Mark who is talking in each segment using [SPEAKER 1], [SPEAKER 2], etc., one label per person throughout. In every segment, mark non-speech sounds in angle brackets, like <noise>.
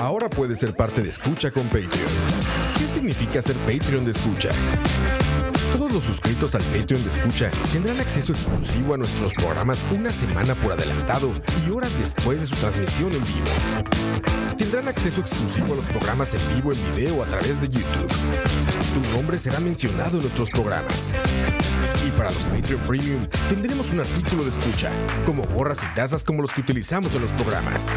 [SPEAKER 1] Ahora puedes ser parte de Escucha con Patreon. ¿Qué significa ser Patreon de Escucha? Todos los suscritos al Patreon de Escucha tendrán acceso exclusivo a nuestros programas una semana por adelantado y horas después de su transmisión en vivo. Tendrán acceso exclusivo a los programas en vivo en video a través de YouTube. Tu nombre será mencionado en nuestros programas. Y para los Patreon Premium tendremos un artículo de escucha, como gorras y tazas como los que utilizamos en los programas.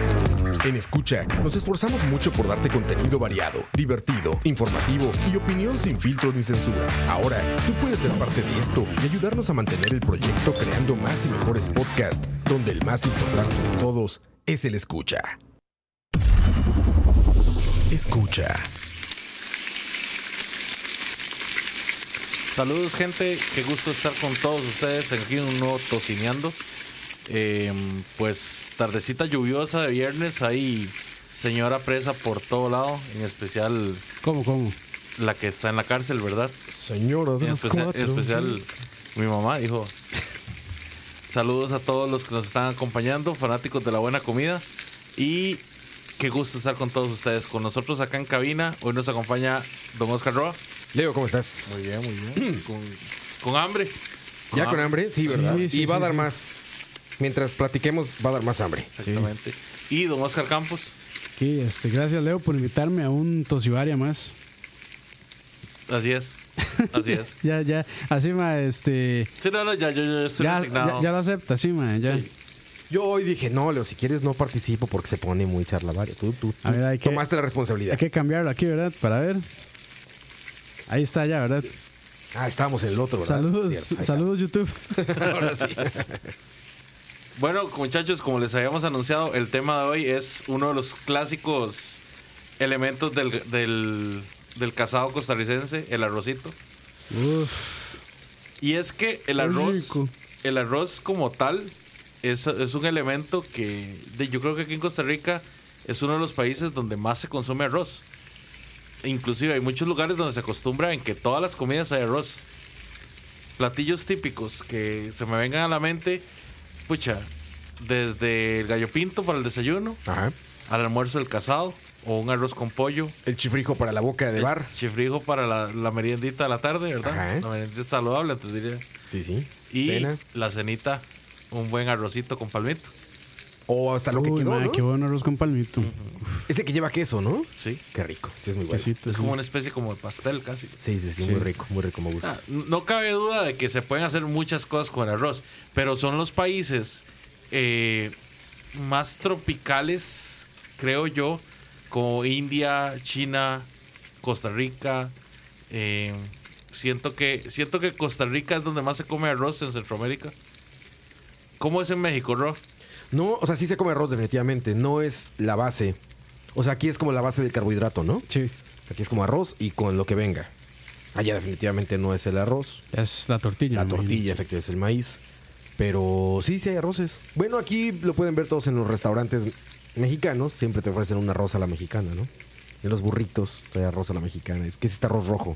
[SPEAKER 1] En Escucha nos esforzamos mucho por darte contenido variado, divertido, informativo y opinión sin filtros ni censura. Ahora, tú puedes ser parte de esto y ayudarnos a mantener el proyecto creando más y mejores podcasts, donde el más importante de todos es el Escucha. Escucha.
[SPEAKER 2] Saludos gente, qué gusto estar con todos ustedes aquí en un nuevo Tocineando. Eh, pues tardecita lluviosa de viernes, hay señora presa por todo lado, en especial
[SPEAKER 3] ¿Cómo, cómo?
[SPEAKER 2] la que está en la cárcel, ¿verdad?
[SPEAKER 1] Señora
[SPEAKER 2] En especial, en especial mi mamá dijo, saludos a todos los que nos están acompañando, fanáticos de la buena comida y qué gusto estar con todos ustedes. Con nosotros acá en cabina, hoy nos acompaña don Oscar Roa.
[SPEAKER 1] Leo, ¿cómo estás?
[SPEAKER 2] Muy bien, muy bien. Con, con hambre.
[SPEAKER 1] ¿Ya con hambre? Sí, ¿verdad?
[SPEAKER 3] Sí, sí,
[SPEAKER 1] y va a
[SPEAKER 3] sí,
[SPEAKER 1] dar
[SPEAKER 3] sí.
[SPEAKER 1] más. Mientras platiquemos, va a dar más hambre.
[SPEAKER 2] Exactamente. Y don Oscar Campos.
[SPEAKER 3] Aquí, este, gracias Leo por invitarme a un Tosibaria más.
[SPEAKER 2] Así es. Así es.
[SPEAKER 3] Ya, ya, así ma, este,
[SPEAKER 2] <laughs> Sí, no, no, ya, yo, yo estoy
[SPEAKER 3] ya,
[SPEAKER 2] resignado.
[SPEAKER 3] ya, ya lo acepta, sí ma, ya.
[SPEAKER 2] Sí.
[SPEAKER 1] Yo hoy dije, no, Leo, si quieres no participo porque se pone muy charlavario. Tú, tú,
[SPEAKER 3] A ver, hay que-
[SPEAKER 1] tomaste la responsabilidad.
[SPEAKER 3] Hay que cambiarlo aquí, ¿verdad? Para ver. Ahí está ya, ¿verdad?
[SPEAKER 1] Ah, estábamos en el otro, ¿verdad?
[SPEAKER 3] Saludos,
[SPEAKER 1] Cierto, ahí está.
[SPEAKER 3] saludos YouTube.
[SPEAKER 1] <laughs> Ahora sí.
[SPEAKER 2] Bueno, muchachos, como les habíamos anunciado, el tema de hoy es uno de los clásicos elementos del, del, del casado costarricense, el arrocito.
[SPEAKER 3] Uf,
[SPEAKER 2] Y es que el
[SPEAKER 3] Qué
[SPEAKER 2] arroz,
[SPEAKER 3] rico.
[SPEAKER 2] el arroz como tal, es, es un elemento que de- yo creo que aquí en Costa Rica es uno de los países donde más se consume arroz. Inclusive hay muchos lugares donde se acostumbra en que todas las comidas hay arroz. Platillos típicos que se me vengan a la mente, pucha, desde el gallo pinto para el desayuno,
[SPEAKER 1] Ajá.
[SPEAKER 2] al almuerzo del casado, o un arroz con pollo,
[SPEAKER 1] El chifrijo para la boca de bar.
[SPEAKER 2] chifrijo para la, la meriendita de la tarde, ¿verdad?
[SPEAKER 1] Ajá.
[SPEAKER 2] La meriendita saludable, entonces diría.
[SPEAKER 1] Sí, sí.
[SPEAKER 2] Y
[SPEAKER 1] Cena.
[SPEAKER 2] la cenita, un buen arrocito con palmito.
[SPEAKER 1] O hasta lo que
[SPEAKER 3] uy,
[SPEAKER 1] quedó,
[SPEAKER 3] ma,
[SPEAKER 1] ¿no?
[SPEAKER 3] qué bueno arroz con palmito.
[SPEAKER 1] Ese que lleva queso, ¿no?
[SPEAKER 2] Sí.
[SPEAKER 1] Qué rico. Sí, es muy bueno. Sí,
[SPEAKER 3] Quesito,
[SPEAKER 2] Es
[SPEAKER 3] sí.
[SPEAKER 2] como una especie como de pastel casi.
[SPEAKER 1] sí, sí, muy rico, muy rico, me gusta.
[SPEAKER 2] Ah, No cabe duda de que se pueden hacer muchas cosas con el arroz, pero son los países eh, más tropicales, creo yo, como India, China, Costa Rica. eh, siento, que, siento que Costa Rica es donde más se come arroz en Centroamérica. ¿Cómo es en México, Ro?
[SPEAKER 1] No, o sea, sí se come arroz definitivamente, no es la base. O sea, aquí es como la base del carbohidrato, ¿no?
[SPEAKER 3] Sí,
[SPEAKER 1] Aquí es como arroz y con lo que venga. Allá definitivamente no es el arroz.
[SPEAKER 3] es la tortilla.
[SPEAKER 1] La
[SPEAKER 3] me
[SPEAKER 1] tortilla, efectivamente, es el maíz. Pero sí, sí hay arroces. Bueno, aquí lo pueden ver todos en los restaurantes mexicanos. Siempre te ofrecen un arroz a la mexicana, ¿no? En los burritos trae arroz a la mexicana. Es que es este arroz rojo,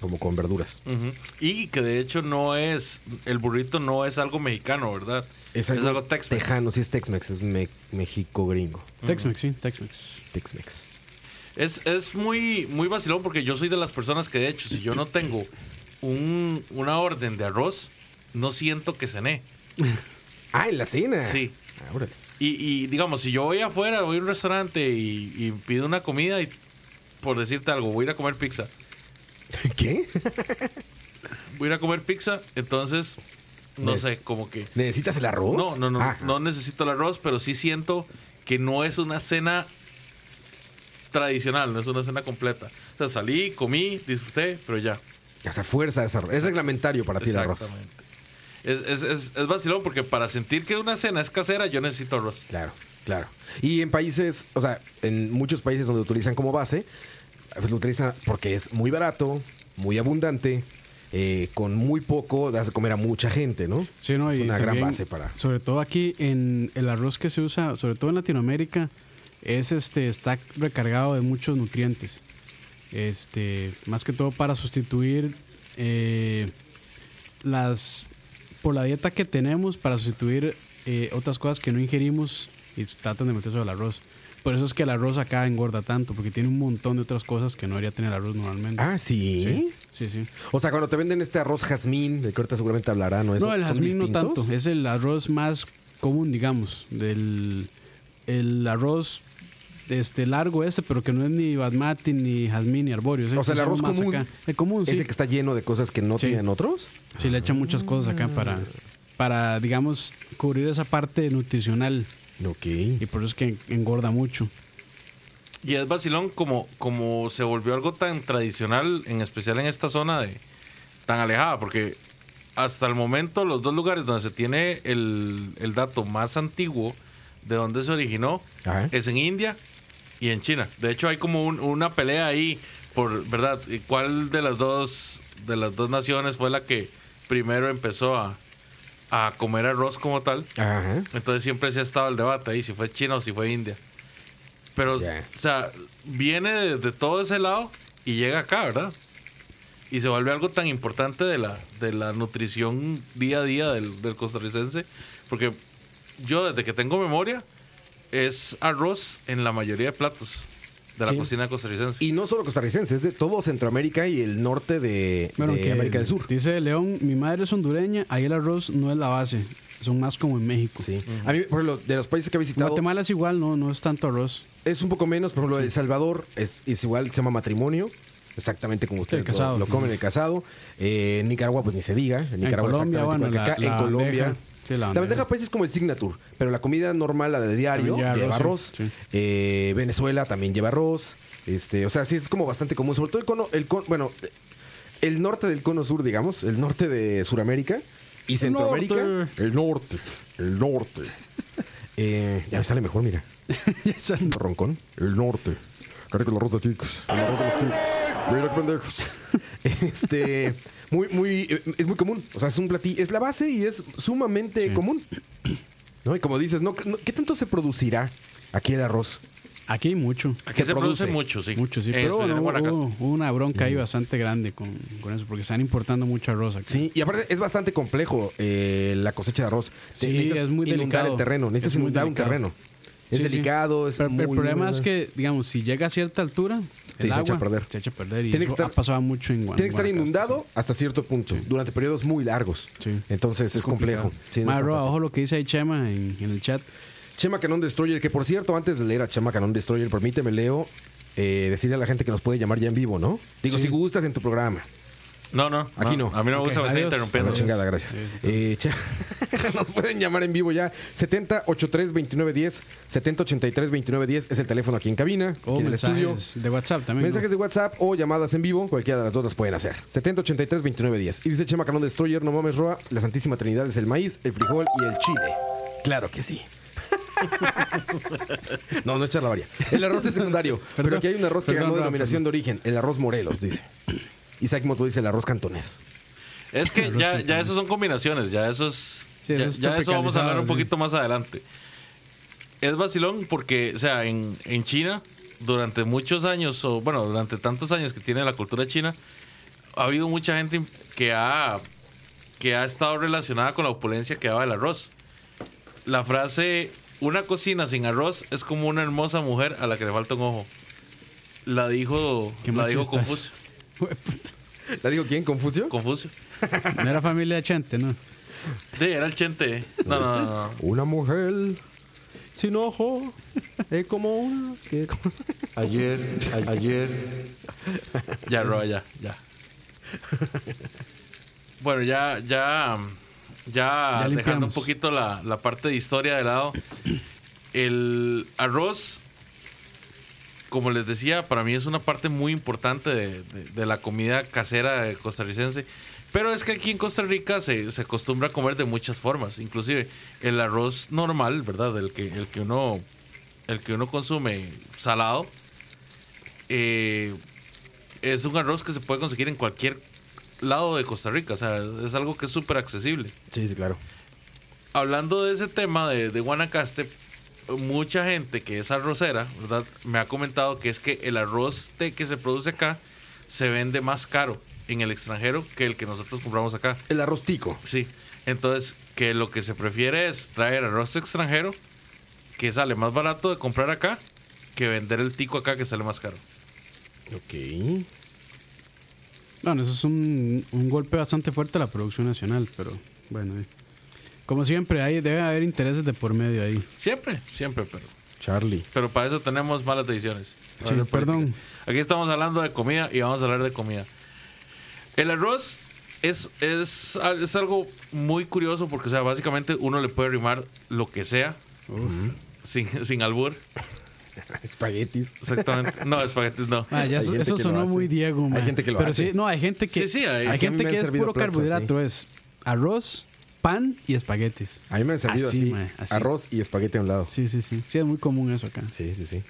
[SPEAKER 1] como con verduras.
[SPEAKER 2] Ujú. Y que de hecho no es, el burrito no es algo mexicano, ¿verdad? Tex-Mex.
[SPEAKER 1] tejano, sí es Tex-Mex, es me- México gringo.
[SPEAKER 3] imagino. Tex-Mex, sí, Tex-Mex.
[SPEAKER 1] Tex-Mex.
[SPEAKER 2] Es, es muy, muy vacilón porque yo soy de las personas que de hecho si yo no tengo un- una orden de arroz, no siento que cené.
[SPEAKER 1] Ah, en la cena.
[SPEAKER 2] Sí.
[SPEAKER 1] Ah, órale. <laughs>
[SPEAKER 2] Y, y, digamos, si yo voy afuera, voy a un restaurante y, y pido una comida y por decirte algo, voy a ir a comer pizza.
[SPEAKER 1] ¿Qué?
[SPEAKER 2] Voy a ir a comer pizza, entonces, no
[SPEAKER 1] Nes-
[SPEAKER 2] sé, como que...
[SPEAKER 1] ¿Necesitas el arroz?
[SPEAKER 2] No, no, no.
[SPEAKER 1] Ah,
[SPEAKER 2] No necesito el arroz, pero sí siento que no es una cena tradicional, no es una cena completa. O sea, salí, comí, disfruté, pero ya.
[SPEAKER 1] O sea, fuerza es arroz. Es reglamentario para ti el arroz.
[SPEAKER 2] Exactamente. Es, es, es, es vacilón porque para sentir que una cena es casera, yo necesito arroz.
[SPEAKER 1] Claro, claro. Y en países, o sea, en muchos países donde lo utilizan como base, pues lo utilizan porque es muy barato, muy abundante, eh, con muy poco das de comer a mucha gente, ¿no?
[SPEAKER 3] Sí, no,
[SPEAKER 1] es
[SPEAKER 3] y
[SPEAKER 1] una gran
[SPEAKER 3] también,
[SPEAKER 1] base para.
[SPEAKER 3] Sobre todo aquí en el arroz que se usa, sobre todo en Latinoamérica, es este está recargado de muchos nutrientes. Este, más que todo para sustituir eh, las por la dieta que tenemos para sustituir eh, otras cosas que no ingerimos y tratan de meterse al arroz. Por eso es que el arroz acá engorda tanto, porque tiene un montón de otras cosas que no debería tener el arroz normalmente.
[SPEAKER 1] Ah, ¿sí?
[SPEAKER 3] Sí, sí. sí.
[SPEAKER 1] O sea, cuando te venden este arroz jazmín, de que ahorita seguramente hablarán, ¿no?
[SPEAKER 3] No, el
[SPEAKER 1] ¿Son
[SPEAKER 3] jazmín no
[SPEAKER 1] distintos?
[SPEAKER 3] tanto. Es el arroz más común, digamos. Del, el arroz este largo este, pero que no es ni basmati, ni jazmín, ni arborio. Es el
[SPEAKER 1] O sea,
[SPEAKER 3] que
[SPEAKER 1] el arroz
[SPEAKER 3] usamos más
[SPEAKER 1] común.
[SPEAKER 3] acá. El común, sí.
[SPEAKER 1] ¿Es el que está lleno de cosas que no
[SPEAKER 3] Sí.
[SPEAKER 1] tienen otros?
[SPEAKER 3] Sí, le echan muchas cosas acá para, para, digamos, cubrir esa parte nutricional.
[SPEAKER 1] Ok.
[SPEAKER 3] Y por eso es que engorda mucho.
[SPEAKER 2] Y es vacilón como, como se volvió algo tan tradicional, en especial en esta zona de tan alejada, porque hasta el momento los dos lugares donde se tiene el, el dato más antiguo de dónde se originó
[SPEAKER 1] Ajá.
[SPEAKER 2] es en India y en China. De hecho hay como un- una pelea ahí por, ¿verdad? ¿Y ¿Cuál de las dos de las dos naciones fue la que primero empezó a, a comer arroz como tal?
[SPEAKER 1] Ajá.
[SPEAKER 2] Entonces siempre se ha estado el debate ahí, si fue China o si fue India. Pero,
[SPEAKER 1] Ya.
[SPEAKER 2] o sea, viene de, de todo ese lado y llega acá, ¿verdad? Y se vuelve algo tan importante de la, de la nutrición día a día del, del costarricense. Porque yo, desde que tengo memoria, es arroz en la mayoría de platos de la
[SPEAKER 1] Sí.
[SPEAKER 2] cocina costarricense.
[SPEAKER 1] Y no solo costarricense, es de todo Centroamérica y el norte de,
[SPEAKER 3] Bueno,
[SPEAKER 1] de
[SPEAKER 3] que
[SPEAKER 1] América del Sur.
[SPEAKER 3] Dice León, mi madre es hondureña, ahí el arroz no es la base, son más como en México.
[SPEAKER 1] Sí. A mí, por ejemplo, de los países que he visitado,
[SPEAKER 3] Guatemala es igual, no, no es tanto
[SPEAKER 1] <laughs>
[SPEAKER 3] arroz.
[SPEAKER 1] es un poco menos, por ejemplo, El Salvador es, es igual, se llama matrimonio. Exactamente como ustedes
[SPEAKER 3] El casado.
[SPEAKER 1] lo, lo comen, el casado. Eh, en Nicaragua, pues ni se diga. En Nicaragua,
[SPEAKER 3] Colombia,
[SPEAKER 1] exactamente
[SPEAKER 3] bueno,
[SPEAKER 1] igual que
[SPEAKER 3] la-
[SPEAKER 1] acá.
[SPEAKER 3] la
[SPEAKER 1] en Colombia.
[SPEAKER 3] bandeja. Sí, la
[SPEAKER 1] la
[SPEAKER 3] bandeja.
[SPEAKER 1] bandeja país es como el signature, pero la comida normal, la de diario,
[SPEAKER 3] También
[SPEAKER 1] lleva
[SPEAKER 3] lleva
[SPEAKER 1] arroz.
[SPEAKER 3] arroz, sí, sí.
[SPEAKER 1] Eh, Venezuela también lleva arroz. Este, o sea, sí es como bastante común. Sobre todo el cono, el cono- bueno, el norte del cono sur, digamos, el norte de Sudamérica y Centroamérica.
[SPEAKER 3] norte.
[SPEAKER 1] El norte, el
[SPEAKER 3] <laughs>
[SPEAKER 1] norte. Eh, ya me sale mejor, mira. Roncón. El norte. Carica, el arroz de ticos. El arroz de los ticos. Mira qué
[SPEAKER 3] <laughs>
[SPEAKER 1] pendejos. Este. Muy, muy. eh, Es muy común. O sea, es un platillo. Es la base y es sumamente común. ¿No? Y como dices, no, no- ¿qué tanto se producirá aquí el arroz?
[SPEAKER 3] Aquí hay mucho.
[SPEAKER 2] Aquí
[SPEAKER 1] se
[SPEAKER 2] se, produce,
[SPEAKER 1] produce.
[SPEAKER 2] mucho, sí. Eh,
[SPEAKER 3] Mucho, sí,
[SPEAKER 2] En
[SPEAKER 3] pero
[SPEAKER 2] especial en
[SPEAKER 3] bueno,
[SPEAKER 2] Guanacaste.
[SPEAKER 3] hubo, hubo una bronca ahí bastante grande con, con eso, porque están importando mucho arroz acá.
[SPEAKER 1] Mm. Sí, y aparte es bastante complejo eh, la cosecha de arroz. Te-
[SPEAKER 3] Sí,
[SPEAKER 1] necesitas
[SPEAKER 3] es muy
[SPEAKER 1] inundar
[SPEAKER 3] delicado.
[SPEAKER 1] el terreno, necesitas
[SPEAKER 3] Es muy
[SPEAKER 1] inundar un
[SPEAKER 3] delicado.
[SPEAKER 1] terreno. Es
[SPEAKER 3] Sí, sí.
[SPEAKER 1] delicado, es
[SPEAKER 3] Pero,
[SPEAKER 1] muy,
[SPEAKER 3] el problema
[SPEAKER 1] muy-
[SPEAKER 3] es que, digamos, si llega a cierta altura,
[SPEAKER 1] Sí,
[SPEAKER 3] el
[SPEAKER 1] se echa
[SPEAKER 3] agua
[SPEAKER 1] a perder.
[SPEAKER 3] se echa a perder y
[SPEAKER 1] Tiene que
[SPEAKER 3] eso
[SPEAKER 1] estar-
[SPEAKER 3] ha pasado mucho en Guanajuato.
[SPEAKER 1] Tiene que estar inundado hasta cierto punto, durante periodos muy largos.
[SPEAKER 3] Sí.
[SPEAKER 1] Entonces es, complejo. Sí, no es tan fácil.
[SPEAKER 3] ojo lo que dice ahí Chema en, en el chat.
[SPEAKER 1] Chema Canon Destroyer, que por cierto, antes de leer a Chema Canon Destroyer, permíteme, Leo, eh, decirle a la gente que nos puede llamar ya en vivo, ¿no? Digo, si gustas en tu programa.
[SPEAKER 2] No, no,
[SPEAKER 1] Aquí no.
[SPEAKER 2] A mí no me
[SPEAKER 3] Ok,
[SPEAKER 2] gusta me estar
[SPEAKER 3] adiós.
[SPEAKER 1] A
[SPEAKER 2] interrumpiendo.
[SPEAKER 1] la
[SPEAKER 3] Adiós.
[SPEAKER 1] chingada, gracias. Eh, Che- <laughs> nos pueden llamar en vivo ya. 70-83-2910. 70-83-2910 es el teléfono aquí en cabina,
[SPEAKER 3] O
[SPEAKER 1] aquí en el estudio.
[SPEAKER 3] Oh, mensajes de WhatsApp también. ¿no?
[SPEAKER 1] Mensajes de WhatsApp o llamadas en vivo, cualquiera de las dos las pueden hacer. 7083-2910. Y dice Chema Canón Destroyer, no mames, Roa, la Santísima Trinidad es el maíz, el frijol y el chile. Claro que
[SPEAKER 3] <laughs>
[SPEAKER 1] sí. no, no es charlavaria. El arroz es secundario, pero
[SPEAKER 3] <laughs> Perdón.
[SPEAKER 1] aquí hay un arroz que
[SPEAKER 3] Perdón,
[SPEAKER 1] ganó
[SPEAKER 3] Roa,
[SPEAKER 1] denominación de origen, el arroz Morelos, dice. Isaac Moto dice el arroz cantonés.
[SPEAKER 2] Es
[SPEAKER 3] <laughs>
[SPEAKER 2] que ya, ya eso son combinaciones, ya eso es.
[SPEAKER 3] Sí, eso
[SPEAKER 2] ya,
[SPEAKER 3] es
[SPEAKER 2] ya eso vamos a hablar un
[SPEAKER 3] tropicalizado, sí.
[SPEAKER 2] poquito más adelante. Es vacilón porque, o sea, en, en China, durante muchos años, o bueno, durante tantos años que tiene la cultura china, ha habido mucha gente que ha, que ha estado relacionada con la opulencia que daba el arroz. La frase, una cocina sin arroz es como una hermosa mujer a la que le falta un ojo. La dijo,
[SPEAKER 3] Qué
[SPEAKER 2] la dijo
[SPEAKER 3] machistas.
[SPEAKER 2] Confucio.
[SPEAKER 3] Hueputa.
[SPEAKER 1] ¿La digo quién? ¿Confucio?
[SPEAKER 2] Confucio.
[SPEAKER 3] <laughs> No era familia de Chente, ¿no?
[SPEAKER 2] Sí, era el chente. ¿eh? No, no, no, no.
[SPEAKER 1] Una mujer sin ojo es como una... que-
[SPEAKER 4] Ayer, a- ayer,
[SPEAKER 2] Ya, Roa, ya, ya. <laughs> Bueno, ya, ya, ya,
[SPEAKER 3] Ya
[SPEAKER 2] dejando un
[SPEAKER 3] limpiamos.
[SPEAKER 2] poquito la, la parte de historia de lado. El arroz, como les decía, para mí es una parte muy importante de, de- de la comida casera costarricense. Pero es que aquí en Costa Rica se, se acostumbra a comer de muchas formas. Inclusive el arroz normal, ¿verdad? El que, el que uno el que uno consume salado. eh, es un arroz que se puede conseguir en cualquier lado de Costa Rica. O sea, es algo que es súper accesible.
[SPEAKER 1] Sí, sí, claro.
[SPEAKER 2] Hablando de ese tema de, de Guanacaste, mucha gente que es arrocera, ¿verdad? Me ha comentado que es que el arroz de- que se produce acá se vende más caro en el extranjero que el que nosotros compramos acá.
[SPEAKER 1] El arroz tico.
[SPEAKER 2] Sí. Entonces, que lo que se prefiere es traer arroz extranjero que sale más barato de comprar acá que vender el tico acá que sale más caro.
[SPEAKER 1] Ok.
[SPEAKER 3] Bueno, eso es un, un golpe bastante fuerte a la producción nacional, pero bueno. eh. Como siempre, hay, debe haber intereses de por medio ahí.
[SPEAKER 2] Siempre, siempre, pero
[SPEAKER 1] Charlie. <laughs>
[SPEAKER 2] pero para eso tenemos malas decisiones.
[SPEAKER 3] Sí,
[SPEAKER 2] Hablar de política.
[SPEAKER 3] perdón.
[SPEAKER 2] Aquí estamos hablando de comida y vamos a hablar de comida. El arroz es, es, al- es algo muy curioso porque, o sea, básicamente uno le puede rimar lo que sea sin, <laughs> sin albur.
[SPEAKER 1] Espaguetis.
[SPEAKER 2] Exactamente. No, espaguetis no.
[SPEAKER 3] Ah, ya
[SPEAKER 1] Hay
[SPEAKER 3] eso,
[SPEAKER 1] gente
[SPEAKER 3] eso
[SPEAKER 1] que lo
[SPEAKER 3] sonó
[SPEAKER 1] hace.
[SPEAKER 3] muy Diego,
[SPEAKER 1] Hay
[SPEAKER 3] ma.
[SPEAKER 1] gente que lo
[SPEAKER 3] Pero
[SPEAKER 1] hace.
[SPEAKER 3] Sí, no, hay gente que,
[SPEAKER 2] Sí, sí, hay-
[SPEAKER 3] hay
[SPEAKER 2] a mí
[SPEAKER 3] gente
[SPEAKER 1] me han
[SPEAKER 3] que es
[SPEAKER 1] servido
[SPEAKER 3] puro
[SPEAKER 1] platos
[SPEAKER 3] carbohidrato, es arroz, pan y espaguetis.
[SPEAKER 1] A mí me han servido
[SPEAKER 3] Así,
[SPEAKER 1] así.
[SPEAKER 3] mae, así.
[SPEAKER 1] Arroz y espagueti a un lado.
[SPEAKER 3] Sí, sí, sí. Sí, es muy común eso acá.
[SPEAKER 1] Sí, sí, sí.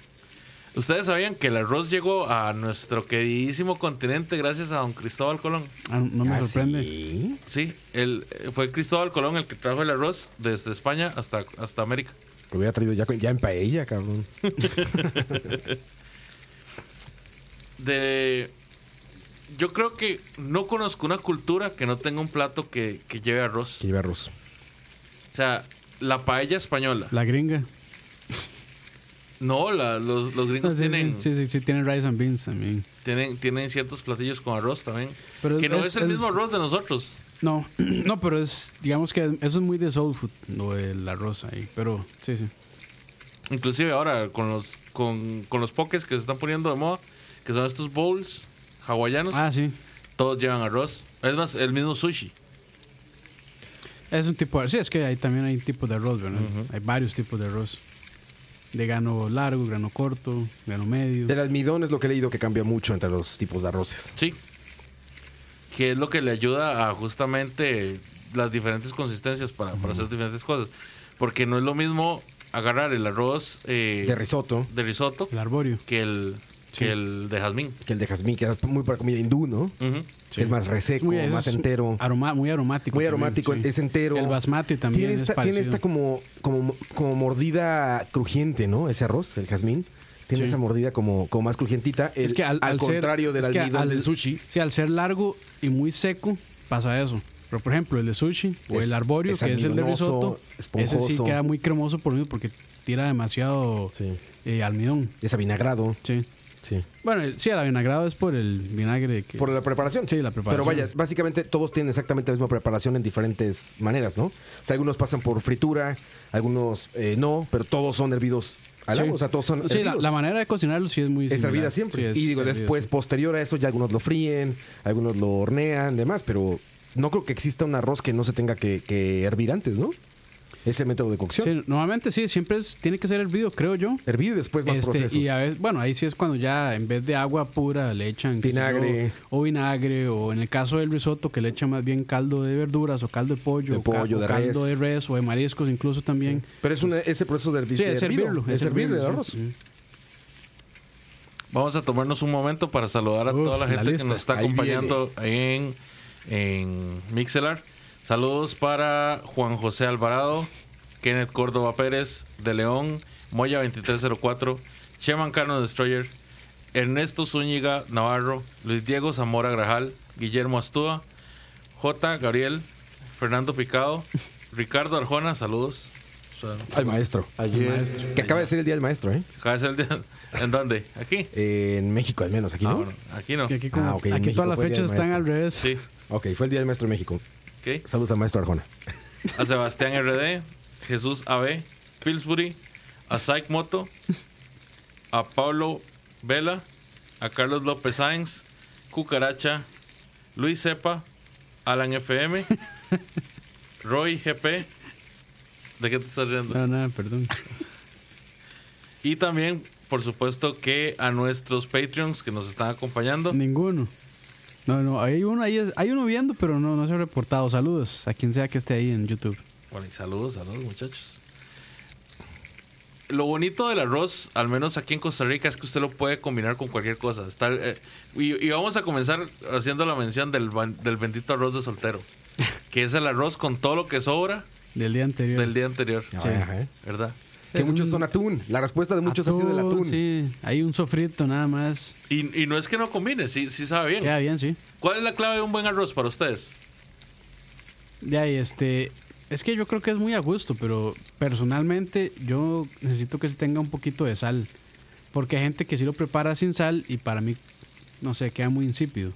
[SPEAKER 2] Ustedes sabían que el arroz llegó a nuestro queridísimo continente gracias a don Cristóbal Colón.
[SPEAKER 3] Ah, no me
[SPEAKER 1] Ah,
[SPEAKER 3] sorprende.
[SPEAKER 1] sí.
[SPEAKER 2] Sí, él, eh, fue Cristóbal Colón el que trajo el arroz desde España hasta, hasta América.
[SPEAKER 1] Lo hubiera traído ya, con- ya en paella, cabrón.
[SPEAKER 2] de yo creo que no conozco una cultura que no tenga un plato que, que lleve arroz.
[SPEAKER 1] Que lleva arroz.
[SPEAKER 2] O sea, la paella española.
[SPEAKER 3] La gringa.
[SPEAKER 2] No, la- los, los gringos
[SPEAKER 3] sí, sí,
[SPEAKER 2] tienen,
[SPEAKER 3] sí, sí, sí, tienen rice and beans también.
[SPEAKER 2] tienen tienen ciertos platillos con arroz también.
[SPEAKER 3] Pero
[SPEAKER 2] que no es,
[SPEAKER 3] es-
[SPEAKER 2] el
[SPEAKER 3] es-
[SPEAKER 2] mismo arroz de nosotros.
[SPEAKER 3] No, <clears throat> no, pero es, digamos que eso es muy de soul food, lo del arroz ahí. Pero sí, sí.
[SPEAKER 2] Inclusive ahora con los con, con los pokés que se están poniendo de moda, que son estos bowls hawaianos,
[SPEAKER 3] Ah, sí.
[SPEAKER 2] todos llevan arroz. Es más, el mismo sushi.
[SPEAKER 3] Es un tipo de Sí, es que ahí también hay tipos de arroz, ¿verdad? Hay varios tipos de arroz. De grano largo, grano corto, grano medio.
[SPEAKER 1] El almidón es lo que he leído que cambia mucho entre los tipos de arroces.
[SPEAKER 2] Sí. Que es lo que le ayuda a justamente las diferentes consistencias para, para hacer diferentes cosas. Porque no es lo mismo agarrar el arroz eh,
[SPEAKER 1] De risotto,
[SPEAKER 2] de risotto
[SPEAKER 3] El arborio.
[SPEAKER 2] que el, que el de jazmín.
[SPEAKER 1] que el de jazmín, que era muy para comida hindú, ¿no?
[SPEAKER 2] Ujú.
[SPEAKER 1] Que es más
[SPEAKER 3] Es
[SPEAKER 1] reseco,
[SPEAKER 3] muy- eso
[SPEAKER 1] más
[SPEAKER 3] es
[SPEAKER 1] entero.
[SPEAKER 3] aroma- muy aromático.
[SPEAKER 1] Muy
[SPEAKER 3] también,
[SPEAKER 1] aromático,
[SPEAKER 3] sí.
[SPEAKER 1] es entero.
[SPEAKER 3] El basmati también
[SPEAKER 1] Tiene
[SPEAKER 3] es
[SPEAKER 1] esta, tiene
[SPEAKER 3] parecido.
[SPEAKER 1] esta como, como, como mordida crujiente, ¿no? Ese arroz, el jazmín. Tiene
[SPEAKER 3] Sí.
[SPEAKER 1] esa mordida como, como más crujientita. El-
[SPEAKER 3] es que al, al ser-
[SPEAKER 1] contrario del
[SPEAKER 3] es que
[SPEAKER 1] almidón
[SPEAKER 3] al-
[SPEAKER 1] del sushi.
[SPEAKER 3] Sí, al ser largo y muy seco, pasa eso. Pero, por ejemplo, el de sushi o
[SPEAKER 1] Es-
[SPEAKER 3] el arborio,
[SPEAKER 1] es
[SPEAKER 3] que es el de
[SPEAKER 1] almidonoso,
[SPEAKER 3] risotto, ese sí
[SPEAKER 1] esponjoso.
[SPEAKER 3] queda muy cremoso por mí porque tira demasiado
[SPEAKER 1] Sí.
[SPEAKER 3] eh, almidón.
[SPEAKER 1] Es avinagrado.
[SPEAKER 3] Sí.
[SPEAKER 1] Sí.
[SPEAKER 3] Bueno, el- sí, el avinagrado es por el vinagre. Que,
[SPEAKER 1] Por la preparación.
[SPEAKER 3] Sí, la preparación.
[SPEAKER 1] Pero vaya, básicamente todos tienen exactamente la misma preparación en diferentes maneras, ¿no? O sea, algunos pasan por fritura, algunos eh, no, pero todos son hervidos al
[SPEAKER 3] Sí.
[SPEAKER 1] agua, O sea, todos son
[SPEAKER 3] Sí, la,
[SPEAKER 1] hervidos.
[SPEAKER 3] la manera de cocinarlo sí es muy
[SPEAKER 1] es
[SPEAKER 3] similar.
[SPEAKER 1] hervida siempre.
[SPEAKER 3] Sí, es
[SPEAKER 1] y digo,
[SPEAKER 3] hervida,
[SPEAKER 1] después,
[SPEAKER 3] sí.
[SPEAKER 1] posterior a eso, ya algunos lo fríen, algunos lo hornean, demás, pero no creo que exista un arroz que no se tenga que, que hervir antes, ¿no? Es el método de cocción.
[SPEAKER 3] Sí, normalmente sí, siempre es- tiene que ser hervido, creo yo.
[SPEAKER 1] Hervido y después más
[SPEAKER 3] Este,
[SPEAKER 1] procesos.
[SPEAKER 3] y a veces, bueno, ahí sí es cuando ya en vez de agua pura le echan qué sé yo,
[SPEAKER 1] Vinagre.
[SPEAKER 3] o vinagre, o en el caso del risotto que le echan más bien caldo de verduras o caldo de pollo,
[SPEAKER 1] De
[SPEAKER 3] o ca-
[SPEAKER 1] pollo,
[SPEAKER 3] o
[SPEAKER 1] de
[SPEAKER 3] caldo
[SPEAKER 1] res.
[SPEAKER 3] de res o de mariscos incluso también.
[SPEAKER 1] Pero es un, ese proceso de hervir.
[SPEAKER 3] Sí, es hervirlo,
[SPEAKER 1] Es hervir el
[SPEAKER 3] hervirlo,
[SPEAKER 1] arroz.
[SPEAKER 3] sí, sí.
[SPEAKER 2] Vamos a tomarnos un momento para saludar a
[SPEAKER 3] Uf,
[SPEAKER 2] toda la
[SPEAKER 3] la
[SPEAKER 2] gente que
[SPEAKER 3] lista.
[SPEAKER 2] nos está
[SPEAKER 1] Ahí
[SPEAKER 2] acompañando en, en Mixelar. Saludos para Juan José Alvarado, Kenneth Córdoba Pérez, De León, Moya 2304, Che Mancano Destroyer, Ernesto Zúñiga Navarro, Luis Diego Zamora Grajal, Guillermo Astúa, J. Gabriel, Fernando
[SPEAKER 3] <laughs>
[SPEAKER 2] Picado, Ricardo Arjona, saludos.
[SPEAKER 1] Al maestro.
[SPEAKER 4] ayer,
[SPEAKER 1] Que acaba de ser el día del maestro, ¿eh?
[SPEAKER 2] Acaba de <laughs> ser el día- ¿En dónde? ¿Aquí?
[SPEAKER 1] En México, al menos, aquí
[SPEAKER 2] Ah,
[SPEAKER 1] no.
[SPEAKER 2] bueno, aquí no.
[SPEAKER 3] Es que aquí como-
[SPEAKER 1] Ah, ok, en
[SPEAKER 3] aquí
[SPEAKER 1] México
[SPEAKER 3] todas las
[SPEAKER 1] fue el día
[SPEAKER 3] fechas
[SPEAKER 1] del
[SPEAKER 3] están al
[SPEAKER 1] maestro.
[SPEAKER 3] revés.
[SPEAKER 2] Sí,
[SPEAKER 1] Ok, fue el Día del Maestro en México.
[SPEAKER 2] ok.
[SPEAKER 1] Saludos al maestro Arjona.
[SPEAKER 2] a Sebastián RD, Jesús AB, Pillsbury, a Psych Moto, a Pablo Vela, a Carlos López Sáenz, Cucaracha, Luis Cepa, Alan FM, Roy GP, ¿de qué te estás riendo?
[SPEAKER 3] No,
[SPEAKER 2] <laughs>
[SPEAKER 3] nada, perdón.
[SPEAKER 2] Y también, por supuesto, que a nuestros Patreons que nos están acompañando.
[SPEAKER 3] Ninguno. No, no, hay uno ahí, es- hay uno viendo, pero no, no se ha reportado. Saludos a quien sea que esté ahí en YouTube.
[SPEAKER 2] Bueno, y saludos, saludos muchachos. Lo bonito del arroz, al menos aquí en Costa Rica, es que usted lo puede combinar con cualquier cosa. Está, eh, y, y vamos a comenzar haciendo la mención del, ban- del bendito arroz de soltero, que es el arroz con todo lo que sobra
[SPEAKER 3] Del día anterior.
[SPEAKER 2] del día anterior,
[SPEAKER 1] Ajá, ¿eh?
[SPEAKER 2] ¿verdad?
[SPEAKER 1] Que muchos son atún. La respuesta de muchos ha sido el atún.
[SPEAKER 3] Sí, hay un sofrito nada más.
[SPEAKER 2] Y, y no es que no combine, sí, sí sabe bien.
[SPEAKER 3] Queda bien, sí.
[SPEAKER 2] ¿Cuál es la clave de un buen arroz para ustedes?
[SPEAKER 3] De ahí, este. Es que yo creo que es muy a gusto, pero personalmente yo necesito que se tenga un poquito de sal. Porque hay gente que sí lo prepara sin sal y para mí, no sé, queda muy insípido.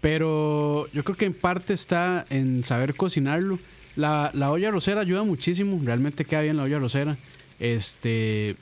[SPEAKER 3] Pero yo creo que en parte está en saber cocinarlo. La, la olla rosera ayuda muchísimo, realmente queda bien la olla rosera. Este,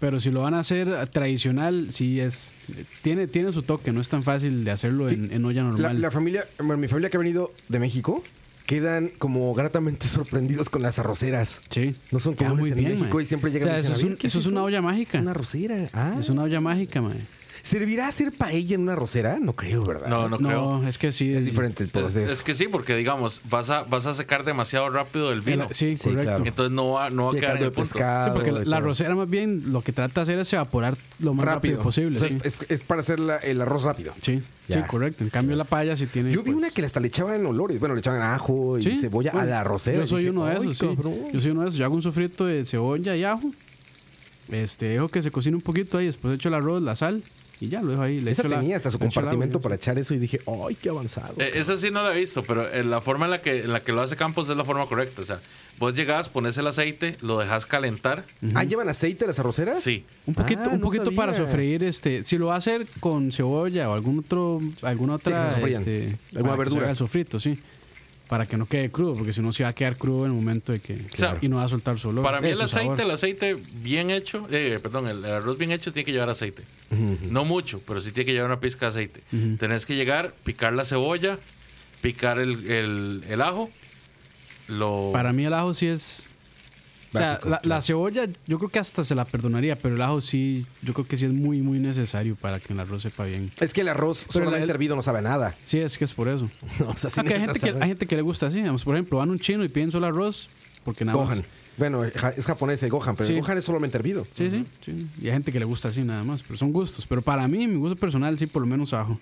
[SPEAKER 3] pero si lo van a hacer tradicional, sí es tiene tiene su toque, no es tan fácil de hacerlo en, en olla
[SPEAKER 1] La,
[SPEAKER 3] normal.
[SPEAKER 1] la familia, bueno, mi familia que ha venido de México, quedan como gratamente <laughs> sorprendidos con las arroceras.
[SPEAKER 3] Sí.
[SPEAKER 1] No son
[SPEAKER 3] Queda
[SPEAKER 1] comunes en México
[SPEAKER 3] mae.
[SPEAKER 1] y siempre llegan
[SPEAKER 3] O
[SPEAKER 1] y
[SPEAKER 3] sea,
[SPEAKER 1] dicen,
[SPEAKER 3] eso es,
[SPEAKER 1] "A ver,
[SPEAKER 3] un-
[SPEAKER 1] ¿qué
[SPEAKER 3] eso es una olla mágica.
[SPEAKER 1] Es una arrocera. Ah.
[SPEAKER 3] Es una olla mágica, mae.
[SPEAKER 1] ¿Servirá hacer paella en una arrocera? No creo, ¿verdad?
[SPEAKER 2] No, no creo.
[SPEAKER 3] No, es que sí.
[SPEAKER 1] Es
[SPEAKER 3] el-
[SPEAKER 1] diferente el
[SPEAKER 2] Es,
[SPEAKER 1] proceso.
[SPEAKER 2] es que sí, porque digamos, vas a, vas a secar demasiado rápido el
[SPEAKER 3] el-
[SPEAKER 2] vino.
[SPEAKER 3] sí,
[SPEAKER 1] Sí,
[SPEAKER 3] correcto.
[SPEAKER 1] claro.
[SPEAKER 2] Entonces no va, no va a
[SPEAKER 1] Sí,
[SPEAKER 2] quedar en
[SPEAKER 1] caldo
[SPEAKER 2] el
[SPEAKER 1] de
[SPEAKER 2] punto.
[SPEAKER 1] pescado.
[SPEAKER 3] Sí, porque la,
[SPEAKER 1] de
[SPEAKER 3] la
[SPEAKER 1] todo.
[SPEAKER 3] arrocera más bien lo que trata de hacer es evaporar lo más rápido, posible.
[SPEAKER 1] O sea,
[SPEAKER 3] sí.
[SPEAKER 1] es, es- es para hacer la- el arroz rápido.
[SPEAKER 3] Sí,
[SPEAKER 1] Ya.
[SPEAKER 3] sí, correcto. En cambio la palla sí tiene...
[SPEAKER 1] Yo vi
[SPEAKER 3] pues,
[SPEAKER 1] una que hasta le echaban olores. Bueno, le echaban ajo y
[SPEAKER 3] sí,
[SPEAKER 1] cebolla
[SPEAKER 3] bueno,
[SPEAKER 1] a la arrocera.
[SPEAKER 3] Yo soy
[SPEAKER 1] Dije,
[SPEAKER 3] uno de
[SPEAKER 1] "Ay,
[SPEAKER 3] esos, sí.
[SPEAKER 1] cabrón".
[SPEAKER 3] Yo soy uno de esos. Yo hago un sofrito de cebolla y ajo. Este, dejo que se cocine un poquito ahí, después echo el arroz, la sal y ya lo dejo ahí. Le
[SPEAKER 1] Esa
[SPEAKER 3] echo la-
[SPEAKER 1] tenía hasta su
[SPEAKER 3] le echo el agua y
[SPEAKER 1] compartimento
[SPEAKER 3] eso.
[SPEAKER 1] para echar eso y dije, ¡ay, qué avanzado!
[SPEAKER 2] Eh, esa sí no la he visto, pero eh, la forma en la, que, en la que lo hace Campos es la forma correcta. O sea, vos llegás, pones el aceite, lo dejas calentar.
[SPEAKER 1] ¿Ah, llevan aceite las arroceras?
[SPEAKER 2] Sí.
[SPEAKER 3] Un poquito,
[SPEAKER 1] Ah,
[SPEAKER 3] un
[SPEAKER 1] no
[SPEAKER 3] poquito para
[SPEAKER 1] sabía.
[SPEAKER 3] sofreír, este, si lo va a hacer con cebolla o algún otro, alguna otra,
[SPEAKER 1] se sofrían.
[SPEAKER 3] este,
[SPEAKER 1] Alguna
[SPEAKER 3] para que se
[SPEAKER 1] verdura.
[SPEAKER 3] haga el sofrito, sí, para que no quede crudo, porque si no se va a quedar crudo en el momento de que
[SPEAKER 2] sea,
[SPEAKER 3] y no va a soltar su olor.
[SPEAKER 2] Para mí
[SPEAKER 3] eh,
[SPEAKER 2] el
[SPEAKER 3] su
[SPEAKER 2] aceite,
[SPEAKER 3] sabor.
[SPEAKER 2] el aceite bien hecho, eh, perdón, el, el arroz bien hecho tiene que llevar aceite. No mucho, pero sí tiene que llevar una pizca de aceite. Tenés que llegar, picar la cebolla, picar el, el- el ajo, lo...
[SPEAKER 3] Para mí el ajo sí es, o sea,
[SPEAKER 1] Básico,
[SPEAKER 3] la, la
[SPEAKER 1] claro.
[SPEAKER 3] cebolla yo creo que hasta se la perdonaría, pero el ajo sí, yo creo que sí es muy muy necesario para que el arroz sepa bien.
[SPEAKER 1] Es que el arroz
[SPEAKER 3] Pero
[SPEAKER 1] solamente
[SPEAKER 3] la-
[SPEAKER 1] hervido no sabe a nada. <laughs>
[SPEAKER 3] Sí, es que es por eso.
[SPEAKER 1] O sea, sí
[SPEAKER 3] Ah, que hay, gente
[SPEAKER 1] necesitas
[SPEAKER 3] que,
[SPEAKER 1] saber.
[SPEAKER 3] hay gente que le gusta así, digamos, por ejemplo, van a un chino y piden solo arroz porque nada
[SPEAKER 1] Gohan.
[SPEAKER 3] más.
[SPEAKER 1] Bueno, ja- es japonés el Gohan, pero
[SPEAKER 3] Sí.
[SPEAKER 1] el Gohan es solamente hervido.
[SPEAKER 3] Sí, sí, sí. Y hay gente que le gusta así nada más, pero son gustos. Pero para mí, mi gusto personal, sí, por lo menos ajo.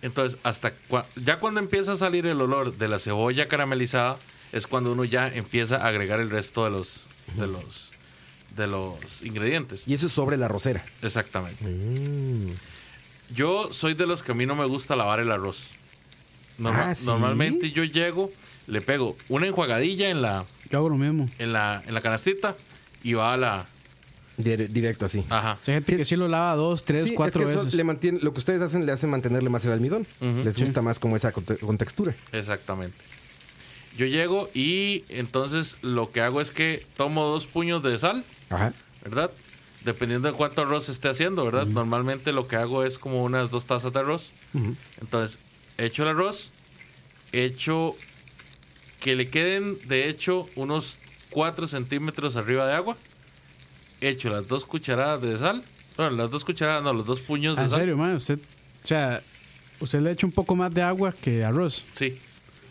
[SPEAKER 2] Entonces, hasta cua- ya cuando empieza a salir el olor de la cebolla caramelizada, es cuando uno ya empieza a agregar el resto de los, de los, de los ingredientes.
[SPEAKER 1] Y Mm. eso es sobre la arrocera.
[SPEAKER 2] Exactamente. Yo soy de los que a mí no me gusta lavar el arroz. Norma-
[SPEAKER 1] Ah, ¿sí?
[SPEAKER 2] Normalmente yo llego, le pego una enjuagadilla en la,
[SPEAKER 3] Yo hago lo mismo.
[SPEAKER 2] en la, en la canastita y va a la.
[SPEAKER 1] Dire- directo así.
[SPEAKER 2] Ajá.
[SPEAKER 3] O sea, hay gente
[SPEAKER 1] Es-
[SPEAKER 3] que sí lo lava dos, Ah, tres,
[SPEAKER 1] Sí,
[SPEAKER 3] cuatro
[SPEAKER 1] es que eso
[SPEAKER 3] veces.
[SPEAKER 1] le mantiene, lo que ustedes hacen le hacen mantenerle más el almidón. Les gusta más como esa conte- contextura.
[SPEAKER 2] Exactamente. Yo llego y entonces lo que hago es que tomo dos puños de sal.
[SPEAKER 1] Ajá.
[SPEAKER 2] ¿verdad? Dependiendo de cuánto arroz esté haciendo, ¿verdad? Normalmente lo que hago es como unas dos tazas de arroz. Entonces, echo el arroz, echo que le queden, de hecho, unos 4 centímetros arriba de agua. Echo las dos cucharadas de sal. Bueno, las dos cucharadas, no, los dos puños
[SPEAKER 3] Ah,
[SPEAKER 2] de
[SPEAKER 3] En
[SPEAKER 2] sal.
[SPEAKER 3] serio, man, usted, o sea, usted le echa un poco más de agua que arroz.
[SPEAKER 2] Sí.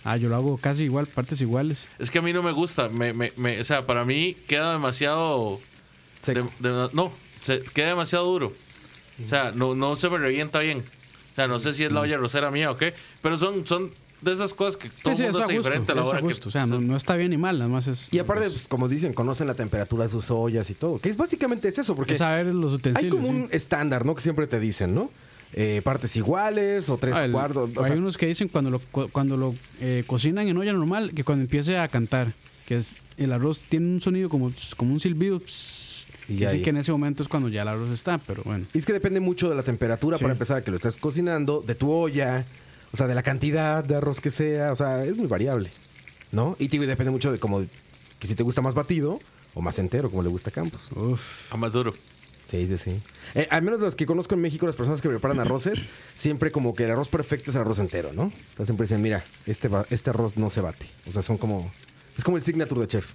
[SPEAKER 3] Ah, yo lo hago casi igual, partes iguales.
[SPEAKER 2] Es que a mí no me gusta. Me, me- me- o sea, para mí queda demasiado.
[SPEAKER 1] Seco.
[SPEAKER 2] de- de- no, se, queda demasiado duro. O sea, no, no se me revienta bien. O sea, no sé si es la olla rosera mía o qué. Pero son, son de esas cosas que todo
[SPEAKER 3] Sí,
[SPEAKER 2] el mundo
[SPEAKER 3] sí, eso a
[SPEAKER 2] hace
[SPEAKER 3] gusto.
[SPEAKER 2] diferente a la
[SPEAKER 3] eso a
[SPEAKER 2] hora que-
[SPEAKER 3] gusto. O sea, no, no está bien ni mal, nada más es...
[SPEAKER 1] Y aparte, pues, como dicen, conocen la temperatura de sus ollas y todo. Que es básicamente es eso, porque
[SPEAKER 3] es saber los
[SPEAKER 1] hay
[SPEAKER 3] utensilios.
[SPEAKER 1] como un
[SPEAKER 3] sí.
[SPEAKER 1] estándar, ¿no? Que siempre te dicen, ¿no? Eh, partes iguales o tres
[SPEAKER 3] Ah, el-
[SPEAKER 1] cuartos. o
[SPEAKER 3] hay
[SPEAKER 1] sea,
[SPEAKER 3] unos que dicen cuando lo, cu- cuando lo eh, cocinan en olla normal, que cuando empiece a cantar, que es el arroz tiene un sonido como, pues, como un silbido. pss,
[SPEAKER 1] Y
[SPEAKER 3] que
[SPEAKER 1] ahí.
[SPEAKER 3] dicen que en ese momento es cuando ya el arroz está, pero bueno.
[SPEAKER 1] Y es que depende mucho de la temperatura
[SPEAKER 3] Sí.
[SPEAKER 1] para empezar, que lo estás cocinando, de tu olla, o sea, de la cantidad de arroz que sea, o sea, es muy variable, ¿no? Y te digo, y depende mucho de cómo, que si te gusta más batido o más entero, como le gusta a Campos.
[SPEAKER 3] Uf.
[SPEAKER 2] a Ah, más duro.
[SPEAKER 1] Sí, sí, sí. Eh, al menos los que conozco en México, las personas que preparan arroces, siempre como que el arroz perfecto es el arroz entero, ¿no? O sea, siempre dicen, mira, este, va- este arroz no se bate. O sea, son como, es como el signature de chef,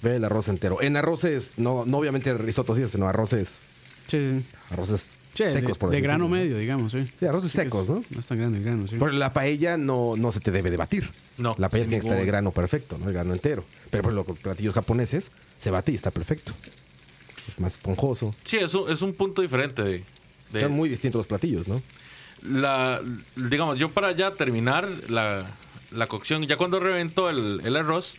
[SPEAKER 1] ver el arroz entero. En arroces, no, no obviamente risotos, sino arroces,
[SPEAKER 3] Sí, sí.
[SPEAKER 1] arroces
[SPEAKER 3] Sí, de-
[SPEAKER 1] secos, por
[SPEAKER 3] de,
[SPEAKER 1] así
[SPEAKER 3] grano
[SPEAKER 1] decirlo, ¿no?
[SPEAKER 3] medio, digamos, sí.
[SPEAKER 1] Sí, arroces
[SPEAKER 3] Sí, que
[SPEAKER 1] secos,
[SPEAKER 3] es-
[SPEAKER 1] ¿no?
[SPEAKER 3] No es tan grande el grano, sí.
[SPEAKER 1] Pero la paella no, no se te debe debatir.
[SPEAKER 2] No,
[SPEAKER 1] La paella
[SPEAKER 2] en
[SPEAKER 1] tiene que estar
[SPEAKER 2] ningún
[SPEAKER 1] el grano perfecto, ¿no? El grano entero. Pero por los platillos japoneses se bate y está perfecto. Es más esponjoso.
[SPEAKER 2] Sí, es un, es un punto diferente de. de-
[SPEAKER 1] Son muy distintos los platillos, ¿no?
[SPEAKER 2] la, digamos, yo para ya terminar la, la cocción, ya cuando reventó el, el arroz,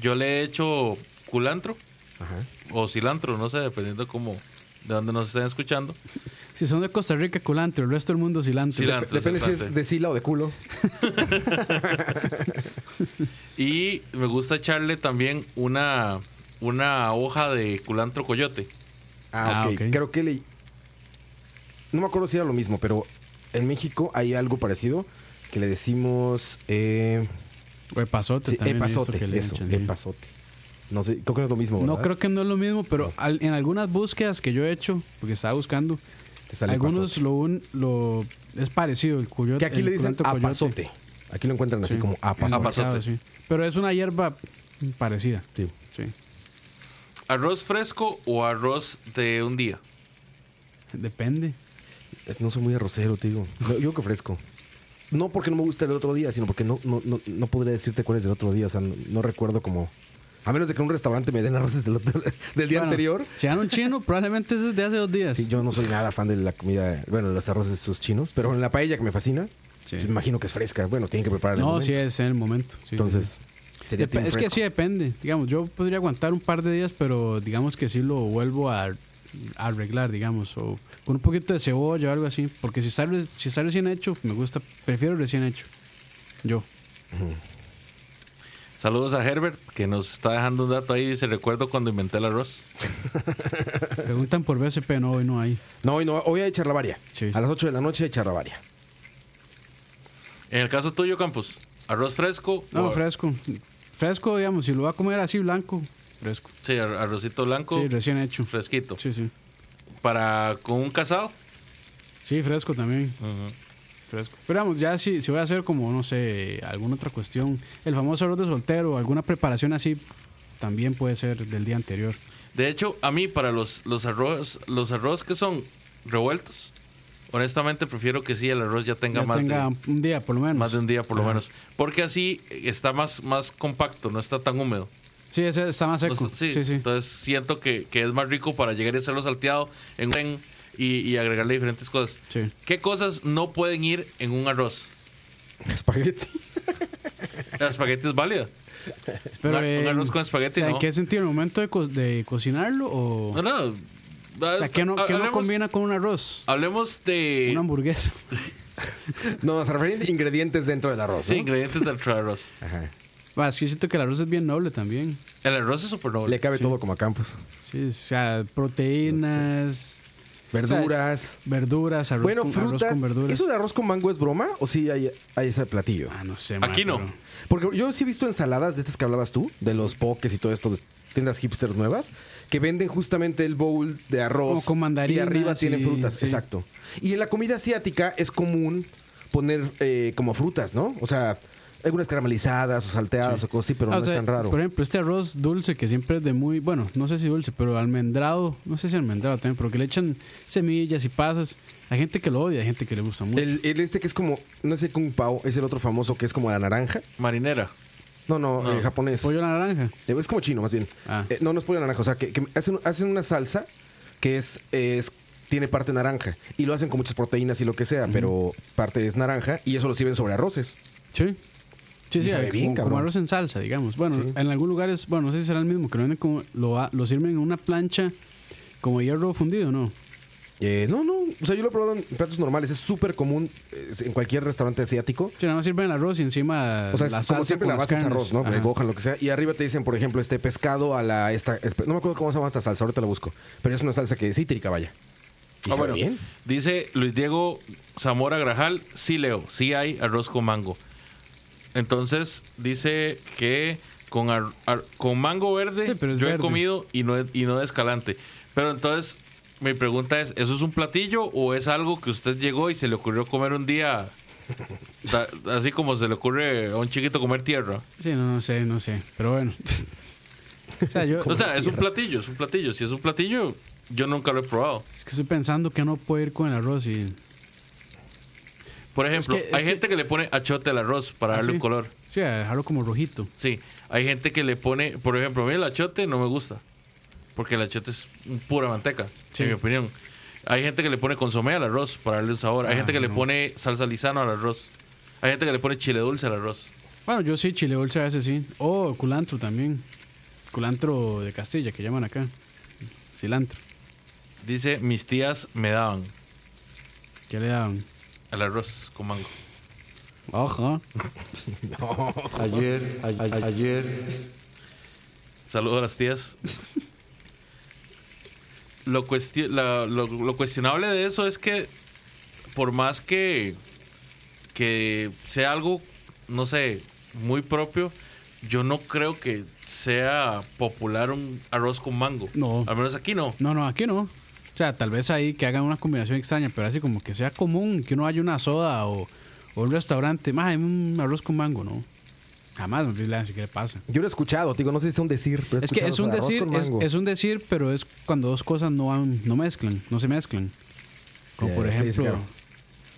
[SPEAKER 2] yo le he hecho culantro.
[SPEAKER 1] Ajá.
[SPEAKER 2] o cilantro, no sé, dependiendo como de dónde nos estén escuchando.
[SPEAKER 3] Si son de Costa Rica, culantro. El resto del mundo, cilantro.
[SPEAKER 2] Cilantro. Entonces,
[SPEAKER 1] Depende si es
[SPEAKER 2] bastante.
[SPEAKER 1] de sila o de culo.
[SPEAKER 2] Y me gusta echarle también una, una hoja de culantro coyote.
[SPEAKER 1] Ah,
[SPEAKER 3] Ah,
[SPEAKER 1] ok.
[SPEAKER 3] ok.
[SPEAKER 1] Creo que le. No me acuerdo si era lo mismo, pero en México hay algo parecido que le decimos. Eh,
[SPEAKER 3] O epazote
[SPEAKER 1] sí,
[SPEAKER 3] también. he visto
[SPEAKER 1] epazote,
[SPEAKER 3] que le
[SPEAKER 1] eso,
[SPEAKER 3] echan, sí.
[SPEAKER 1] epazote. No sé, creo que no es lo mismo.
[SPEAKER 3] No
[SPEAKER 1] ¿verdad?
[SPEAKER 3] creo que no es lo mismo, pero al- en algunas búsquedas que yo he hecho, porque estaba buscando,
[SPEAKER 1] Te sale
[SPEAKER 3] algunos
[SPEAKER 1] epazote.
[SPEAKER 3] lo, un- lo es parecido el coyote.
[SPEAKER 1] Que aquí
[SPEAKER 3] el
[SPEAKER 1] le dicen
[SPEAKER 3] culantro coyote.
[SPEAKER 1] apazote. Aquí lo encuentran así
[SPEAKER 3] Sí.
[SPEAKER 1] como apazote.
[SPEAKER 2] Apazote.
[SPEAKER 3] sí. Pero es una hierba parecida.
[SPEAKER 1] Sí.
[SPEAKER 3] Sí.
[SPEAKER 2] ¿Arroz fresco o arroz de un día?
[SPEAKER 3] Depende.
[SPEAKER 1] Eh, No soy muy arrocero, te digo. No, yo que ofrezco. No porque no me gusta el del otro día, sino porque no, no, no, no podría decirte cuál es del otro día. O sea, no, no recuerdo como. A menos de que en un restaurante me den arroces del, otro- <laughs> del día
[SPEAKER 3] Bueno,
[SPEAKER 1] anterior.
[SPEAKER 3] Si dan un chino, probablemente ese es de hace dos días.
[SPEAKER 1] Sí, yo no soy nada fan de la comida, bueno, de los arroces esos chinos, pero en la paella que me fascina,
[SPEAKER 3] Sí.
[SPEAKER 1] pues, me imagino que es fresca. Bueno, tienen que preparar
[SPEAKER 3] no, sí es en el momento. sí, sí, sí.
[SPEAKER 1] Entonces, sería
[SPEAKER 3] Dep-
[SPEAKER 1] team
[SPEAKER 3] es que
[SPEAKER 1] fresco.
[SPEAKER 3] sí depende. Digamos, yo podría aguantar un par de días, pero digamos que sí lo vuelvo a a arreglar, digamos, o con un poquito de cebolla o algo así, porque si sale, si sale recién hecho, me gusta, prefiero recién hecho. Yo.
[SPEAKER 2] Saludos a Herbert, que nos está dejando un dato ahí. Dice, recuerdo cuando inventé el arroz.
[SPEAKER 3] Preguntan por BSP, no, hoy no hay.
[SPEAKER 1] No, hoy no, hoy hay charlavaria.
[SPEAKER 3] Sí.
[SPEAKER 1] A las 8 de la noche hay
[SPEAKER 3] <laughs>
[SPEAKER 1] charlavaria.
[SPEAKER 2] En el caso tuyo, Campos, ¿arroz fresco?
[SPEAKER 3] No,
[SPEAKER 2] o-
[SPEAKER 3] fresco. Fresco, digamos, si lo va a comer así blanco, fresco.
[SPEAKER 2] Sí, ar- arrocito blanco,
[SPEAKER 3] Sí, recién hecho.
[SPEAKER 2] fresquito.
[SPEAKER 3] Sí, sí.
[SPEAKER 2] Para con un casado,
[SPEAKER 3] Sí, fresco también.
[SPEAKER 1] Ah.
[SPEAKER 3] Fresco. Pero vamos, ya si, si voy a hacer como, no sé, alguna otra cuestión, el famoso arroz de soltero, alguna preparación así, también puede ser del día anterior.
[SPEAKER 2] De hecho, a mí para los, los arroz, los arroz que son revueltos, honestamente prefiero que sí el arroz ya tenga,
[SPEAKER 3] Ya
[SPEAKER 2] más,
[SPEAKER 3] tenga
[SPEAKER 2] de,
[SPEAKER 3] un día por lo
[SPEAKER 2] <laughs>
[SPEAKER 3] menos.
[SPEAKER 2] más de un día por lo
[SPEAKER 3] Ajá.
[SPEAKER 2] menos, porque así está más, más compacto, no está tan húmedo.
[SPEAKER 3] Sí, ese está más
[SPEAKER 2] No
[SPEAKER 3] seco.
[SPEAKER 2] está-
[SPEAKER 3] sí,
[SPEAKER 2] Pues, sí,
[SPEAKER 3] sí.
[SPEAKER 2] Entonces siento que, que es más rico para llegar y hacerlo salteado en un tren y, y agregarle diferentes cosas.
[SPEAKER 3] Sí.
[SPEAKER 2] ¿Qué cosas no pueden ir en un arroz?
[SPEAKER 1] Espagueti.
[SPEAKER 2] El espagueti es válida.
[SPEAKER 3] Pero,
[SPEAKER 2] un ar- un arroz con espagueti,
[SPEAKER 3] o sea, ¿En
[SPEAKER 2] no.
[SPEAKER 3] qué sentido? ¿En el momento de, co- de cocinarlo o...?
[SPEAKER 2] No, no.
[SPEAKER 3] Oh. o sea, ¿qué no, qué no
[SPEAKER 2] Hablemos-
[SPEAKER 3] combina con un arroz?
[SPEAKER 2] Hablemos de... <laughs>
[SPEAKER 3] Una hamburguesa.
[SPEAKER 1] No, se refieren a ingredientes dentro del arroz. ¿no?
[SPEAKER 2] Sí, ingredientes del arroz.
[SPEAKER 1] Ajá.
[SPEAKER 3] Va, es que siento que el arroz es bien noble también.
[SPEAKER 2] El arroz es súper noble.
[SPEAKER 1] Le cabe todo como a Campos.
[SPEAKER 3] Sí, o sea, proteínas,
[SPEAKER 1] Verduras.
[SPEAKER 3] verduras, arroz,
[SPEAKER 1] bueno,
[SPEAKER 3] con, arroz
[SPEAKER 1] frutas.
[SPEAKER 3] con verduras.
[SPEAKER 1] ¿Eso de arroz con mango es broma o sí hay, hay ese platillo?
[SPEAKER 3] Ah, no sé,
[SPEAKER 2] Aquí no.
[SPEAKER 3] pero-
[SPEAKER 1] Porque yo sí he visto ensaladas de estas que hablabas tú, de los pokés y todo esto, de tiendas hipsters nuevas, que venden justamente el bowl de
[SPEAKER 3] Como
[SPEAKER 1] arroz.
[SPEAKER 3] con mandarinas
[SPEAKER 1] Y arriba
[SPEAKER 3] y-
[SPEAKER 1] tienen frutas,
[SPEAKER 3] sí.
[SPEAKER 1] exacto. Y en la comida asiática es común poner eh, como frutas, ¿no? O sea, algunas caramelizadas o salteadas o cosas así, pero
[SPEAKER 3] Ah,
[SPEAKER 1] no
[SPEAKER 3] o sea,
[SPEAKER 1] es tan raro.
[SPEAKER 3] Por ejemplo, este arroz dulce que siempre es de muy, bueno, no sé si dulce, pero almendrado, no sé si almendrado también, pero que le echan semillas y pasas. Hay gente que lo odia, hay gente que le gusta mucho.
[SPEAKER 1] El, el este que es como, no sé, Kung Pao, es el otro famoso que es como la naranja.
[SPEAKER 2] Marinera.
[SPEAKER 1] No, no,
[SPEAKER 2] No.
[SPEAKER 1] eh, japonés.
[SPEAKER 3] pollo a la naranja.
[SPEAKER 1] Eh, Es como chino, más bien.
[SPEAKER 3] Ah.
[SPEAKER 1] Eh, no, no es pollo naranja. O sea, que, que hacen, hacen una salsa que es, es- tiene parte naranja. Y lo hacen con muchas proteínas y lo que sea, pero parte es naranja y eso lo sirven sobre arroces.
[SPEAKER 3] Sí. Sí,
[SPEAKER 1] Y
[SPEAKER 3] sí,
[SPEAKER 1] sabe
[SPEAKER 3] como-
[SPEAKER 1] bien,
[SPEAKER 3] como,
[SPEAKER 1] cabrón.
[SPEAKER 3] arroz en salsa, digamos. Bueno,
[SPEAKER 1] Sí.
[SPEAKER 3] en algunos lugares, bueno, no sé si será el mismo, que lo, venden como- lo, a- lo sirven en una plancha como hierro fundido, ¿no?
[SPEAKER 1] Eh, no, no. O sea, yo lo he probado en platos normales. Es súper común eh, en cualquier restaurante asiático.
[SPEAKER 3] Sí, nada más sirven el arroz y encima
[SPEAKER 1] O sea, es
[SPEAKER 3] la
[SPEAKER 1] como
[SPEAKER 3] salsa
[SPEAKER 1] siempre
[SPEAKER 3] con
[SPEAKER 1] la
[SPEAKER 3] las
[SPEAKER 1] base es
[SPEAKER 3] carnes.
[SPEAKER 1] arroz, ¿no?
[SPEAKER 3] Ajá.
[SPEAKER 1] Recojan lo que sea. Y arriba te dicen, por ejemplo, este pescado a la... Esta, espe- no me acuerdo cómo se llama esta salsa, ahorita la busco. Pero es una salsa que es cítrica, vaya. Y
[SPEAKER 2] Ah,
[SPEAKER 1] sabe
[SPEAKER 2] bueno.
[SPEAKER 1] bien.
[SPEAKER 2] Dice Luis Diego Zamora Grajal, sí leo, sí hay arroz con mango. Entonces dice que con, ar- ar- con mango verde
[SPEAKER 3] Sí, pero es
[SPEAKER 2] yo he
[SPEAKER 3] verde.
[SPEAKER 2] comido y no, he- y no de escalante. Pero entonces mi pregunta es, ¿eso es un platillo o es algo que usted llegó y se le ocurrió comer un día? Ta- Así como se le ocurre a un chiquito comer tierra.
[SPEAKER 3] Sí, no, no sé, no sé. Pero bueno. <laughs> o
[SPEAKER 1] <laughs>
[SPEAKER 3] sea, yo
[SPEAKER 2] O sea, es un platillo, es un platillo. Si es un platillo, yo nunca lo he probado.
[SPEAKER 3] es que estoy pensando que no puedo ir con el arroz y...
[SPEAKER 2] Por ejemplo,
[SPEAKER 3] que- es
[SPEAKER 2] hay
[SPEAKER 3] que- Ah,
[SPEAKER 2] gente que le pone achote al arroz para darle
[SPEAKER 3] ¿sí?
[SPEAKER 2] un color.
[SPEAKER 3] Sí, a dejarlo como rojito.
[SPEAKER 2] Sí, hay gente que le pone, por ejemplo, a mí el achote no me gusta, porque el achote es un pura manteca,
[SPEAKER 3] Sí.
[SPEAKER 2] en mi opinión. Hay gente que le pone consomé al arroz para darle un sabor. Hay gente que le pone salsa lisano al arroz. Hay gente que le pone chile dulce al arroz.
[SPEAKER 3] Bueno, yo sí, chile dulce a veces sí. O culantro también. Culantro de Castilla, que llaman acá. Cilantro.
[SPEAKER 2] Dice, mis tías me daban.
[SPEAKER 3] ¿Qué le daban?
[SPEAKER 2] Al arroz con mango.
[SPEAKER 3] Ojo.
[SPEAKER 4] ayer, a- a- ayer,
[SPEAKER 2] Saludos a las tías. Lo, cuesti- la- lo- lo cuestionable de eso es que por más que, que sea algo, no sé, muy propio, yo no creo que sea popular un arroz con mango.
[SPEAKER 3] No.
[SPEAKER 2] Al menos aquí no.
[SPEAKER 3] No, no, aquí no. O sea, tal vez ahí que hagan una combinación extraña, pero así como que sea común, que uno haya una soda o, o un restaurante. Más, hay un arroz con mango, ¿no? Jamás, no sé qué le pasa.
[SPEAKER 1] Yo lo he escuchado, te digo, no sé si es un decir, pero he
[SPEAKER 3] Es que
[SPEAKER 1] escuchado
[SPEAKER 3] es un
[SPEAKER 1] con arroz
[SPEAKER 3] decir,
[SPEAKER 1] con
[SPEAKER 3] es,
[SPEAKER 1] mango.
[SPEAKER 3] es un decir, pero es cuando dos cosas no van- no mezclan, no se mezclan. Como
[SPEAKER 1] Eh,
[SPEAKER 3] por
[SPEAKER 1] sí, sí,
[SPEAKER 3] ejemplo,
[SPEAKER 1] claro.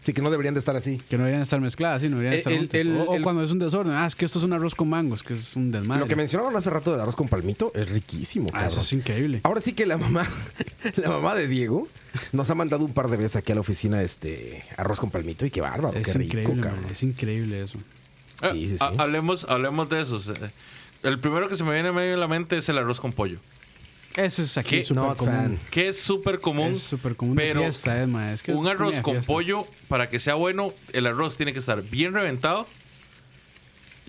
[SPEAKER 1] Sí, que no deberían de estar así.
[SPEAKER 3] que no deberían estar mezcladas, sí, no deberían
[SPEAKER 1] El-
[SPEAKER 3] estar
[SPEAKER 1] el-
[SPEAKER 3] juntas.
[SPEAKER 1] el-
[SPEAKER 3] o, o
[SPEAKER 1] el-
[SPEAKER 3] cuando es un desorden, ah, es que esto es un arroz con mangos, que es un desmadre.
[SPEAKER 1] Lo que mencionaban hace rato del arroz con palmito es riquísimo,
[SPEAKER 3] ah, eso
[SPEAKER 1] cabrón.
[SPEAKER 3] es increíble.
[SPEAKER 1] Ahora sí que la mamá, <laughs> la mamá de Diego nos ha mandado un par de veces aquí a la oficina este arroz con palmito y qué bárbaro,
[SPEAKER 3] es
[SPEAKER 1] qué rico,
[SPEAKER 3] increíble, man,
[SPEAKER 1] cabrón.
[SPEAKER 3] es increíble eso.
[SPEAKER 2] Eh,
[SPEAKER 1] Sí, sí, sí.
[SPEAKER 2] ha- hablemos, hablemos de esos. Eh, El primero que se me viene medio en la mente es el arroz con pollo.
[SPEAKER 3] Ese es aquí
[SPEAKER 2] Qué
[SPEAKER 3] súper
[SPEAKER 1] not
[SPEAKER 3] común.
[SPEAKER 1] fan.
[SPEAKER 2] Que es súper común.
[SPEAKER 3] Es súper común de
[SPEAKER 2] pero
[SPEAKER 3] fiesta, es, ma, es que
[SPEAKER 2] un
[SPEAKER 3] es
[SPEAKER 2] arroz
[SPEAKER 3] comida
[SPEAKER 2] con
[SPEAKER 3] fiesta.
[SPEAKER 2] pollo, para que sea bueno, el arroz tiene que estar bien reventado.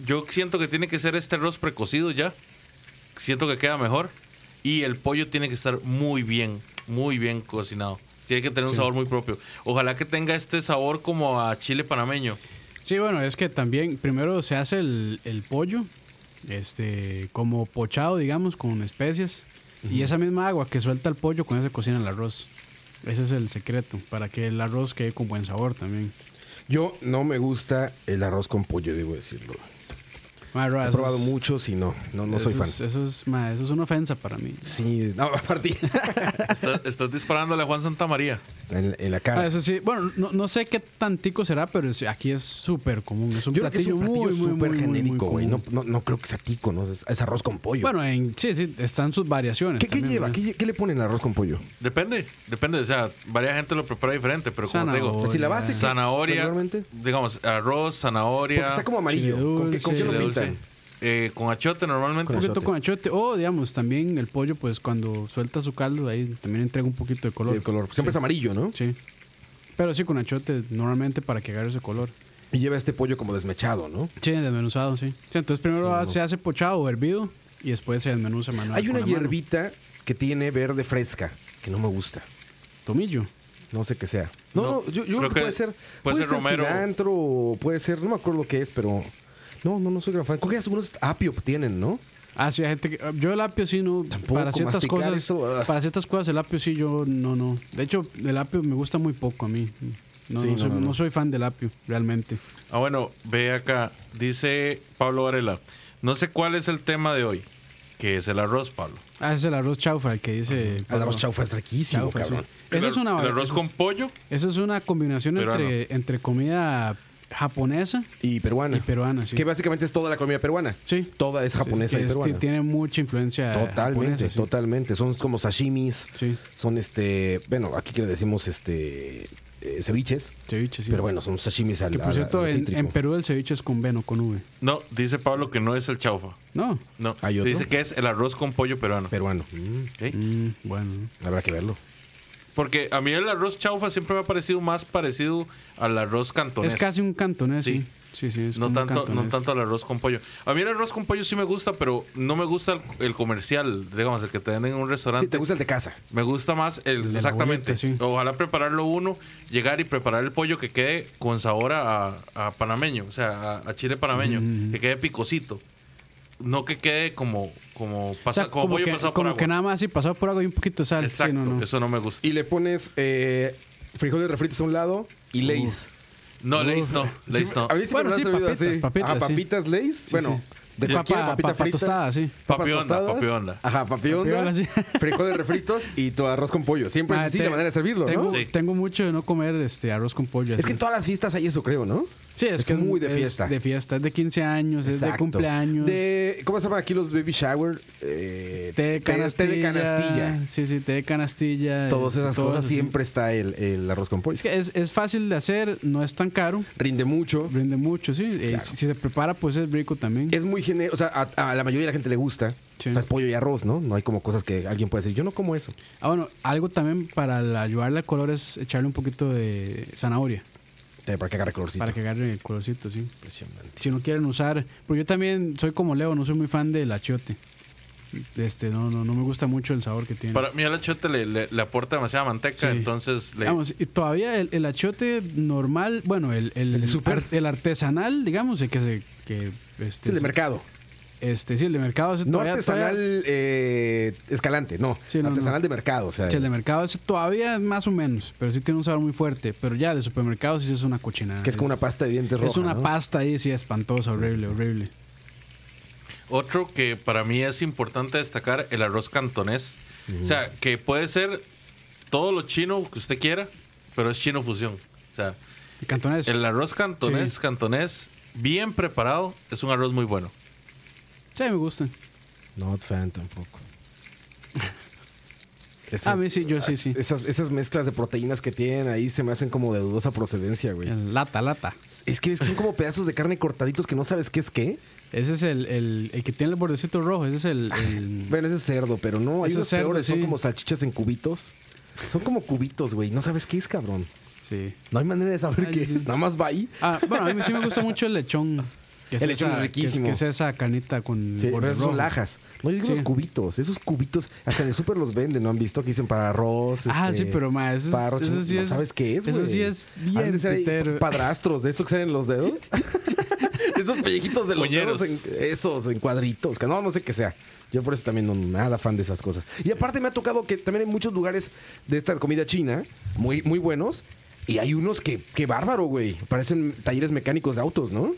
[SPEAKER 2] Yo siento que tiene que ser este arroz precocido ya. Siento que queda mejor. Y el pollo tiene que estar muy bien, muy bien cocinado. Tiene que tener un sabor muy propio. Ojalá que tenga este sabor como a chile panameño.
[SPEAKER 3] Sí, bueno, es que también primero se hace el, el pollo, este, como pochado, digamos, con especias. Y esa misma agua que suelta el pollo, con eso se cocina el arroz. Ese es el secreto, para que el arroz quede con buen sabor también.
[SPEAKER 1] Yo no me gusta el arroz con pollo, debo decirlo.
[SPEAKER 3] Ma, bro,
[SPEAKER 1] He
[SPEAKER 3] Ah, eso
[SPEAKER 1] probado
[SPEAKER 3] es-
[SPEAKER 1] muchos y no, no, no soy
[SPEAKER 3] eso
[SPEAKER 1] fan.
[SPEAKER 3] es- eso, es, ma, eso es una ofensa para mí.
[SPEAKER 1] Sí, no, <laughs>
[SPEAKER 3] <laughs>
[SPEAKER 1] aparte,
[SPEAKER 2] Está- estás disparándole a Juan Santa María.
[SPEAKER 1] en, en la
[SPEAKER 3] Ah,
[SPEAKER 1] cara.
[SPEAKER 3] eso sí, bueno, no, no sé qué tantico será, pero es- aquí es súper común. Es un
[SPEAKER 1] Yo creo que es
[SPEAKER 3] platillo,
[SPEAKER 1] un platillo
[SPEAKER 3] muy, muy, muy,
[SPEAKER 1] súper
[SPEAKER 3] muy, muy
[SPEAKER 1] genérico, güey. No,
[SPEAKER 3] común.
[SPEAKER 1] no, no creo que sea tico, ¿no? Es, es arroz con pollo.
[SPEAKER 3] Bueno, en- sí, sí, están sus variaciones.
[SPEAKER 2] Ah,
[SPEAKER 1] ¿Qué, qué
[SPEAKER 3] también,
[SPEAKER 1] lleva?
[SPEAKER 3] ¿verdad?
[SPEAKER 1] ¿Qué, lle- qué le ponen al arroz con pollo?
[SPEAKER 2] Depende, depende. O sea, varias gente lo prepara diferente, pero como te digo,
[SPEAKER 1] Así la base. ¿qué-
[SPEAKER 2] zanahoria,
[SPEAKER 1] regularmente?
[SPEAKER 2] digamos, arroz, zanahoria.
[SPEAKER 1] Porque está como amarillo.
[SPEAKER 3] Chile
[SPEAKER 1] ¿Con qué, con qué lo
[SPEAKER 3] dulce.
[SPEAKER 2] Chile
[SPEAKER 1] pintan?
[SPEAKER 2] dulce. Eh, con achote normalmente.
[SPEAKER 1] Con
[SPEAKER 3] Un poquito
[SPEAKER 1] Achote.
[SPEAKER 3] con achote. O, digamos, también el pollo, pues cuando suelta su caldo, ahí también entrega un poquito de color.
[SPEAKER 1] El color. Siempre es
[SPEAKER 3] sí.
[SPEAKER 1] amarillo, ¿no?
[SPEAKER 3] Sí. Pero sí, con achote, normalmente para que agarre ese color.
[SPEAKER 1] Y lleva este pollo como desmechado, ¿no?
[SPEAKER 3] Sí, desmenuzado, sí. Sí, entonces primero ah,
[SPEAKER 1] Sí, no.
[SPEAKER 3] se hace pochado o hervido y después se desmenuza manual.
[SPEAKER 1] Hay
[SPEAKER 3] con
[SPEAKER 1] una
[SPEAKER 3] la mano.
[SPEAKER 1] hierbita que tiene verde fresca, que no me gusta.
[SPEAKER 3] Tomillo.
[SPEAKER 1] No sé qué sea. No,
[SPEAKER 2] No,
[SPEAKER 1] no, yo, yo
[SPEAKER 2] creo
[SPEAKER 1] creo que
[SPEAKER 2] que
[SPEAKER 1] puede ser.
[SPEAKER 2] puede ser romero.
[SPEAKER 1] cilantro, o puede ser, no me acuerdo lo que es, pero. No, no, no soy gran fan. Creo que algunos apio tienen, ¿no?
[SPEAKER 3] Ah, sí, hay gente que. Yo el apio sí, no.
[SPEAKER 1] Tampoco
[SPEAKER 3] para ciertas
[SPEAKER 1] masticar
[SPEAKER 3] cosas.
[SPEAKER 1] eso, ah.
[SPEAKER 3] Para ciertas cosas, el apio sí, yo no, no. De hecho, el apio me gusta muy poco a mí. No,
[SPEAKER 1] Sí,
[SPEAKER 3] no
[SPEAKER 1] no,
[SPEAKER 3] soy,
[SPEAKER 1] no, no.
[SPEAKER 3] no soy fan del apio, realmente.
[SPEAKER 2] Ah, bueno, ve acá. Dice Pablo Varela. No sé cuál es el tema de hoy, que es el arroz, Pablo.
[SPEAKER 3] Ah, es el arroz chaufa, el que dice.
[SPEAKER 1] El
[SPEAKER 3] Pablo.
[SPEAKER 1] arroz chaufa es riquísimo,
[SPEAKER 3] Chaufa, sí.
[SPEAKER 1] cabrón.
[SPEAKER 3] Eso
[SPEAKER 2] El
[SPEAKER 3] es
[SPEAKER 2] ar-
[SPEAKER 3] una
[SPEAKER 2] el arroz
[SPEAKER 3] eso
[SPEAKER 2] con
[SPEAKER 3] es-
[SPEAKER 2] pollo.
[SPEAKER 3] Eso es una combinación entre, entre comida japonesa.
[SPEAKER 1] Y peruana.
[SPEAKER 3] Y peruana, sí.
[SPEAKER 1] Que básicamente es toda la comida peruana.
[SPEAKER 3] Sí.
[SPEAKER 1] Toda es japonesa
[SPEAKER 3] que
[SPEAKER 1] y
[SPEAKER 3] es-
[SPEAKER 1] peruana.
[SPEAKER 3] Tiene mucha
[SPEAKER 1] Eh,
[SPEAKER 3] influencia.
[SPEAKER 1] Totalmente,
[SPEAKER 3] japonesa, sí.
[SPEAKER 1] totalmente. Son como sashimis.
[SPEAKER 3] Sí.
[SPEAKER 1] Son este. Bueno, aquí que le decimos este. eh, ceviches.
[SPEAKER 3] Ceviche, sí.
[SPEAKER 1] Pero bueno, son sashimis al.
[SPEAKER 3] Que por
[SPEAKER 1] al-
[SPEAKER 3] cierto,
[SPEAKER 1] al
[SPEAKER 3] en,
[SPEAKER 1] cítrico.
[SPEAKER 3] en Perú el ceviche es con B, no con V.
[SPEAKER 2] No, dice Pablo que no es el chaufa.
[SPEAKER 3] No.
[SPEAKER 2] No,
[SPEAKER 1] ¿Hay otro?
[SPEAKER 2] dice que es el arroz con pollo peruano.
[SPEAKER 1] Peruano. Mm,
[SPEAKER 2] ¿ok?
[SPEAKER 3] Mm, bueno.
[SPEAKER 1] habrá que verlo.
[SPEAKER 2] Porque a mí el arroz chaufa siempre me ha parecido más parecido al arroz cantonés.
[SPEAKER 3] Es casi un cantonés, sí.
[SPEAKER 2] Sí.
[SPEAKER 3] Sí, sí, es
[SPEAKER 2] no
[SPEAKER 3] como un
[SPEAKER 2] tanto, no
[SPEAKER 3] cantonés.
[SPEAKER 2] tanto el arroz con pollo. A mí el arroz con pollo sí me gusta, pero no me gusta el, el comercial, digamos, el que te venden en un restaurante.
[SPEAKER 1] Sí, te gusta el de casa.
[SPEAKER 2] Me gusta más el,
[SPEAKER 3] de la
[SPEAKER 2] exactamente.
[SPEAKER 3] boleta, sí.
[SPEAKER 2] Ojalá prepararlo uno, llegar y preparar el pollo que quede con sabor a, a panameño, o sea, a, a chile panameño,
[SPEAKER 3] Mm.
[SPEAKER 2] que quede picosito. No que quede como como
[SPEAKER 3] O sea,
[SPEAKER 2] pasa, como,
[SPEAKER 3] como
[SPEAKER 2] pollo
[SPEAKER 3] que,
[SPEAKER 2] pasado por
[SPEAKER 3] como que
[SPEAKER 2] agua.
[SPEAKER 3] nada más así, pasado por agua y un poquito de sal. Sí,
[SPEAKER 2] Exacto,
[SPEAKER 3] no, no.
[SPEAKER 2] eso no me gusta.
[SPEAKER 1] Y le pones eh, frijoles refritos a un lado y leis.
[SPEAKER 2] no, Leis no, Leis no.
[SPEAKER 1] A mí sí
[SPEAKER 3] Bueno,
[SPEAKER 1] me
[SPEAKER 3] sí,
[SPEAKER 1] lo han servido
[SPEAKER 3] papitas,
[SPEAKER 1] así.
[SPEAKER 3] papitas,
[SPEAKER 1] Ajá,
[SPEAKER 3] sí.
[SPEAKER 1] papitas leis. bueno,
[SPEAKER 3] sí.
[SPEAKER 1] de
[SPEAKER 3] Sí.
[SPEAKER 1] cualquier
[SPEAKER 3] Papa-
[SPEAKER 1] papita
[SPEAKER 3] papa
[SPEAKER 1] frita.
[SPEAKER 3] tostada, sí.
[SPEAKER 1] papas
[SPEAKER 2] Papionda,
[SPEAKER 1] tostadas,
[SPEAKER 2] papionda.
[SPEAKER 1] Ajá, papionda.
[SPEAKER 3] Papionda, sí.
[SPEAKER 1] Frijoles refritos y tu arroz con pollo. Siempre Pues, es
[SPEAKER 3] Ah,
[SPEAKER 1] así
[SPEAKER 3] te-
[SPEAKER 1] la manera de servirlo,
[SPEAKER 3] tengo,
[SPEAKER 1] ¿no?
[SPEAKER 2] Sí.
[SPEAKER 3] tengo mucho de no comer este arroz con pollo.
[SPEAKER 1] Es
[SPEAKER 3] así.
[SPEAKER 1] que en todas las fiestas hay eso, creo, ¿no?
[SPEAKER 3] Sí, es,
[SPEAKER 1] Es
[SPEAKER 3] que
[SPEAKER 1] muy de fiesta.
[SPEAKER 3] Es de fiesta, es de 15 años, es de
[SPEAKER 1] Exacto.
[SPEAKER 3] cumpleaños.
[SPEAKER 1] De, ¿Cómo se llaman aquí los baby shower? Eh,
[SPEAKER 3] Té de canastilla.
[SPEAKER 1] té de canastilla.
[SPEAKER 3] Sí, sí, té de canastilla.
[SPEAKER 1] Todas esas
[SPEAKER 3] todo
[SPEAKER 1] cosas
[SPEAKER 3] eso, sí.
[SPEAKER 1] siempre está el, el arroz con pollo.
[SPEAKER 3] Es que es, es fácil de hacer, no es tan caro,
[SPEAKER 1] Rinde mucho.
[SPEAKER 3] rinde mucho, sí. Eh,
[SPEAKER 1] Claro.
[SPEAKER 3] si, si se prepara, pues es rico también.
[SPEAKER 1] Es muy generoso. O sea, a, a la mayoría de la gente le gusta.
[SPEAKER 3] Sí.
[SPEAKER 1] O sea, es pollo y arroz, ¿no? No hay como cosas que alguien pueda decir. Yo no como eso.
[SPEAKER 3] Ah, bueno, algo también para la- ayudarle al color es echarle un poquito de zanahoria
[SPEAKER 1] Eh, para que agarre colorcito.
[SPEAKER 3] para que agarre el colorcito, sí.
[SPEAKER 1] Impresionante.
[SPEAKER 3] Si no quieren usar, porque yo también soy como Leo, no soy muy fan del achiote. Este, no, no, no me gusta mucho el sabor que tiene.
[SPEAKER 2] Para mí el achiote le, le- le aporta demasiada manteca,
[SPEAKER 3] Sí.
[SPEAKER 2] entonces le,
[SPEAKER 3] Vamos, y todavía el, el achiote normal, bueno, el, el,
[SPEAKER 1] El de súper.
[SPEAKER 3] ar- el artesanal, digamos, el que se, que este,
[SPEAKER 1] Sí, el de mercado.
[SPEAKER 3] Este, sí, el de mercado. ese
[SPEAKER 1] No
[SPEAKER 3] todavía- todavía-
[SPEAKER 1] artesanal eh, escalante, no.
[SPEAKER 3] Sí, no,
[SPEAKER 1] artesanal
[SPEAKER 3] no.
[SPEAKER 1] de mercado. O sea,
[SPEAKER 3] sí, el de mercado ese todavía más o menos, pero sí tiene un sabor muy fuerte. Pero ya el de supermercado sí es una cochinada.
[SPEAKER 1] que es como una pasta de dientes roja.
[SPEAKER 3] Es una
[SPEAKER 1] ¿no?
[SPEAKER 3] pasta ahí, sí, espantosa, horrible, horrible.
[SPEAKER 2] Otro que para mí es importante destacar, el arroz cantonés. O sea, que puede ser todo lo chino que usted quiera, pero es chino fusión. O sea,
[SPEAKER 3] El cantonés.
[SPEAKER 2] el arroz cantonés,
[SPEAKER 3] Sí.
[SPEAKER 2] cantonés, bien preparado, es un arroz muy bueno.
[SPEAKER 3] Sí, me gusta.
[SPEAKER 1] Not fan
[SPEAKER 3] <laughs>
[SPEAKER 1] tampoco. Esas,
[SPEAKER 3] A mí sí, yo sí, sí.
[SPEAKER 1] Esas, esas mezclas de proteínas que tienen ahí se me hacen como de dudosa procedencia, güey.
[SPEAKER 3] El lata, lata.
[SPEAKER 1] Es que son
[SPEAKER 3] <laughs>
[SPEAKER 1] como pedazos de carne cortaditos que no sabes qué es qué.
[SPEAKER 3] Ese es el, el, el que tiene el bordecito rojo. Ese es el.
[SPEAKER 1] <laughs>
[SPEAKER 3] el-
[SPEAKER 1] Bueno, ese es cerdo, pero no, hay
[SPEAKER 3] Eso es
[SPEAKER 1] unos
[SPEAKER 3] cerdo,
[SPEAKER 1] peores,
[SPEAKER 3] sí.
[SPEAKER 1] son como salchichas en cubitos. Son como cubitos, güey, no sabes qué es, cabrón.
[SPEAKER 3] sí.
[SPEAKER 1] No hay manera de saber
[SPEAKER 3] Ay,
[SPEAKER 1] qué
[SPEAKER 3] sí.
[SPEAKER 1] es, nada más va ahí.
[SPEAKER 3] Ah, bueno, a mí sí me gusta mucho el lechón. que
[SPEAKER 1] El lechón es
[SPEAKER 3] esa- que
[SPEAKER 1] riquísimo.
[SPEAKER 3] Que es, esa canita con.
[SPEAKER 1] Sí,
[SPEAKER 3] borde
[SPEAKER 1] pero esos son
[SPEAKER 3] rojo.
[SPEAKER 1] lajas. No, yo digo
[SPEAKER 3] Sí.
[SPEAKER 1] los cubitos. Esos cubitos, hasta en el súper los venden, ¿no han visto? Que dicen para arroz.
[SPEAKER 3] Ah,
[SPEAKER 1] este,
[SPEAKER 3] sí, pero, ma, eso es-
[SPEAKER 1] para arroz
[SPEAKER 3] eso
[SPEAKER 1] chino-
[SPEAKER 3] sí
[SPEAKER 1] no
[SPEAKER 3] es-
[SPEAKER 1] ¿Sabes qué es,
[SPEAKER 3] eso
[SPEAKER 1] güey?
[SPEAKER 3] sí es
[SPEAKER 1] Han de
[SPEAKER 3] bien
[SPEAKER 1] ser ahí
[SPEAKER 3] pitero.
[SPEAKER 1] padrastros, de estos que salen en los dedos. <laughs> Esos pellejitos de los
[SPEAKER 2] Uñeros.
[SPEAKER 1] dedos, en- esos, en cuadritos. que No, no sé qué sea. Yo por eso también no nada fan de esas cosas. Y aparte me ha tocado que también hay muchos lugares de esta comida china, muy, muy buenos. Y hay unos que, que bárbaro, güey. Parecen talleres mecánicos de autos, ¿no?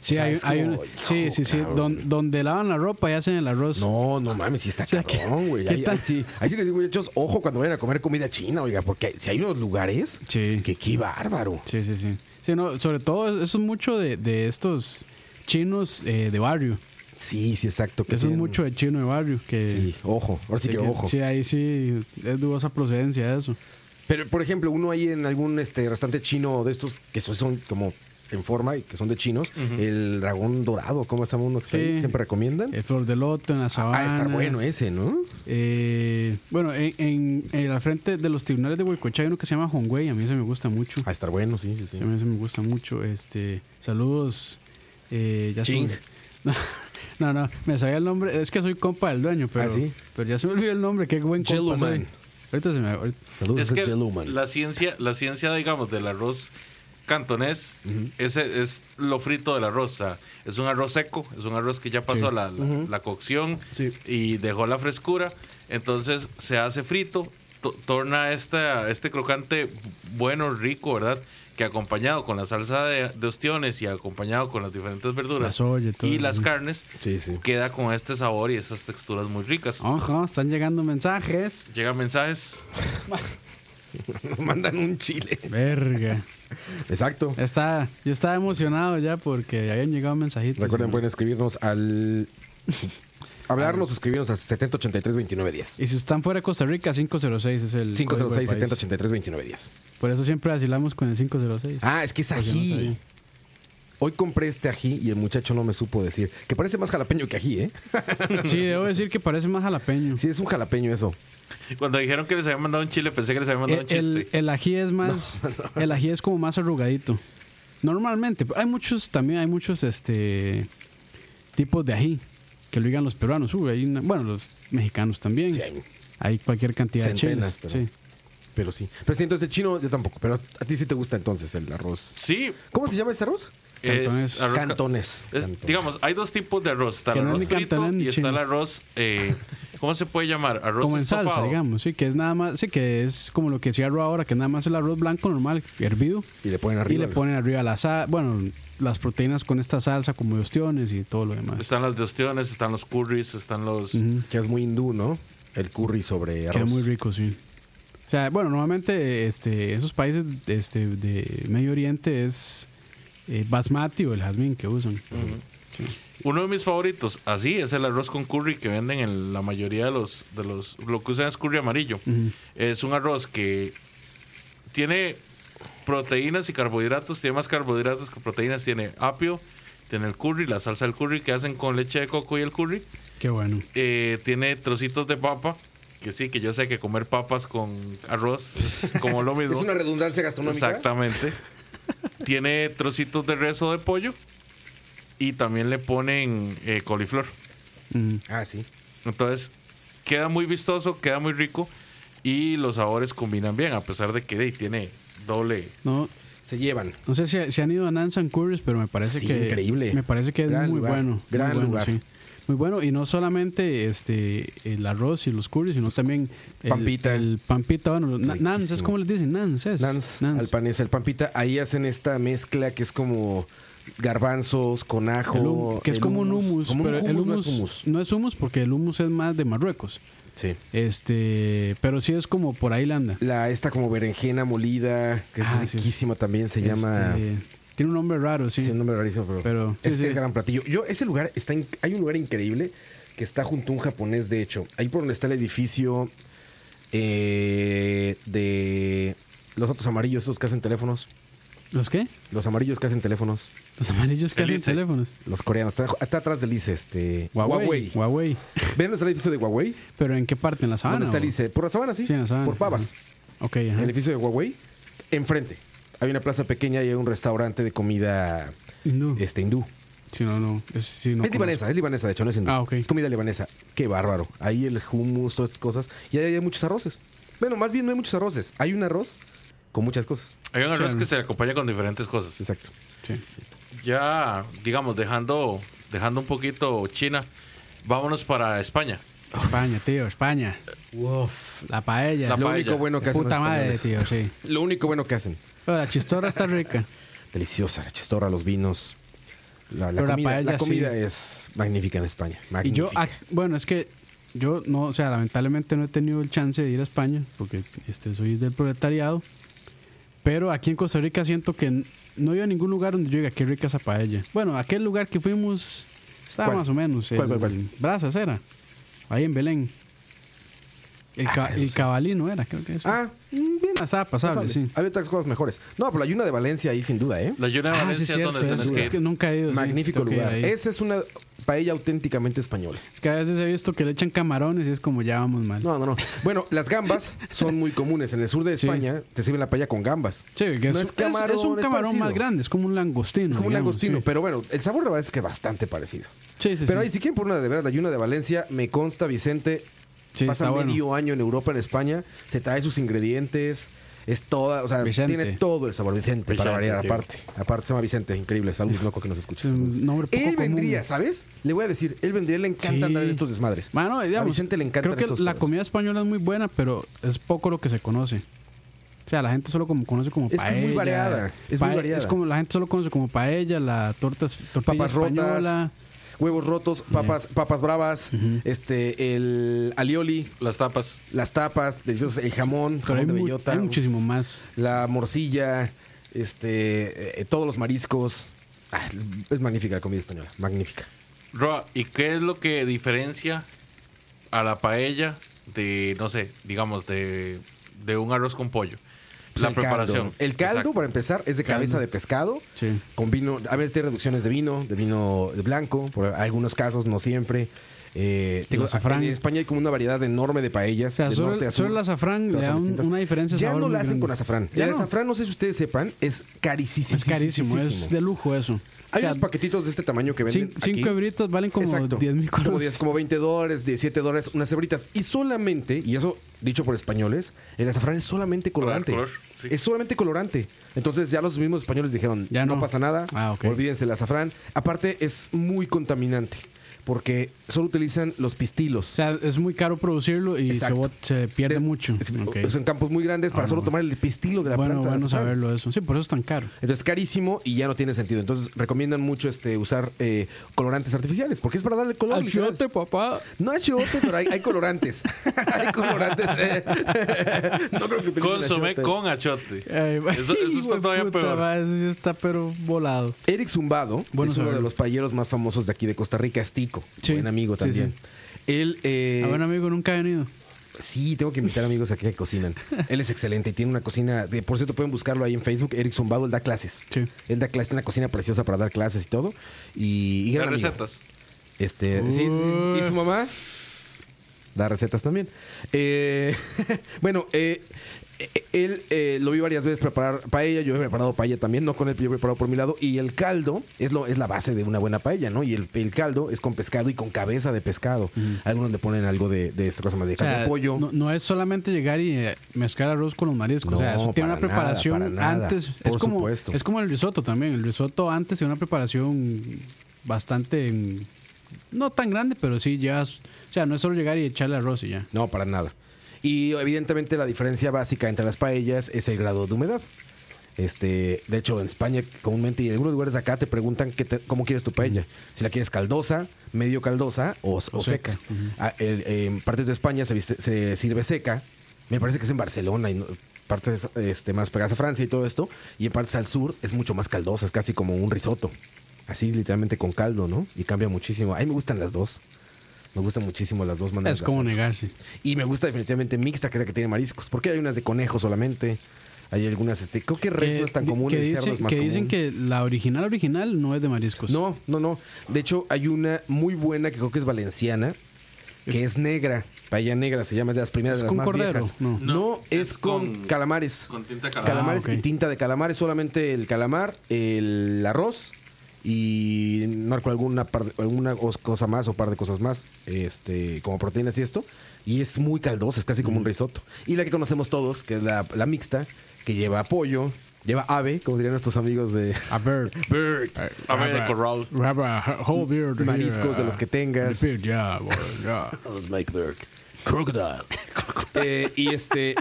[SPEAKER 3] Sí,
[SPEAKER 1] O sea,
[SPEAKER 3] hay,
[SPEAKER 1] es
[SPEAKER 3] hay
[SPEAKER 1] como,
[SPEAKER 3] un- sí,
[SPEAKER 1] "Hijo,
[SPEAKER 3] sí, sí.
[SPEAKER 1] cabrón".
[SPEAKER 3] don- donde lavan la ropa y hacen el arroz.
[SPEAKER 1] No, no mames, sí está
[SPEAKER 3] sea, ¿qué-
[SPEAKER 1] cabrón, güey.
[SPEAKER 3] qué
[SPEAKER 1] Ahí,
[SPEAKER 3] tal?
[SPEAKER 1] ahí sí, ahí sí les digo, muchachos, ojo cuando vayan a comer comida china, oiga, porque si hay unos lugares
[SPEAKER 3] Sí.
[SPEAKER 1] que qué bárbaro.
[SPEAKER 3] Sí, sí, sí. Sí, no, sobre todo eso es mucho de, de estos chinos eh, de barrio.
[SPEAKER 1] Sí, sí, exacto. que
[SPEAKER 3] Eso es
[SPEAKER 1] tienen-
[SPEAKER 3] mucho de chino de barrio. Que,
[SPEAKER 1] Sí, ojo, ahora sí
[SPEAKER 3] de
[SPEAKER 1] que,
[SPEAKER 3] que-
[SPEAKER 1] ojo.
[SPEAKER 3] Sí, ahí sí es dudosa procedencia eso.
[SPEAKER 1] Pero, por ejemplo, uno ahí en algún este restaurante chino de estos que so- son como en forma y que son de chinos, el dragón dorado, ¿cómo se llama uno que está ahí?
[SPEAKER 3] Sí.
[SPEAKER 1] siempre recomiendan?
[SPEAKER 3] El flor de loto en la sabana.
[SPEAKER 1] Ah, está bueno ese, ¿no?
[SPEAKER 3] Eh, bueno, en, en, en la frente de los tribunales de Huicocha hay uno que se llama Hongwei. A mí ese me gusta mucho.
[SPEAKER 1] Ah, estar bueno, sí, sí, sí.
[SPEAKER 3] A mí ese me gusta mucho. Este, saludos. Eh, ya se-
[SPEAKER 1] Ching.
[SPEAKER 3] <laughs> No, no, me sabía el nombre. Es que soy compa del dueño, pero,
[SPEAKER 1] Ah, ¿sí?
[SPEAKER 3] pero ya se me olvidó el nombre. Qué buen compa. soy.
[SPEAKER 1] Gentleman.
[SPEAKER 3] Ahorita se me. ahorita-
[SPEAKER 1] Saludos
[SPEAKER 2] <laughs> Es
[SPEAKER 1] a
[SPEAKER 2] que
[SPEAKER 1] Jello Man.
[SPEAKER 2] la ciencia, la ciencia, digamos, del arroz cantonés, ese es lo frito del arroz. o sea, es un arroz seco, es un arroz que ya pasó la, la- la cocción
[SPEAKER 3] Sí.
[SPEAKER 2] y dejó la frescura. Entonces se hace frito, to- torna esta, este crocante bueno, rico, ¿verdad? Que acompañado con la salsa de, de ostiones y acompañado con las diferentes verduras
[SPEAKER 3] La soya y todo eso,
[SPEAKER 2] las
[SPEAKER 3] ¿no?
[SPEAKER 2] carnes,
[SPEAKER 1] Sí, sí. <laughs>
[SPEAKER 2] queda con este sabor y esas texturas muy ricas.
[SPEAKER 3] Ojo, están llegando mensajes.
[SPEAKER 2] Llegan mensajes.
[SPEAKER 1] Nos mandan un chile.
[SPEAKER 3] Verga.
[SPEAKER 1] Exacto.
[SPEAKER 3] Está, yo estaba emocionado ya porque habían llegado mensajitos.
[SPEAKER 1] Recuerden, pues. pueden escribirnos
[SPEAKER 3] <laughs>
[SPEAKER 1] al. Hablarnos, suscribirnos al 7083-2910.
[SPEAKER 3] Y si están fuera de Costa Rica, 506 es el. código del país.
[SPEAKER 1] 506-7083-2910.
[SPEAKER 3] Por eso siempre vacilamos con el 506.
[SPEAKER 1] Ah, es que es
[SPEAKER 3] no
[SPEAKER 1] ají.
[SPEAKER 3] sabía.
[SPEAKER 1] Hoy compré este ají y el muchacho no me supo decir. Que parece más jalapeño que ají, ¿eh?
[SPEAKER 3] Sí, debo decir que parece más jalapeño.
[SPEAKER 1] Sí, es un jalapeño eso.
[SPEAKER 2] Cuando dijeron que les habían mandado un chile, pensé que les habían mandado
[SPEAKER 3] el,
[SPEAKER 2] un chiste.
[SPEAKER 3] Eh, el- el ají
[SPEAKER 1] <laughs>
[SPEAKER 3] es más. El ají es como más arrugadito. Normalmente, pero hay muchos también, hay muchos este tipos de ají que lo digan los peruanos. Uy, hay una- bueno, los mexicanos también.
[SPEAKER 1] Sí, hay
[SPEAKER 3] Hay cualquier cantidad
[SPEAKER 1] centenas.
[SPEAKER 3] de
[SPEAKER 1] Pero,
[SPEAKER 3] chiles. sí.
[SPEAKER 1] pero sí. Pero sí, entonces el chino yo tampoco. Pero a ti sí te gusta entonces el arroz.
[SPEAKER 2] sí,
[SPEAKER 1] ¿Cómo se llama ese arroz?
[SPEAKER 2] es
[SPEAKER 3] Cantonés.
[SPEAKER 2] arroz ca-
[SPEAKER 1] Cantones.
[SPEAKER 2] es-
[SPEAKER 1] Cantones.
[SPEAKER 2] digamos, hay dos tipos de arroz. Está
[SPEAKER 3] Que
[SPEAKER 2] el
[SPEAKER 3] no es
[SPEAKER 2] arroz
[SPEAKER 3] ni
[SPEAKER 2] frito
[SPEAKER 3] cantonés ni
[SPEAKER 2] y está
[SPEAKER 3] chino.
[SPEAKER 2] el arroz, eh, ¿cómo se puede llamar? Arroz
[SPEAKER 3] como en
[SPEAKER 2] estofado.
[SPEAKER 3] salsa, digamos, sí, que es nada más, sí, que es como lo que decía Ro ahora, que nada más el arroz blanco normal, hervido,
[SPEAKER 1] Y le ponen
[SPEAKER 3] y
[SPEAKER 1] arriba.
[SPEAKER 3] le ponen arriba la sal, bueno, las proteínas con esta salsa, como de ostiones y todo lo demás.
[SPEAKER 2] Están las de ostiones, están los curries, están los...
[SPEAKER 1] Que es muy hindú, ¿no? El curry sobre
[SPEAKER 3] Queda
[SPEAKER 1] arroz.
[SPEAKER 3] muy rico, sí. O sea, bueno, normalmente este, esos países este, de Medio Oriente es eh, basmati o el jazmín que usan.
[SPEAKER 2] Uno de mis favoritos, así, es el arroz con curry que venden en la mayoría de los, de los, lo que usan es curry amarillo. Es un arroz que tiene proteínas y carbohidratos, tiene más carbohidratos que proteínas, tiene apio, tiene el curry, la salsa del curry que hacen con leche de coco y el curry,
[SPEAKER 3] Qué bueno.
[SPEAKER 2] eh, tiene trocitos de papa, que sí, que yo sé que comer papas con arroz es como lo
[SPEAKER 1] <laughs>
[SPEAKER 2] mismo.
[SPEAKER 1] Es una redundancia gastronómica.
[SPEAKER 3] <laughs>
[SPEAKER 2] Exactamente. Tiene trocitos de rezo de pollo y también le ponen eh, coliflor.
[SPEAKER 3] Mm.
[SPEAKER 1] Ah, sí.
[SPEAKER 2] Entonces, queda muy vistoso, queda muy rico y los sabores combinan bien, a pesar de que de ahí, tiene doble.
[SPEAKER 3] No,
[SPEAKER 1] Se llevan.
[SPEAKER 3] no sé si, si han ido a Nancy and Curry's, pero me parece
[SPEAKER 1] Sí,
[SPEAKER 3] que.
[SPEAKER 1] increíble.
[SPEAKER 3] Me parece que es
[SPEAKER 1] Gran
[SPEAKER 3] muy
[SPEAKER 1] lugar,
[SPEAKER 3] bueno.
[SPEAKER 1] gran
[SPEAKER 3] muy bueno,
[SPEAKER 1] lugar.
[SPEAKER 3] sí. Muy bueno, y no solamente este el arroz y los curries, sino también el
[SPEAKER 1] Pampita.
[SPEAKER 3] El pampita, bueno, na-
[SPEAKER 1] Riquísimo.
[SPEAKER 3] nans, es como les dicen, nans, es.
[SPEAKER 1] Nans,
[SPEAKER 3] Pues, Nans.
[SPEAKER 1] al panés, al pampita. Ahí hacen esta mezcla que es como garbanzos con ajo.
[SPEAKER 3] El hum- que es
[SPEAKER 1] el
[SPEAKER 3] como un hummus,
[SPEAKER 1] Como un
[SPEAKER 3] pero el
[SPEAKER 1] hummus no
[SPEAKER 3] hummus
[SPEAKER 1] es hummus.
[SPEAKER 3] no es hummus porque el hummus es más de Marruecos.
[SPEAKER 1] Sí.
[SPEAKER 3] Este, pero sí es como por ahí la anda.
[SPEAKER 1] La esta como berenjena molida, que es
[SPEAKER 3] Ah, sí.
[SPEAKER 1] riquísima también, se llama.
[SPEAKER 3] Este, tiene un nombre raro, sí.
[SPEAKER 1] Sí, un nombre rarísimo, pero,
[SPEAKER 3] Pero-
[SPEAKER 1] es
[SPEAKER 3] sí, sí.
[SPEAKER 1] el gran platillo. Yo, ese lugar está in- hay un lugar increíble que está junto a un japonés, de hecho. Ahí por donde está el edificio eh, de los otros amarillos, esos que hacen teléfonos.
[SPEAKER 3] ¿Los qué?
[SPEAKER 1] Los amarillos que hacen teléfonos.
[SPEAKER 3] Los amarillos que
[SPEAKER 2] El
[SPEAKER 3] hacen
[SPEAKER 2] Ice.
[SPEAKER 3] teléfonos.
[SPEAKER 1] Los coreanos. Está, está atrás del ICE, este.
[SPEAKER 3] Huawei.
[SPEAKER 1] Huawei. ¿Ven dónde está el edificio de Huawei?
[SPEAKER 3] ¿Pero en qué parte? ¿En la sabana?
[SPEAKER 1] ¿Dónde está
[SPEAKER 3] o?
[SPEAKER 1] el ICE? Por la sabana, sí.
[SPEAKER 3] Sí, en la sabana.
[SPEAKER 1] Por Pavas.
[SPEAKER 3] Ajá. Ok, ajá.
[SPEAKER 1] El edificio de Huawei. Enfrente. Hay una plaza pequeña y hay un restaurante de comida
[SPEAKER 3] Hindú.
[SPEAKER 1] este, hindú.
[SPEAKER 3] Sí, no, no. Es, sí, Uh. no
[SPEAKER 1] es
[SPEAKER 3] conozco.
[SPEAKER 1] libanesa, es libanesa, de hecho, no es hindú.
[SPEAKER 3] Ah, ok.
[SPEAKER 1] Es comida libanesa. Qué bárbaro. Ahí el hummus, todas estas cosas. Y ahí hay muchos arroces. Bueno, más bien no hay muchos arroces. Hay un arroz con muchas cosas.
[SPEAKER 2] Hay un arroz
[SPEAKER 3] Sí.
[SPEAKER 2] que se acompaña con diferentes cosas.
[SPEAKER 1] Exacto.
[SPEAKER 3] Sí.
[SPEAKER 2] Ya, digamos, dejando, dejando un poquito China, vámonos para España.
[SPEAKER 3] España, tío, España. Uf, la paella.
[SPEAKER 2] La
[SPEAKER 1] Lo
[SPEAKER 2] Paella.
[SPEAKER 1] único bueno que hacen
[SPEAKER 3] Puta
[SPEAKER 1] los
[SPEAKER 3] madre, tío,
[SPEAKER 1] españoles. <laughs>
[SPEAKER 3] sí.
[SPEAKER 1] Lo único bueno que hacen.
[SPEAKER 3] Pero la chistorra está rica.
[SPEAKER 1] Deliciosa, la chistorra, los vinos. La, la
[SPEAKER 3] Pero la
[SPEAKER 1] comida, la
[SPEAKER 3] paella, sí.
[SPEAKER 1] comida es magnífica en España.
[SPEAKER 3] Y yo,
[SPEAKER 1] Magnífica.
[SPEAKER 3] ac- bueno, es que yo no, o sea, lamentablemente no he tenido el chance de ir a España porque este, soy del proletariado. Pero aquí en Costa Rica siento que n- no he ido a ningún lugar donde yo diga qué rica esa paella. Bueno, aquel lugar que fuimos estaba
[SPEAKER 1] ¿Cuál?
[SPEAKER 3] más o menos.
[SPEAKER 1] ¿Cuál,
[SPEAKER 3] el-
[SPEAKER 1] cuál, cuál?
[SPEAKER 3] Brazas era. Ahí en Belén. El, ca- el cabalino era, creo que es.
[SPEAKER 1] Ah, mm, bien.
[SPEAKER 3] Ah, estaba pasable,
[SPEAKER 1] pasable.
[SPEAKER 3] sí.
[SPEAKER 1] Hay otras cosas mejores. No, pero la ayuna de Valencia ahí sin duda, ¿eh?
[SPEAKER 2] La Yuna de
[SPEAKER 3] Ah, sí,
[SPEAKER 2] Valencia es
[SPEAKER 3] cierto,
[SPEAKER 2] donde tenés
[SPEAKER 3] es,
[SPEAKER 2] que
[SPEAKER 3] es
[SPEAKER 2] ir.
[SPEAKER 3] que nunca he ido. sí,
[SPEAKER 1] Magnífico
[SPEAKER 3] tengo que ir
[SPEAKER 1] lugar.
[SPEAKER 3] ahí.
[SPEAKER 1] Esa es una paella auténticamente española.
[SPEAKER 3] Es que a veces he visto que le echan camarones y es como ya vamos mal.
[SPEAKER 1] No, no, no. Bueno, las gambas son muy comunes. En el sur de
[SPEAKER 3] Sí.
[SPEAKER 1] España te sirven la paella con gambas.
[SPEAKER 3] Sí, que es,
[SPEAKER 1] No
[SPEAKER 3] es- es un
[SPEAKER 1] es
[SPEAKER 3] camarón
[SPEAKER 1] parecido.
[SPEAKER 3] más grande, es como un langostino.
[SPEAKER 1] Es como un
[SPEAKER 3] digamos,
[SPEAKER 1] langostino,
[SPEAKER 3] sí.
[SPEAKER 1] pero bueno, el sabor la verdad es que es bastante parecido.
[SPEAKER 3] Sí, sí,
[SPEAKER 1] pero
[SPEAKER 3] sí.
[SPEAKER 1] ahí, si quieren por una de verdad, la ayuna de Valencia, me consta, Vicente,
[SPEAKER 3] Sí,
[SPEAKER 1] pasa
[SPEAKER 3] está bueno.
[SPEAKER 1] medio año en Europa, en España, se trae sus ingredientes, es toda, o sea,
[SPEAKER 3] Vicente.
[SPEAKER 1] tiene todo el sabor. Vicente,
[SPEAKER 2] Vicente,
[SPEAKER 1] para variar,
[SPEAKER 2] tío.
[SPEAKER 1] aparte. Aparte se llama Vicente, increíble, saludos, loco que nos escuches.
[SPEAKER 3] Es un nombre poco
[SPEAKER 1] él vendría,
[SPEAKER 3] común.
[SPEAKER 1] ¿sabes? Le voy a decir, él vendría, le encanta
[SPEAKER 3] Sí.
[SPEAKER 1] andar en estos desmadres.
[SPEAKER 3] Mano, digamos,
[SPEAKER 1] a Vicente le encanta
[SPEAKER 3] creo que la comida española es muy buena, pero es poco lo que se conoce. O sea, la gente solo como conoce como
[SPEAKER 1] Es que
[SPEAKER 3] paella.
[SPEAKER 1] es muy variada, es muy
[SPEAKER 3] pae-
[SPEAKER 1] variada.
[SPEAKER 3] como la gente solo conoce como paella, la torta, tortilla
[SPEAKER 1] papas rotas,
[SPEAKER 3] española.
[SPEAKER 1] huevos rotos, papas, papas bravas, este, el alioli,
[SPEAKER 2] Las tapas.
[SPEAKER 1] las tapas, deliciosas, el jamón,
[SPEAKER 3] Pero hay,
[SPEAKER 1] jamón de
[SPEAKER 3] mu-
[SPEAKER 1] bellota,
[SPEAKER 3] hay muchísimo más.
[SPEAKER 1] la morcilla, este, eh, todos los mariscos. Ah, es, es magnífica la comida española, magnífica.
[SPEAKER 2] Roa, ¿y qué es lo que diferencia a la paella de, no sé, digamos, de, de un arroz con pollo?
[SPEAKER 1] Pues
[SPEAKER 2] la
[SPEAKER 1] el
[SPEAKER 2] preparación.
[SPEAKER 1] Caldo. El caldo,
[SPEAKER 2] Exacto.
[SPEAKER 1] para empezar, es de cabeza de pescado.
[SPEAKER 3] Sí.
[SPEAKER 1] Con vino, a veces tiene reducciones de vino, de vino de blanco, por algunos casos, no siempre. Eh, digo,
[SPEAKER 3] azafrán.
[SPEAKER 1] en España hay como una variedad enorme de paellas.
[SPEAKER 3] O sea,
[SPEAKER 1] de
[SPEAKER 3] solo el-
[SPEAKER 1] norte a
[SPEAKER 3] solo
[SPEAKER 1] sur,
[SPEAKER 3] el azafrán
[SPEAKER 1] todas
[SPEAKER 3] le da
[SPEAKER 1] son
[SPEAKER 3] un-
[SPEAKER 1] distintas.
[SPEAKER 3] una diferencia de
[SPEAKER 1] Ya
[SPEAKER 3] sabor
[SPEAKER 1] no
[SPEAKER 3] muy
[SPEAKER 1] la hacen
[SPEAKER 3] grande.
[SPEAKER 1] con azafrán.
[SPEAKER 3] Ya
[SPEAKER 1] el
[SPEAKER 3] no.
[SPEAKER 1] azafrán, no sé si ustedes sepan, es carísimo.
[SPEAKER 3] Es carísimo, es de lujo eso.
[SPEAKER 1] Hay
[SPEAKER 3] O sea,
[SPEAKER 1] unos paquetitos de este tamaño que venden.
[SPEAKER 3] cin- Cinco
[SPEAKER 1] aquí.
[SPEAKER 3] hebritas valen como
[SPEAKER 1] Exacto.
[SPEAKER 3] 10 mil
[SPEAKER 1] Como,
[SPEAKER 3] colones.
[SPEAKER 1] 10, como 20 dólares, 17 dólares, unas hebritas. Y solamente, y eso dicho por españoles, el azafrán es solamente
[SPEAKER 2] Para dar
[SPEAKER 1] colorante.
[SPEAKER 2] color, sí.
[SPEAKER 1] Es solamente colorante. Entonces ya los mismos españoles dijeron,
[SPEAKER 3] Ya
[SPEAKER 1] no.
[SPEAKER 3] no.
[SPEAKER 1] pasa nada,
[SPEAKER 3] Ah, ok.
[SPEAKER 1] olvídense el azafrán. Aparte es muy contaminante. porque solo utilizan los pistilos.
[SPEAKER 3] O sea, es muy caro producirlo y se,
[SPEAKER 1] Exacto.
[SPEAKER 3] bot- se pierde
[SPEAKER 1] Es-
[SPEAKER 3] mucho.
[SPEAKER 1] es-
[SPEAKER 3] Ok. Ah,
[SPEAKER 1] Son campos muy grandes para solo tomar el pistilo de la
[SPEAKER 3] Bueno,
[SPEAKER 1] planta. de la
[SPEAKER 3] bueno
[SPEAKER 1] semana.
[SPEAKER 3] saberlo eso. Sí, por eso es tan caro.
[SPEAKER 1] Entonces carísimo y ya no tiene sentido. Entonces recomiendan mucho este usar eh, colorantes artificiales porque es para darle color. literal.
[SPEAKER 3] papá.
[SPEAKER 1] No hay achiote, pero hay, hay
[SPEAKER 3] <laughs>
[SPEAKER 1] colorantes. <laughs> hay colorantes. eh. <laughs> no creo que utilicen
[SPEAKER 2] Consomé
[SPEAKER 1] achiote.
[SPEAKER 2] con achote.
[SPEAKER 3] Ay,
[SPEAKER 2] Eso, eso está
[SPEAKER 3] güey,
[SPEAKER 2] todavía
[SPEAKER 3] puta,
[SPEAKER 2] peor.
[SPEAKER 3] va, eso sí está pero volado.
[SPEAKER 1] Eric Zumbado
[SPEAKER 3] Bueno
[SPEAKER 1] es uno de
[SPEAKER 3] saberlo.
[SPEAKER 1] los payeros más famosos de aquí de Costa Rica, es Tico,
[SPEAKER 3] Sí.
[SPEAKER 1] buen amigo
[SPEAKER 3] Sí, Ah,
[SPEAKER 1] también. Él, eh,
[SPEAKER 3] A ver, amigo, nunca ha venido.
[SPEAKER 1] sí, tengo que invitar amigos a que cocinan. Él es excelente y tiene una cocina, de, por cierto, pueden buscarlo ahí en Facebook. Eric Zumbado, él da clases.
[SPEAKER 3] Sí.
[SPEAKER 1] Él da clases, tiene una cocina preciosa para dar clases y todo. Y, y
[SPEAKER 2] Las
[SPEAKER 1] gran amigo.
[SPEAKER 2] recetas.
[SPEAKER 1] Este, sí, sí, sí. ¿Y su mamá? Da recetas también. Eh, <laughs> bueno, eh, eh, él eh, lo vi varias veces preparar paella. Yo he preparado paella también, no con él, pero yo he preparado por mi lado. Y el caldo es, lo, es la base de una buena paella, ¿no? Y el, el caldo es con pescado y con cabeza de pescado. Algunos le ponen algo de, de esta cosa más de
[SPEAKER 3] O sea,
[SPEAKER 1] caldo de pollo.
[SPEAKER 3] No, no es solamente llegar y eh, mezclar arroz con los mariscos. o sea,
[SPEAKER 1] No,
[SPEAKER 3] eso tiene una
[SPEAKER 1] para nada,
[SPEAKER 3] preparación
[SPEAKER 1] para nada.
[SPEAKER 3] antes. es
[SPEAKER 1] Por
[SPEAKER 3] como,
[SPEAKER 1] supuesto.
[SPEAKER 3] Es como el risotto también. El risotto antes tiene una preparación bastante. mm, No tan grande, pero sí ya. O sea, no es solo llegar y echarle arroz y ya.
[SPEAKER 1] No, para nada. Y evidentemente la diferencia básica entre las paellas es el grado de humedad. Este, de hecho, en España comúnmente y en algunos lugares de acá te preguntan qué te- cómo quieres tu paella. Si la quieres caldosa, medio caldosa o, o seca. Ah, el- en partes de España se, viste- se sirve seca. Me parece que es en Barcelona y no- partes este, más pegadas a Francia y todo esto. Y en partes al sur es mucho más caldosa, es casi como un risotto. Así literalmente con caldo, ¿no? Y cambia muchísimo. A mí me gustan las dos. Me gustan muchísimo las dos maneras.
[SPEAKER 3] es
[SPEAKER 1] de
[SPEAKER 3] como
[SPEAKER 1] hacerlo.
[SPEAKER 3] negarse.
[SPEAKER 1] Y me gusta definitivamente mixta, que es la que tiene mariscos. Porque hay unas de conejo solamente. Hay algunas, este, creo que res no es tan
[SPEAKER 3] di-
[SPEAKER 1] común,
[SPEAKER 3] que
[SPEAKER 1] el cerdo
[SPEAKER 3] dicen-
[SPEAKER 1] es más
[SPEAKER 3] que
[SPEAKER 1] común.
[SPEAKER 3] dicen que la original original no es de mariscos.
[SPEAKER 1] No, no, no. De hecho, hay una muy buena que creo que es valenciana, que es, negra. Paella negra se llama, es de las primeras
[SPEAKER 3] ¿Es
[SPEAKER 1] de las
[SPEAKER 3] con
[SPEAKER 1] más
[SPEAKER 3] cordero?
[SPEAKER 1] viejas.
[SPEAKER 3] No.
[SPEAKER 2] No,
[SPEAKER 1] es,
[SPEAKER 2] es
[SPEAKER 1] con,
[SPEAKER 2] con-
[SPEAKER 1] calamares.
[SPEAKER 2] con tinta de calamar.
[SPEAKER 1] Calamares
[SPEAKER 3] Ah, ok.
[SPEAKER 1] y tinta de calamares, solamente el calamar, el arroz y no recuerdo alguna, par de- alguna os- cosa más o par de cosas más, este, como proteínas y esto. Y es muy caldosa, es casi como un
[SPEAKER 3] Mm.
[SPEAKER 1] risotto. Y la que conocemos todos, que es la, la mixta, que lleva pollo, lleva ave, como dirían nuestros amigos de
[SPEAKER 3] A ver.
[SPEAKER 1] Bird.
[SPEAKER 2] A ver, el corral.
[SPEAKER 3] Have a whole beard here,
[SPEAKER 1] Mariscos de los
[SPEAKER 3] uh,
[SPEAKER 1] que tengas.
[SPEAKER 3] the beard, yeah, boy, yeah.
[SPEAKER 1] Crocodile. <laughs> Eh, y este,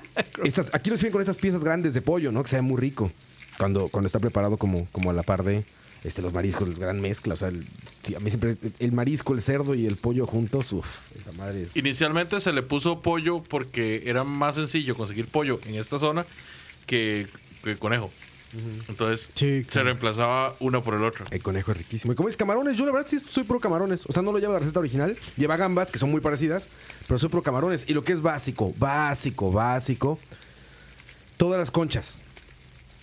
[SPEAKER 1] estas, aquí lo sirven con estas piezas grandes de pollo, ¿no? Que sea muy rico. Cuando, cuando está preparado como, como a la par de este, los mariscos, la gran mezcla. O sea, el- sí, a mí siempre el marisco, el cerdo y el pollo juntos, uff, esa madre es.
[SPEAKER 2] Inicialmente se le puso pollo porque era más sencillo conseguir pollo en esta zona que, que conejo. Entonces
[SPEAKER 3] Sí,
[SPEAKER 2] se
[SPEAKER 3] claro.
[SPEAKER 2] reemplazaba uno por el otro.
[SPEAKER 1] El conejo es riquísimo. Y como es camarones, yo la verdad sí soy pro camarones. O sea, no lo lleva la receta original. Lleva gambas, que son muy parecidas, pero soy pro camarones. Y lo que es básico, básico, básico, todas las conchas.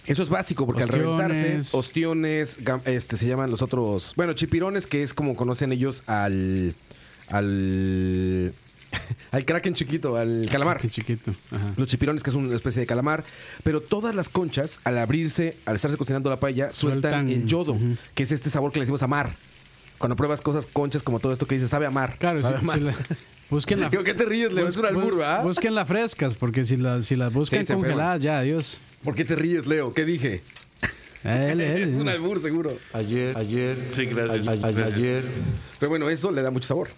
[SPEAKER 1] Eso es básico, porque al
[SPEAKER 3] Ostiones.
[SPEAKER 1] reventarse, ostiones, gam- este, se llaman los otros, bueno, chipirones, que es como conocen ellos al, al, <laughs> al kraken chiquito, al calamar.
[SPEAKER 3] Qué chiquito. Ajá.
[SPEAKER 1] Los chipirones, que es una especie de calamar. Pero todas las conchas, al abrirse, al estarse cocinando la paella, sueltan,
[SPEAKER 3] Sueltan,
[SPEAKER 1] el yodo, que es este sabor que le decimos a mar. Cuando pruebas cosas conchas como todo esto que dices, sabe a mar.
[SPEAKER 3] Claro,
[SPEAKER 1] sabe
[SPEAKER 3] si-
[SPEAKER 1] a mar.
[SPEAKER 3] si la- busquen la
[SPEAKER 1] Digo, ¿qué te ríes? Le ves un albur, ¿verdad?
[SPEAKER 3] Busquen las frescas, porque si, las si las buscan
[SPEAKER 1] Sí, se
[SPEAKER 3] congeladas, ya, adiós.
[SPEAKER 1] <laughs> ¿Por qué te ríes, Leo? ¿Qué dije? <laughs>
[SPEAKER 3] Él, él,
[SPEAKER 1] es
[SPEAKER 3] él.
[SPEAKER 1] un albur, seguro.
[SPEAKER 4] ayer, ayer,
[SPEAKER 2] Sí, gracias.
[SPEAKER 4] a- a-
[SPEAKER 2] Gracias.
[SPEAKER 4] ayer,
[SPEAKER 1] Pero bueno, eso le da mucho
[SPEAKER 3] <laughs>
[SPEAKER 1] sabor.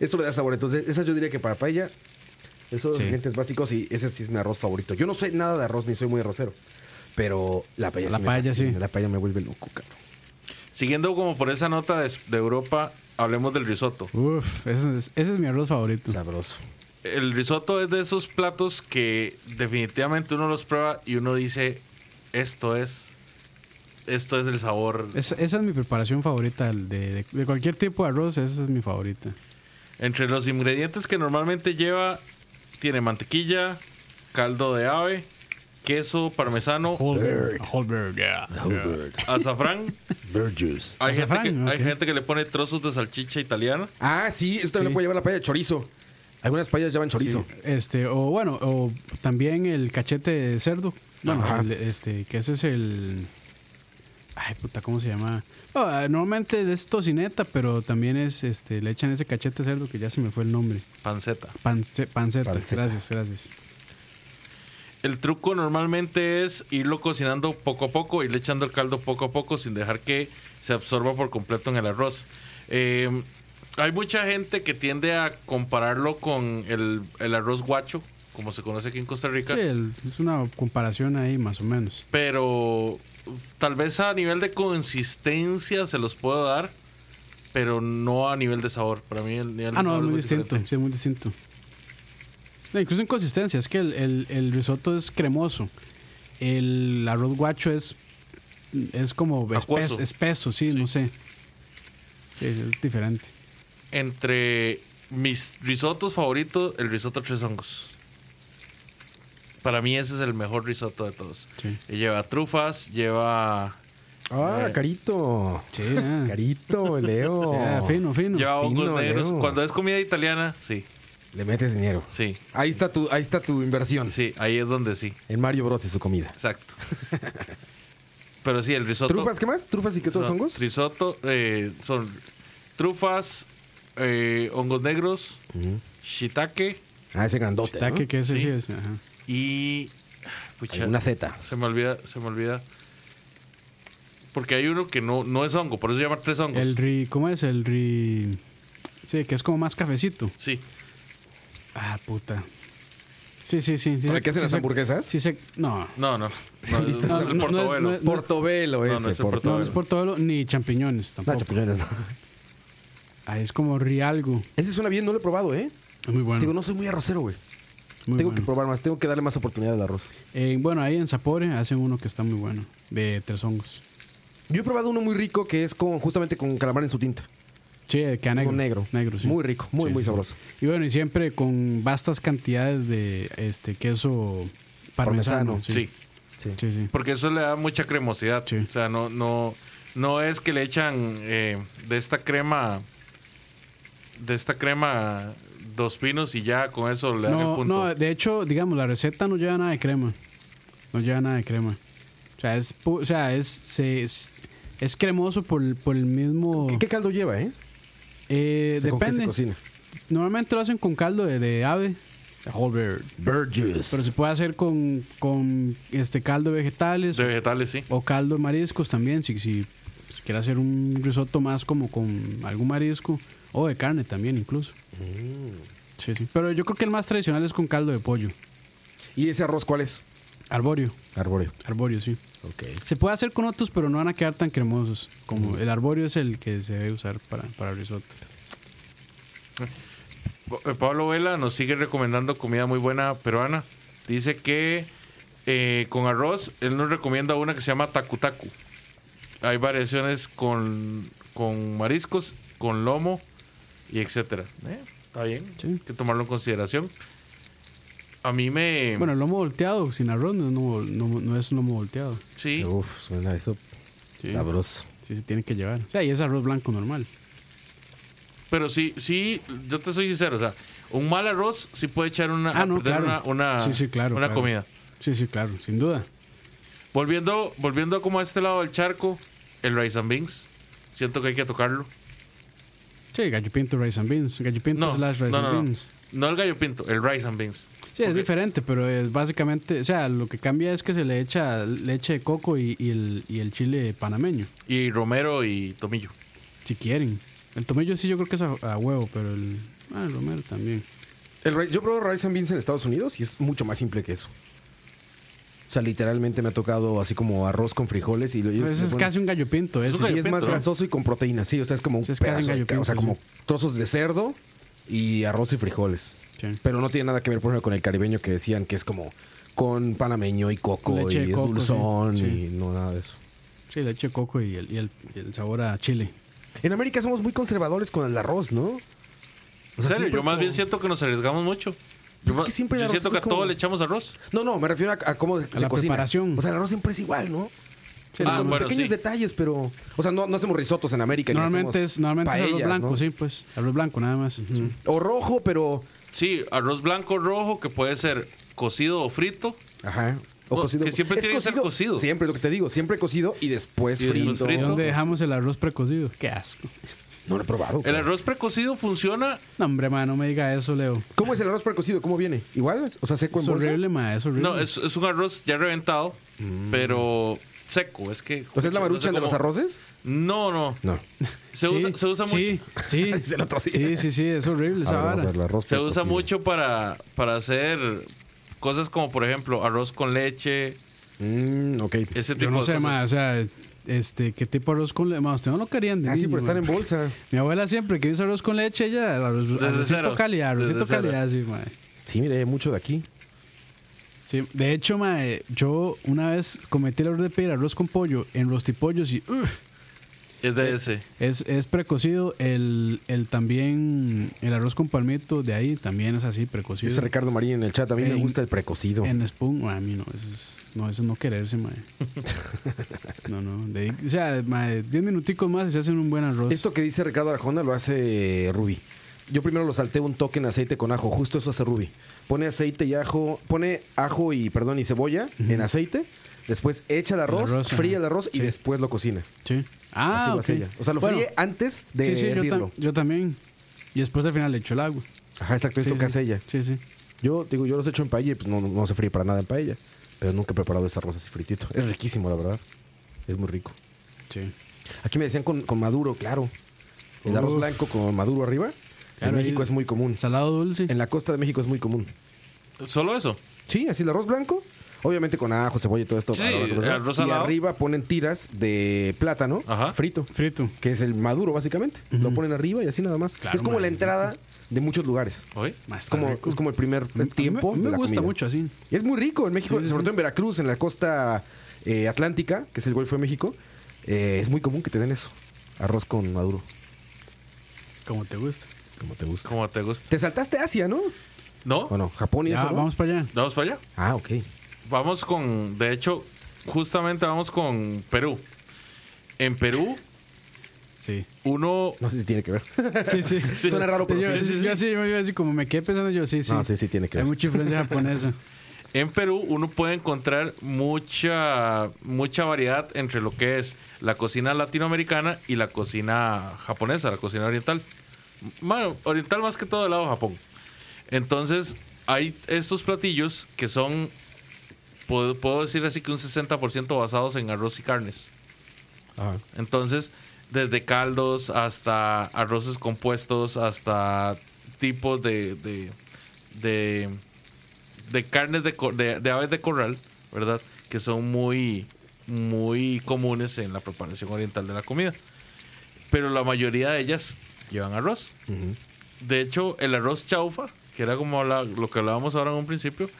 [SPEAKER 1] eso le da sabor. Entonces, esa yo diría que para paella, esos son los
[SPEAKER 3] Sí.
[SPEAKER 1] ingredientes básicos y ese sí es mi arroz favorito. Yo no soy nada de arroz ni soy muy arrocero. Pero la paella
[SPEAKER 3] La
[SPEAKER 1] sí me
[SPEAKER 3] paella,
[SPEAKER 1] fascina,
[SPEAKER 3] sí.
[SPEAKER 1] La paella me vuelve loco,
[SPEAKER 3] <laughs>
[SPEAKER 1] cabrón.
[SPEAKER 2] Siguiendo como por esa nota de, de Europa, hablemos del risotto.
[SPEAKER 3] Uf, ese es, ese es mi arroz favorito.
[SPEAKER 1] Sabroso.
[SPEAKER 2] El risotto es de esos platos que definitivamente uno los prueba y uno dice, esto es, esto es el sabor.
[SPEAKER 3] Es- esa es mi preparación favorita el de, de- de cualquier tipo de arroz, esa es mi favorita.
[SPEAKER 2] Entre los ingredientes que normalmente lleva, tiene mantequilla, caldo de ave, queso parmesano,
[SPEAKER 3] Whole bird. Whole bird, yeah.
[SPEAKER 2] azafrán. Hay,
[SPEAKER 3] Azafrán,
[SPEAKER 2] gente que, hay
[SPEAKER 3] ok.
[SPEAKER 2] gente que le pone trozos de salchicha italiana.
[SPEAKER 1] Ah, sí, esto también
[SPEAKER 3] Sí.
[SPEAKER 1] puede llevar la paella de chorizo. Algunas paellas llevan chorizo.
[SPEAKER 3] Este, o bueno, o también el cachete de cerdo. Bueno,
[SPEAKER 1] Ajá.
[SPEAKER 3] el- este, que ese es el. Ay, puta, ¿cómo se llama? Ah, normalmente es tocineta, pero también es, este, le echan ese cachete de cerdo que ya se me fue el nombre.
[SPEAKER 2] Panceta.
[SPEAKER 3] Pance- panceta.
[SPEAKER 1] Panceta.
[SPEAKER 3] Gracias, gracias.
[SPEAKER 2] El truco normalmente es irlo cocinando poco a poco, irle echando el caldo poco a poco sin dejar que se absorba por completo en el arroz. Eh, hay mucha gente que tiende a compararlo con el, el arroz guacho, como se conoce aquí en Costa Rica.
[SPEAKER 3] Sí, el- es una comparación ahí más o menos.
[SPEAKER 2] Pero tal vez a nivel de consistencia se los puedo dar, pero no a nivel de sabor. Para mí el nivel de
[SPEAKER 3] Ah, no,
[SPEAKER 2] sabor
[SPEAKER 3] es muy distinto.
[SPEAKER 2] diferente.
[SPEAKER 3] Sí, es muy distinto. No, incluso en consistencia, es que el, el- el risotto es cremoso. El arroz guacho es, es como espes-
[SPEAKER 2] Acuoso.
[SPEAKER 3] espeso, sí, no sé. Sí, es diferente.
[SPEAKER 2] Entre mis risotos favoritos, el risotto tres hongos. Para mí ese es el mejor risotto de todos.
[SPEAKER 3] Sí.
[SPEAKER 2] Y Lleva trufas, lleva
[SPEAKER 1] Ah, carito.
[SPEAKER 2] <laughs>
[SPEAKER 3] Sí, ah.
[SPEAKER 1] <laughs> Carito,
[SPEAKER 3] Sí,
[SPEAKER 1] Leo.
[SPEAKER 3] ah, fino, fino.
[SPEAKER 2] lleva
[SPEAKER 1] fino,
[SPEAKER 2] hongos negros.
[SPEAKER 1] Leo.
[SPEAKER 2] Cuando es comida italiana, sí,
[SPEAKER 1] Le metes dinero.
[SPEAKER 2] sí,
[SPEAKER 1] Ahí está tu, ahí está tu inversión.
[SPEAKER 2] sí, ahí es donde sí,
[SPEAKER 1] En Mario Bros y su comida. <laughs>
[SPEAKER 2] exacto. Pero sí, el risotto.
[SPEAKER 1] ¿Trufas qué más? ¿Trufas y qué otros
[SPEAKER 2] Son
[SPEAKER 1] hongos?
[SPEAKER 2] Risotto, eh, son trufas, eh, hongos negros, shiitake
[SPEAKER 1] Ah, ese grandote.
[SPEAKER 3] Taque, que ese
[SPEAKER 2] Sí.
[SPEAKER 3] sí, es. ajá.
[SPEAKER 2] y. pucha,
[SPEAKER 1] Una zeta.
[SPEAKER 2] Se me olvida, se me olvida. Porque hay uno que no, no es hongo, por eso se llama tres hongos.
[SPEAKER 3] El ri, ¿cómo es? El ri. Sí, que es como más cafecito.
[SPEAKER 2] Sí,
[SPEAKER 3] Ah, puta. Sí, sí, sí. sí
[SPEAKER 1] ¿Para
[SPEAKER 3] sé-
[SPEAKER 1] qué hacen
[SPEAKER 3] sí
[SPEAKER 1] las
[SPEAKER 3] sé-
[SPEAKER 1] hamburguesas?
[SPEAKER 3] Sí, sé- no.
[SPEAKER 2] no, no. No, es,
[SPEAKER 1] ¿Viste?
[SPEAKER 2] no es
[SPEAKER 3] No,
[SPEAKER 2] el
[SPEAKER 3] no, no es-
[SPEAKER 2] portobelo.
[SPEAKER 3] no es-
[SPEAKER 1] Portobelo
[SPEAKER 2] No, no
[SPEAKER 1] ese.
[SPEAKER 2] es el
[SPEAKER 1] por-
[SPEAKER 2] portobelo.
[SPEAKER 3] No, no es portobelo ni champiñones
[SPEAKER 1] No, <laughs>
[SPEAKER 3] tampoco.
[SPEAKER 1] champiñones, no.
[SPEAKER 3] Ah, es como rialgo.
[SPEAKER 1] Ese suena bien, no lo he probado, ¿eh?
[SPEAKER 3] Es muy bueno.
[SPEAKER 1] Digo, no soy muy arrocero, güey.
[SPEAKER 3] muy
[SPEAKER 1] tengo que
[SPEAKER 3] bueno.
[SPEAKER 1] probar más, tengo que darle más oportunidad al arroz.
[SPEAKER 3] Eh, bueno, ahí en Sapore hacen uno que está muy bueno, de tres hongos.
[SPEAKER 1] Yo he probado uno muy rico que es con justamente con calamar en su tinta.
[SPEAKER 3] Sí, que queda negro.
[SPEAKER 1] Con negro.
[SPEAKER 3] sí.
[SPEAKER 1] Muy rico, muy,
[SPEAKER 3] Sí,
[SPEAKER 1] muy
[SPEAKER 3] sí,
[SPEAKER 1] sabroso.
[SPEAKER 3] sí. Y bueno, y siempre con vastas cantidades de este queso parmesano.
[SPEAKER 1] Parmesano,
[SPEAKER 2] Sí,
[SPEAKER 1] Sí.
[SPEAKER 3] Sí, sí.
[SPEAKER 2] porque eso le da mucha cremosidad.
[SPEAKER 3] Sí.
[SPEAKER 2] O sea, no, no, no es que le echan eh, de esta crema, de esta crema dos pinos y ya con eso le dan el
[SPEAKER 3] No,
[SPEAKER 2] punto.
[SPEAKER 3] no, de hecho, digamos, la receta no lleva nada de crema. No lleva nada de crema. O sea, es, pu- o sea, es, se- es, es cremoso por, por el mismo...
[SPEAKER 1] ¿Qué, qué caldo lleva, eh?
[SPEAKER 3] Eh,
[SPEAKER 1] O sea, ¿con qué
[SPEAKER 3] depende.
[SPEAKER 1] se cocina?
[SPEAKER 3] Normalmente lo hacen con caldo de, de ave. Whole bird.
[SPEAKER 1] Bird juice.
[SPEAKER 3] Pero se puede hacer con, con este caldo de vegetales
[SPEAKER 2] de vegetales, sí.
[SPEAKER 3] o caldo de mariscos también. Si, si quiere hacer un risotto más como con algún marisco o de carne también incluso. Sí, sí. Pero yo creo que el más tradicional es con caldo de pollo.
[SPEAKER 1] ¿Y ese arroz cuál es?
[SPEAKER 3] Arborio.
[SPEAKER 1] Arbóreo.
[SPEAKER 3] Arborio, sí.
[SPEAKER 1] Ok.
[SPEAKER 3] Se puede hacer con otros, pero no van a quedar tan cremosos. Como el arborio es el que se debe usar para, para risotto.
[SPEAKER 2] Pa- eh, Pablo Vela nos sigue recomendando comida muy buena peruana. Dice que eh, con arroz, él nos recomienda una que se llama tacu tacu. Hay variaciones con, con mariscos, con lomo y etcétera. Eh, Está bien, hay que tomarlo en consideración. A mí me...
[SPEAKER 3] Bueno, el lomo volteado sin arroz no, no, no- no es lomo volteado.
[SPEAKER 2] sí,
[SPEAKER 1] Uf, suena eso
[SPEAKER 3] Sí.
[SPEAKER 1] sabroso.
[SPEAKER 3] Sí, se tiene que llevar. O sea, y es arroz blanco normal.
[SPEAKER 2] pero sí, sí, yo te soy sincero, o sea, un mal arroz sí puede echar una, a perder una, Ah, una-
[SPEAKER 3] sí, sí, Ah, claro,
[SPEAKER 2] una
[SPEAKER 3] claro.
[SPEAKER 2] comida.
[SPEAKER 3] Sí, sí, claro, sin duda.
[SPEAKER 2] Volviendo, volviendo como a este lado del charco, el rice and beans. Siento que hay que tocarlo.
[SPEAKER 3] Sí, gallo pinto, rice and beans. Gallo pinto
[SPEAKER 2] No,
[SPEAKER 3] slash
[SPEAKER 2] no,
[SPEAKER 3] rice
[SPEAKER 2] no,
[SPEAKER 3] and
[SPEAKER 2] no.
[SPEAKER 3] beans.
[SPEAKER 2] No el gallo pinto, el rice and beans.
[SPEAKER 3] Sí, es
[SPEAKER 2] Ok.
[SPEAKER 3] diferente, pero es básicamente, o sea, lo que cambia es que se le echa leche de coco y, y el, y el chile panameño,
[SPEAKER 2] Y romero y tomillo.
[SPEAKER 3] si quieren. El tomillo sí yo creo que es a, a huevo, pero el, ah, el romero también.
[SPEAKER 1] El ri- yo probé rice and beans en Estados Unidos y es mucho más simple que eso. O sea, literalmente me ha tocado así como arroz con frijoles y lo ellos
[SPEAKER 3] Ese
[SPEAKER 1] le
[SPEAKER 3] Pues es
[SPEAKER 1] ponen-
[SPEAKER 3] casi un gallo pinto, ese.
[SPEAKER 2] un gallo
[SPEAKER 1] Y es más
[SPEAKER 2] pinto, ¿no?
[SPEAKER 1] grasoso y con proteína, sí. O sea, es como un
[SPEAKER 3] Sí, es casi un
[SPEAKER 1] pedazo de
[SPEAKER 3] gallo
[SPEAKER 1] ca- O sea,
[SPEAKER 3] pinto,
[SPEAKER 1] como trozos de cerdo y arroz y frijoles.
[SPEAKER 3] Sí.
[SPEAKER 1] Pero no tiene nada que ver, por ejemplo, con el caribeño que decían que es como con panameño y coco
[SPEAKER 3] Leche de
[SPEAKER 1] y es
[SPEAKER 3] coco,
[SPEAKER 1] dulzón
[SPEAKER 3] sí, sí.
[SPEAKER 1] y no nada de eso.
[SPEAKER 3] Sí, leche de coco y el, y el, y el sabor a chile.
[SPEAKER 1] En América somos muy conservadores con el arroz, ¿no?
[SPEAKER 2] En
[SPEAKER 1] O sea,
[SPEAKER 2] serio,
[SPEAKER 1] siempre
[SPEAKER 2] yo
[SPEAKER 1] es
[SPEAKER 2] más
[SPEAKER 1] como-
[SPEAKER 2] bien siento que nos arriesgamos mucho.
[SPEAKER 1] Pues
[SPEAKER 2] Yo,
[SPEAKER 1] es
[SPEAKER 2] ma-
[SPEAKER 1] que siempre
[SPEAKER 2] yo
[SPEAKER 1] el
[SPEAKER 2] siento
[SPEAKER 1] arrocito
[SPEAKER 2] que a
[SPEAKER 1] es como-
[SPEAKER 2] todo le echamos arroz.
[SPEAKER 1] No, no, me refiero a, a cómo se
[SPEAKER 3] la
[SPEAKER 1] cocina.
[SPEAKER 3] preparación.
[SPEAKER 1] O sea, el arroz siempre es igual, ¿no? O sea,
[SPEAKER 2] Ah,
[SPEAKER 1] con
[SPEAKER 2] bueno,
[SPEAKER 1] pequeños
[SPEAKER 2] sí.
[SPEAKER 1] detalles, pero. O sea, no, no hacemos risotos en América. ni
[SPEAKER 3] Normalmente
[SPEAKER 1] hacemos
[SPEAKER 3] es, normalmente es arroz
[SPEAKER 1] paellas,
[SPEAKER 3] blanco,
[SPEAKER 1] ¿no?
[SPEAKER 3] sí, pues. Arroz blanco nada más. Sí.
[SPEAKER 1] O rojo, pero.
[SPEAKER 2] Sí, arroz blanco rojo que puede ser cocido o frito.
[SPEAKER 1] Ajá. O
[SPEAKER 2] No,
[SPEAKER 1] cocido.
[SPEAKER 2] que siempre
[SPEAKER 1] Es
[SPEAKER 2] tiene que ser cocido.
[SPEAKER 1] Siempre, lo que te digo, siempre cocido y después
[SPEAKER 2] Y después
[SPEAKER 1] frito.
[SPEAKER 2] frito.
[SPEAKER 3] ¿Dónde dejamos el arroz precocido? Qué asco.
[SPEAKER 1] No lo he probado.
[SPEAKER 2] El
[SPEAKER 1] cabrón.
[SPEAKER 2] arroz precocido funciona.
[SPEAKER 3] No, hombre, ma, no me diga eso, Leo.
[SPEAKER 1] ¿Cómo es el arroz precocido? ¿Cómo viene? ¿Igual? O sea, seco en
[SPEAKER 3] Es
[SPEAKER 1] bolsa.
[SPEAKER 3] horrible, ma, es horrible.
[SPEAKER 2] No, es, es un arroz ya reventado, pero seco. Es que.
[SPEAKER 1] O sea, Pues es la
[SPEAKER 2] no sé
[SPEAKER 1] maruchan de los
[SPEAKER 2] cómo-
[SPEAKER 1] arroces.
[SPEAKER 2] No, no.
[SPEAKER 1] No.
[SPEAKER 2] Se,
[SPEAKER 3] Sí,
[SPEAKER 2] usa, se usa
[SPEAKER 3] sí,
[SPEAKER 2] mucho.
[SPEAKER 3] Sí,
[SPEAKER 1] <laughs> Dice el otro sí.
[SPEAKER 3] sí, sí, sí, es horrible esa
[SPEAKER 1] Ahora vamos a
[SPEAKER 3] vara.
[SPEAKER 1] ver el arroz
[SPEAKER 2] Se usa
[SPEAKER 1] precocido.
[SPEAKER 2] mucho para, para hacer cosas como, por ejemplo, arroz con leche,
[SPEAKER 1] Mm, ok.
[SPEAKER 2] ese tipo
[SPEAKER 3] Yo no
[SPEAKER 2] de
[SPEAKER 3] sé,
[SPEAKER 2] cosas.
[SPEAKER 3] ma, o sea, este, ¿qué tipo de arroz con leche? Ma, usted no lo querían de
[SPEAKER 1] Así
[SPEAKER 3] niño,
[SPEAKER 1] Ah, por estar
[SPEAKER 3] ma.
[SPEAKER 1] en bolsa.
[SPEAKER 3] Mi abuela siempre que hizo arroz con leche, ella arroz,
[SPEAKER 2] Desde
[SPEAKER 3] arrocito
[SPEAKER 2] cero.
[SPEAKER 3] calidad, arrocito
[SPEAKER 2] Desde cero.
[SPEAKER 3] calidad, sí, ma.
[SPEAKER 1] Sí, mire, hay mucho de aquí.
[SPEAKER 3] Sí, de hecho, ma, eh, yo una vez cometí el error de pedir arroz con pollo en rostipollos y uf,
[SPEAKER 2] Es
[SPEAKER 1] Eh,
[SPEAKER 2] de ese.
[SPEAKER 3] es, es precocido. El, el también, el arroz con palmito de ahí también es así, precocido.
[SPEAKER 1] Dice Ricardo Marín en el chat. A mí me
[SPEAKER 3] En-
[SPEAKER 1] gusta el precocido.
[SPEAKER 3] En Spoon, ma, a mí no, eso es, no, eso es no
[SPEAKER 1] <laughs>
[SPEAKER 3] quererse, mae. No, no, de- o sea, mae, 10 minuticos más y se hacen un buen arroz.
[SPEAKER 1] Esto que dice Ricardo Arjona lo hace Ruby. Yo primero lo salté un toque en aceite con ajo, justo eso hace Ruby. Pone aceite y ajo, pone ajo y perdón y cebolla en aceite, después echa el arroz,
[SPEAKER 3] arroz,
[SPEAKER 1] fríe
[SPEAKER 3] ajá.
[SPEAKER 1] el arroz y
[SPEAKER 3] Sí.
[SPEAKER 1] después lo cocina.
[SPEAKER 3] Sí. Ah,
[SPEAKER 1] Así lo
[SPEAKER 3] ok.
[SPEAKER 1] hace ella. O sea, lo
[SPEAKER 3] Bueno,
[SPEAKER 1] fríe antes de
[SPEAKER 3] sí, sí, yo,
[SPEAKER 1] hervirlo.
[SPEAKER 3] tam- yo también. Y después al final le echo el agua.
[SPEAKER 1] Ajá, exacto,
[SPEAKER 3] Sí,
[SPEAKER 1] esto que
[SPEAKER 3] sí.
[SPEAKER 1] hace ella.
[SPEAKER 3] Sí, sí.
[SPEAKER 1] Yo digo, yo los echo en paella y pues no, no se fríe para nada en paella, pero nunca he preparado ese arroz así fritito. Es riquísimo, la verdad. Es muy rico.
[SPEAKER 3] Sí.
[SPEAKER 1] Aquí me decían con, con maduro, claro. El arroz
[SPEAKER 3] Uf.
[SPEAKER 1] blanco con maduro arriba.
[SPEAKER 3] Claro,
[SPEAKER 1] en México
[SPEAKER 3] ahí-
[SPEAKER 1] es muy común.
[SPEAKER 3] Salado dulce.
[SPEAKER 1] En la costa de México es muy común.
[SPEAKER 2] Solo eso.
[SPEAKER 1] Sí, así el arroz blanco. Obviamente con ajo, cebolla y todo esto.
[SPEAKER 2] Sí,
[SPEAKER 1] bla, bla, bla, bla,
[SPEAKER 2] el
[SPEAKER 1] bla.
[SPEAKER 2] arroz
[SPEAKER 1] y
[SPEAKER 2] salado.
[SPEAKER 1] arriba ponen tiras de plátano
[SPEAKER 2] Ajá.
[SPEAKER 1] frito,
[SPEAKER 3] Frito.
[SPEAKER 1] que es el maduro básicamente. Lo ponen arriba y así nada más.
[SPEAKER 3] Claro,
[SPEAKER 1] es como
[SPEAKER 3] man.
[SPEAKER 1] la entrada de muchos lugares.
[SPEAKER 2] ¿Oye?
[SPEAKER 3] Ma,
[SPEAKER 1] Es
[SPEAKER 3] Ah, está
[SPEAKER 1] como,
[SPEAKER 3] rico.
[SPEAKER 1] es como el primer
[SPEAKER 3] A mí- a mí
[SPEAKER 1] tiempo.
[SPEAKER 3] me- a mí
[SPEAKER 1] de
[SPEAKER 3] me
[SPEAKER 1] la
[SPEAKER 3] gusta
[SPEAKER 1] comida.
[SPEAKER 3] mucho así.
[SPEAKER 1] Y es muy rico en México, sobre todo en Veracruz, en la costa eh, atlántica, que es el Golfo de México. eh, es muy común que te den eso. Arroz con maduro,
[SPEAKER 3] Como te gusta.
[SPEAKER 1] como te gusta.
[SPEAKER 2] Como te gusta.
[SPEAKER 1] Te saltaste Asia, ¿no?
[SPEAKER 2] ¿No?
[SPEAKER 1] ¿O no? Japón y
[SPEAKER 3] Ya,
[SPEAKER 1] eso. ¿no?
[SPEAKER 3] vamos para allá.
[SPEAKER 2] Vamos para allá.
[SPEAKER 1] Ah, ok.
[SPEAKER 2] Vamos con. De hecho, justamente vamos con Perú. En Perú,
[SPEAKER 3] Sí.
[SPEAKER 2] uno.
[SPEAKER 1] No sé si tiene que
[SPEAKER 3] <laughs>
[SPEAKER 1] ver.
[SPEAKER 3] Sí, sí.
[SPEAKER 2] Sí.
[SPEAKER 1] Suena raro, pero
[SPEAKER 3] Yo,
[SPEAKER 1] sí.
[SPEAKER 2] sí, sí.
[SPEAKER 3] yo así, yo así, como me quedé pensando yo, sí, sí.
[SPEAKER 1] No, sí, sí, tiene que
[SPEAKER 3] Hay
[SPEAKER 1] ver.
[SPEAKER 3] mucha
[SPEAKER 1] <laughs>
[SPEAKER 3] influencia japonesa.
[SPEAKER 2] En Perú uno puede encontrar mucha, mucha variedad entre lo que es la cocina latinoamericana y la cocina japonesa, la cocina oriental. Bueno, oriental más que todo del lado de Japón. Entonces, hay estos platillos que son, puedo, puedo decir así que un 60% basados en arroz y carnes. Entonces, desde caldos hasta arroces compuestos, hasta tipos de, de, de, de carnes de, cor- de- de aves de corral, ¿verdad? Que son muy, muy comunes en la preparación oriental de la comida. Pero la mayoría de ellas llevan arroz. De hecho, el arroz chaufa, que era como habla- lo que hablábamos ahora en un principio,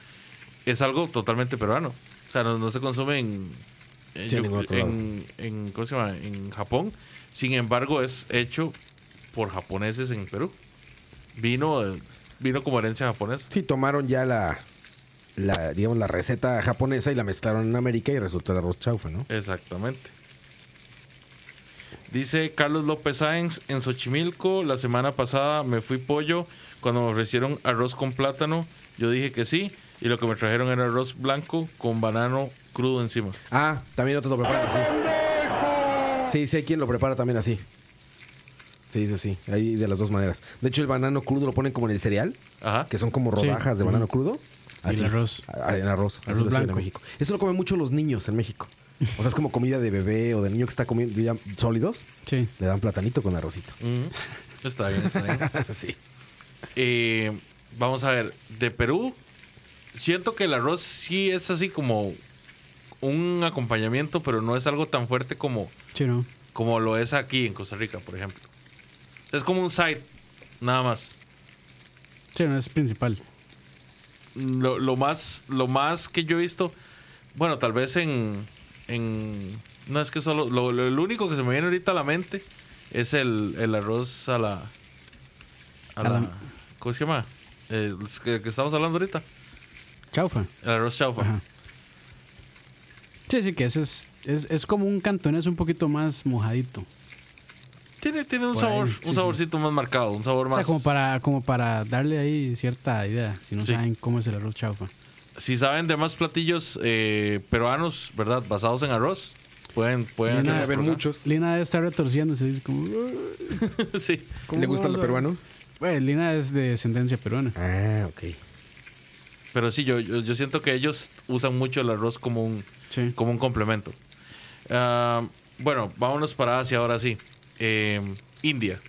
[SPEAKER 2] es algo totalmente peruano. O sea, no, no se consume en, en,
[SPEAKER 1] Sí, en ningún otro lado.
[SPEAKER 2] en- en- ¿cómo se llama? en Japón. Sin embargo, es hecho por japoneses en Perú. Vino, de- vino como herencia japonesa.
[SPEAKER 1] Sí, tomaron ya la, la, digamos, la receta japonesa y la mezclaron en América y resultó el arroz chaufa, ¿no?
[SPEAKER 2] Exactamente. Dice Carlos López Sáenz en Xochimilco, la semana pasada me fui pollo cuando me ofrecieron arroz con plátano, yo dije que sí y lo que me trajeron era arroz blanco con banano crudo encima.
[SPEAKER 1] Ah, también otros lo preparan así. Sí, sí, hay quien lo prepara también así. Sí, sí, sí. Hay de las dos maneras. De hecho, el banano crudo lo ponen como en el cereal,
[SPEAKER 2] Ajá.
[SPEAKER 1] que son como rodajas de banano crudo.
[SPEAKER 3] Y el arroz.
[SPEAKER 1] Ah, En arroz. así
[SPEAKER 3] Arroz
[SPEAKER 1] lo sirven
[SPEAKER 3] blanco.
[SPEAKER 1] En México. Eso lo comen mucho los niños en México. O sea, es como comida de bebé o de niño que está comiendo ya sólidos.
[SPEAKER 3] Sí.
[SPEAKER 1] Le dan platanito con arrocito. <laughs>
[SPEAKER 2] Ujú. Está bien, está bien.
[SPEAKER 1] sí.
[SPEAKER 2] Eh, vamos a ver, de Perú, siento que el arroz sí es así como un acompañamiento, pero no es algo tan fuerte como,
[SPEAKER 3] Sí, ¿no?
[SPEAKER 2] como lo es aquí en Costa Rica, por ejemplo. Es como un side, nada más.
[SPEAKER 3] Sí, no es principal.
[SPEAKER 2] Lo, lo más, lo más que yo he visto, bueno, tal vez en... en- no es que solo... Lo, lo- lo único que se me viene ahorita a la mente es el, el arroz a la... A
[SPEAKER 3] A
[SPEAKER 2] la,
[SPEAKER 3] la-
[SPEAKER 2] ¿Cómo se llama? Eh, los que- que estamos hablando ahorita.
[SPEAKER 3] Chaufa.
[SPEAKER 2] El arroz chaufa.
[SPEAKER 3] Ajá. Sí, sí, que ese es, es, es como un cantonés un poquito más mojadito.
[SPEAKER 2] Tiene, tiene un
[SPEAKER 3] Por ahí,
[SPEAKER 2] sabor,
[SPEAKER 3] sí,
[SPEAKER 2] un
[SPEAKER 3] sí.
[SPEAKER 2] saborcito más marcado, un sabor
[SPEAKER 3] O sea,
[SPEAKER 2] más.
[SPEAKER 3] como para, como para darle ahí cierta idea, si no
[SPEAKER 2] Sí.
[SPEAKER 3] saben cómo es el arroz chaufa.
[SPEAKER 2] Si saben de más platillos eh, peruanos, ¿verdad? Basados en arroz. Pueden, pueden
[SPEAKER 3] Lina,
[SPEAKER 2] hacer
[SPEAKER 3] haber
[SPEAKER 2] cosas.
[SPEAKER 1] muchos.
[SPEAKER 3] Lina debe estar retorciéndose. Dice como, "Uh".
[SPEAKER 2] <laughs> sí.
[SPEAKER 1] ¿Le gusta
[SPEAKER 3] vas
[SPEAKER 1] lo
[SPEAKER 3] a-
[SPEAKER 1] peruano?
[SPEAKER 3] Bueno, Lina es de descendencia peruana.
[SPEAKER 1] Ah, ok.
[SPEAKER 2] Pero sí, yo, yo, yo siento que ellos usan mucho el arroz como un,
[SPEAKER 3] Sí.
[SPEAKER 2] como un complemento. Ah, bueno, vámonos para Asia ahora sí. Eh, India.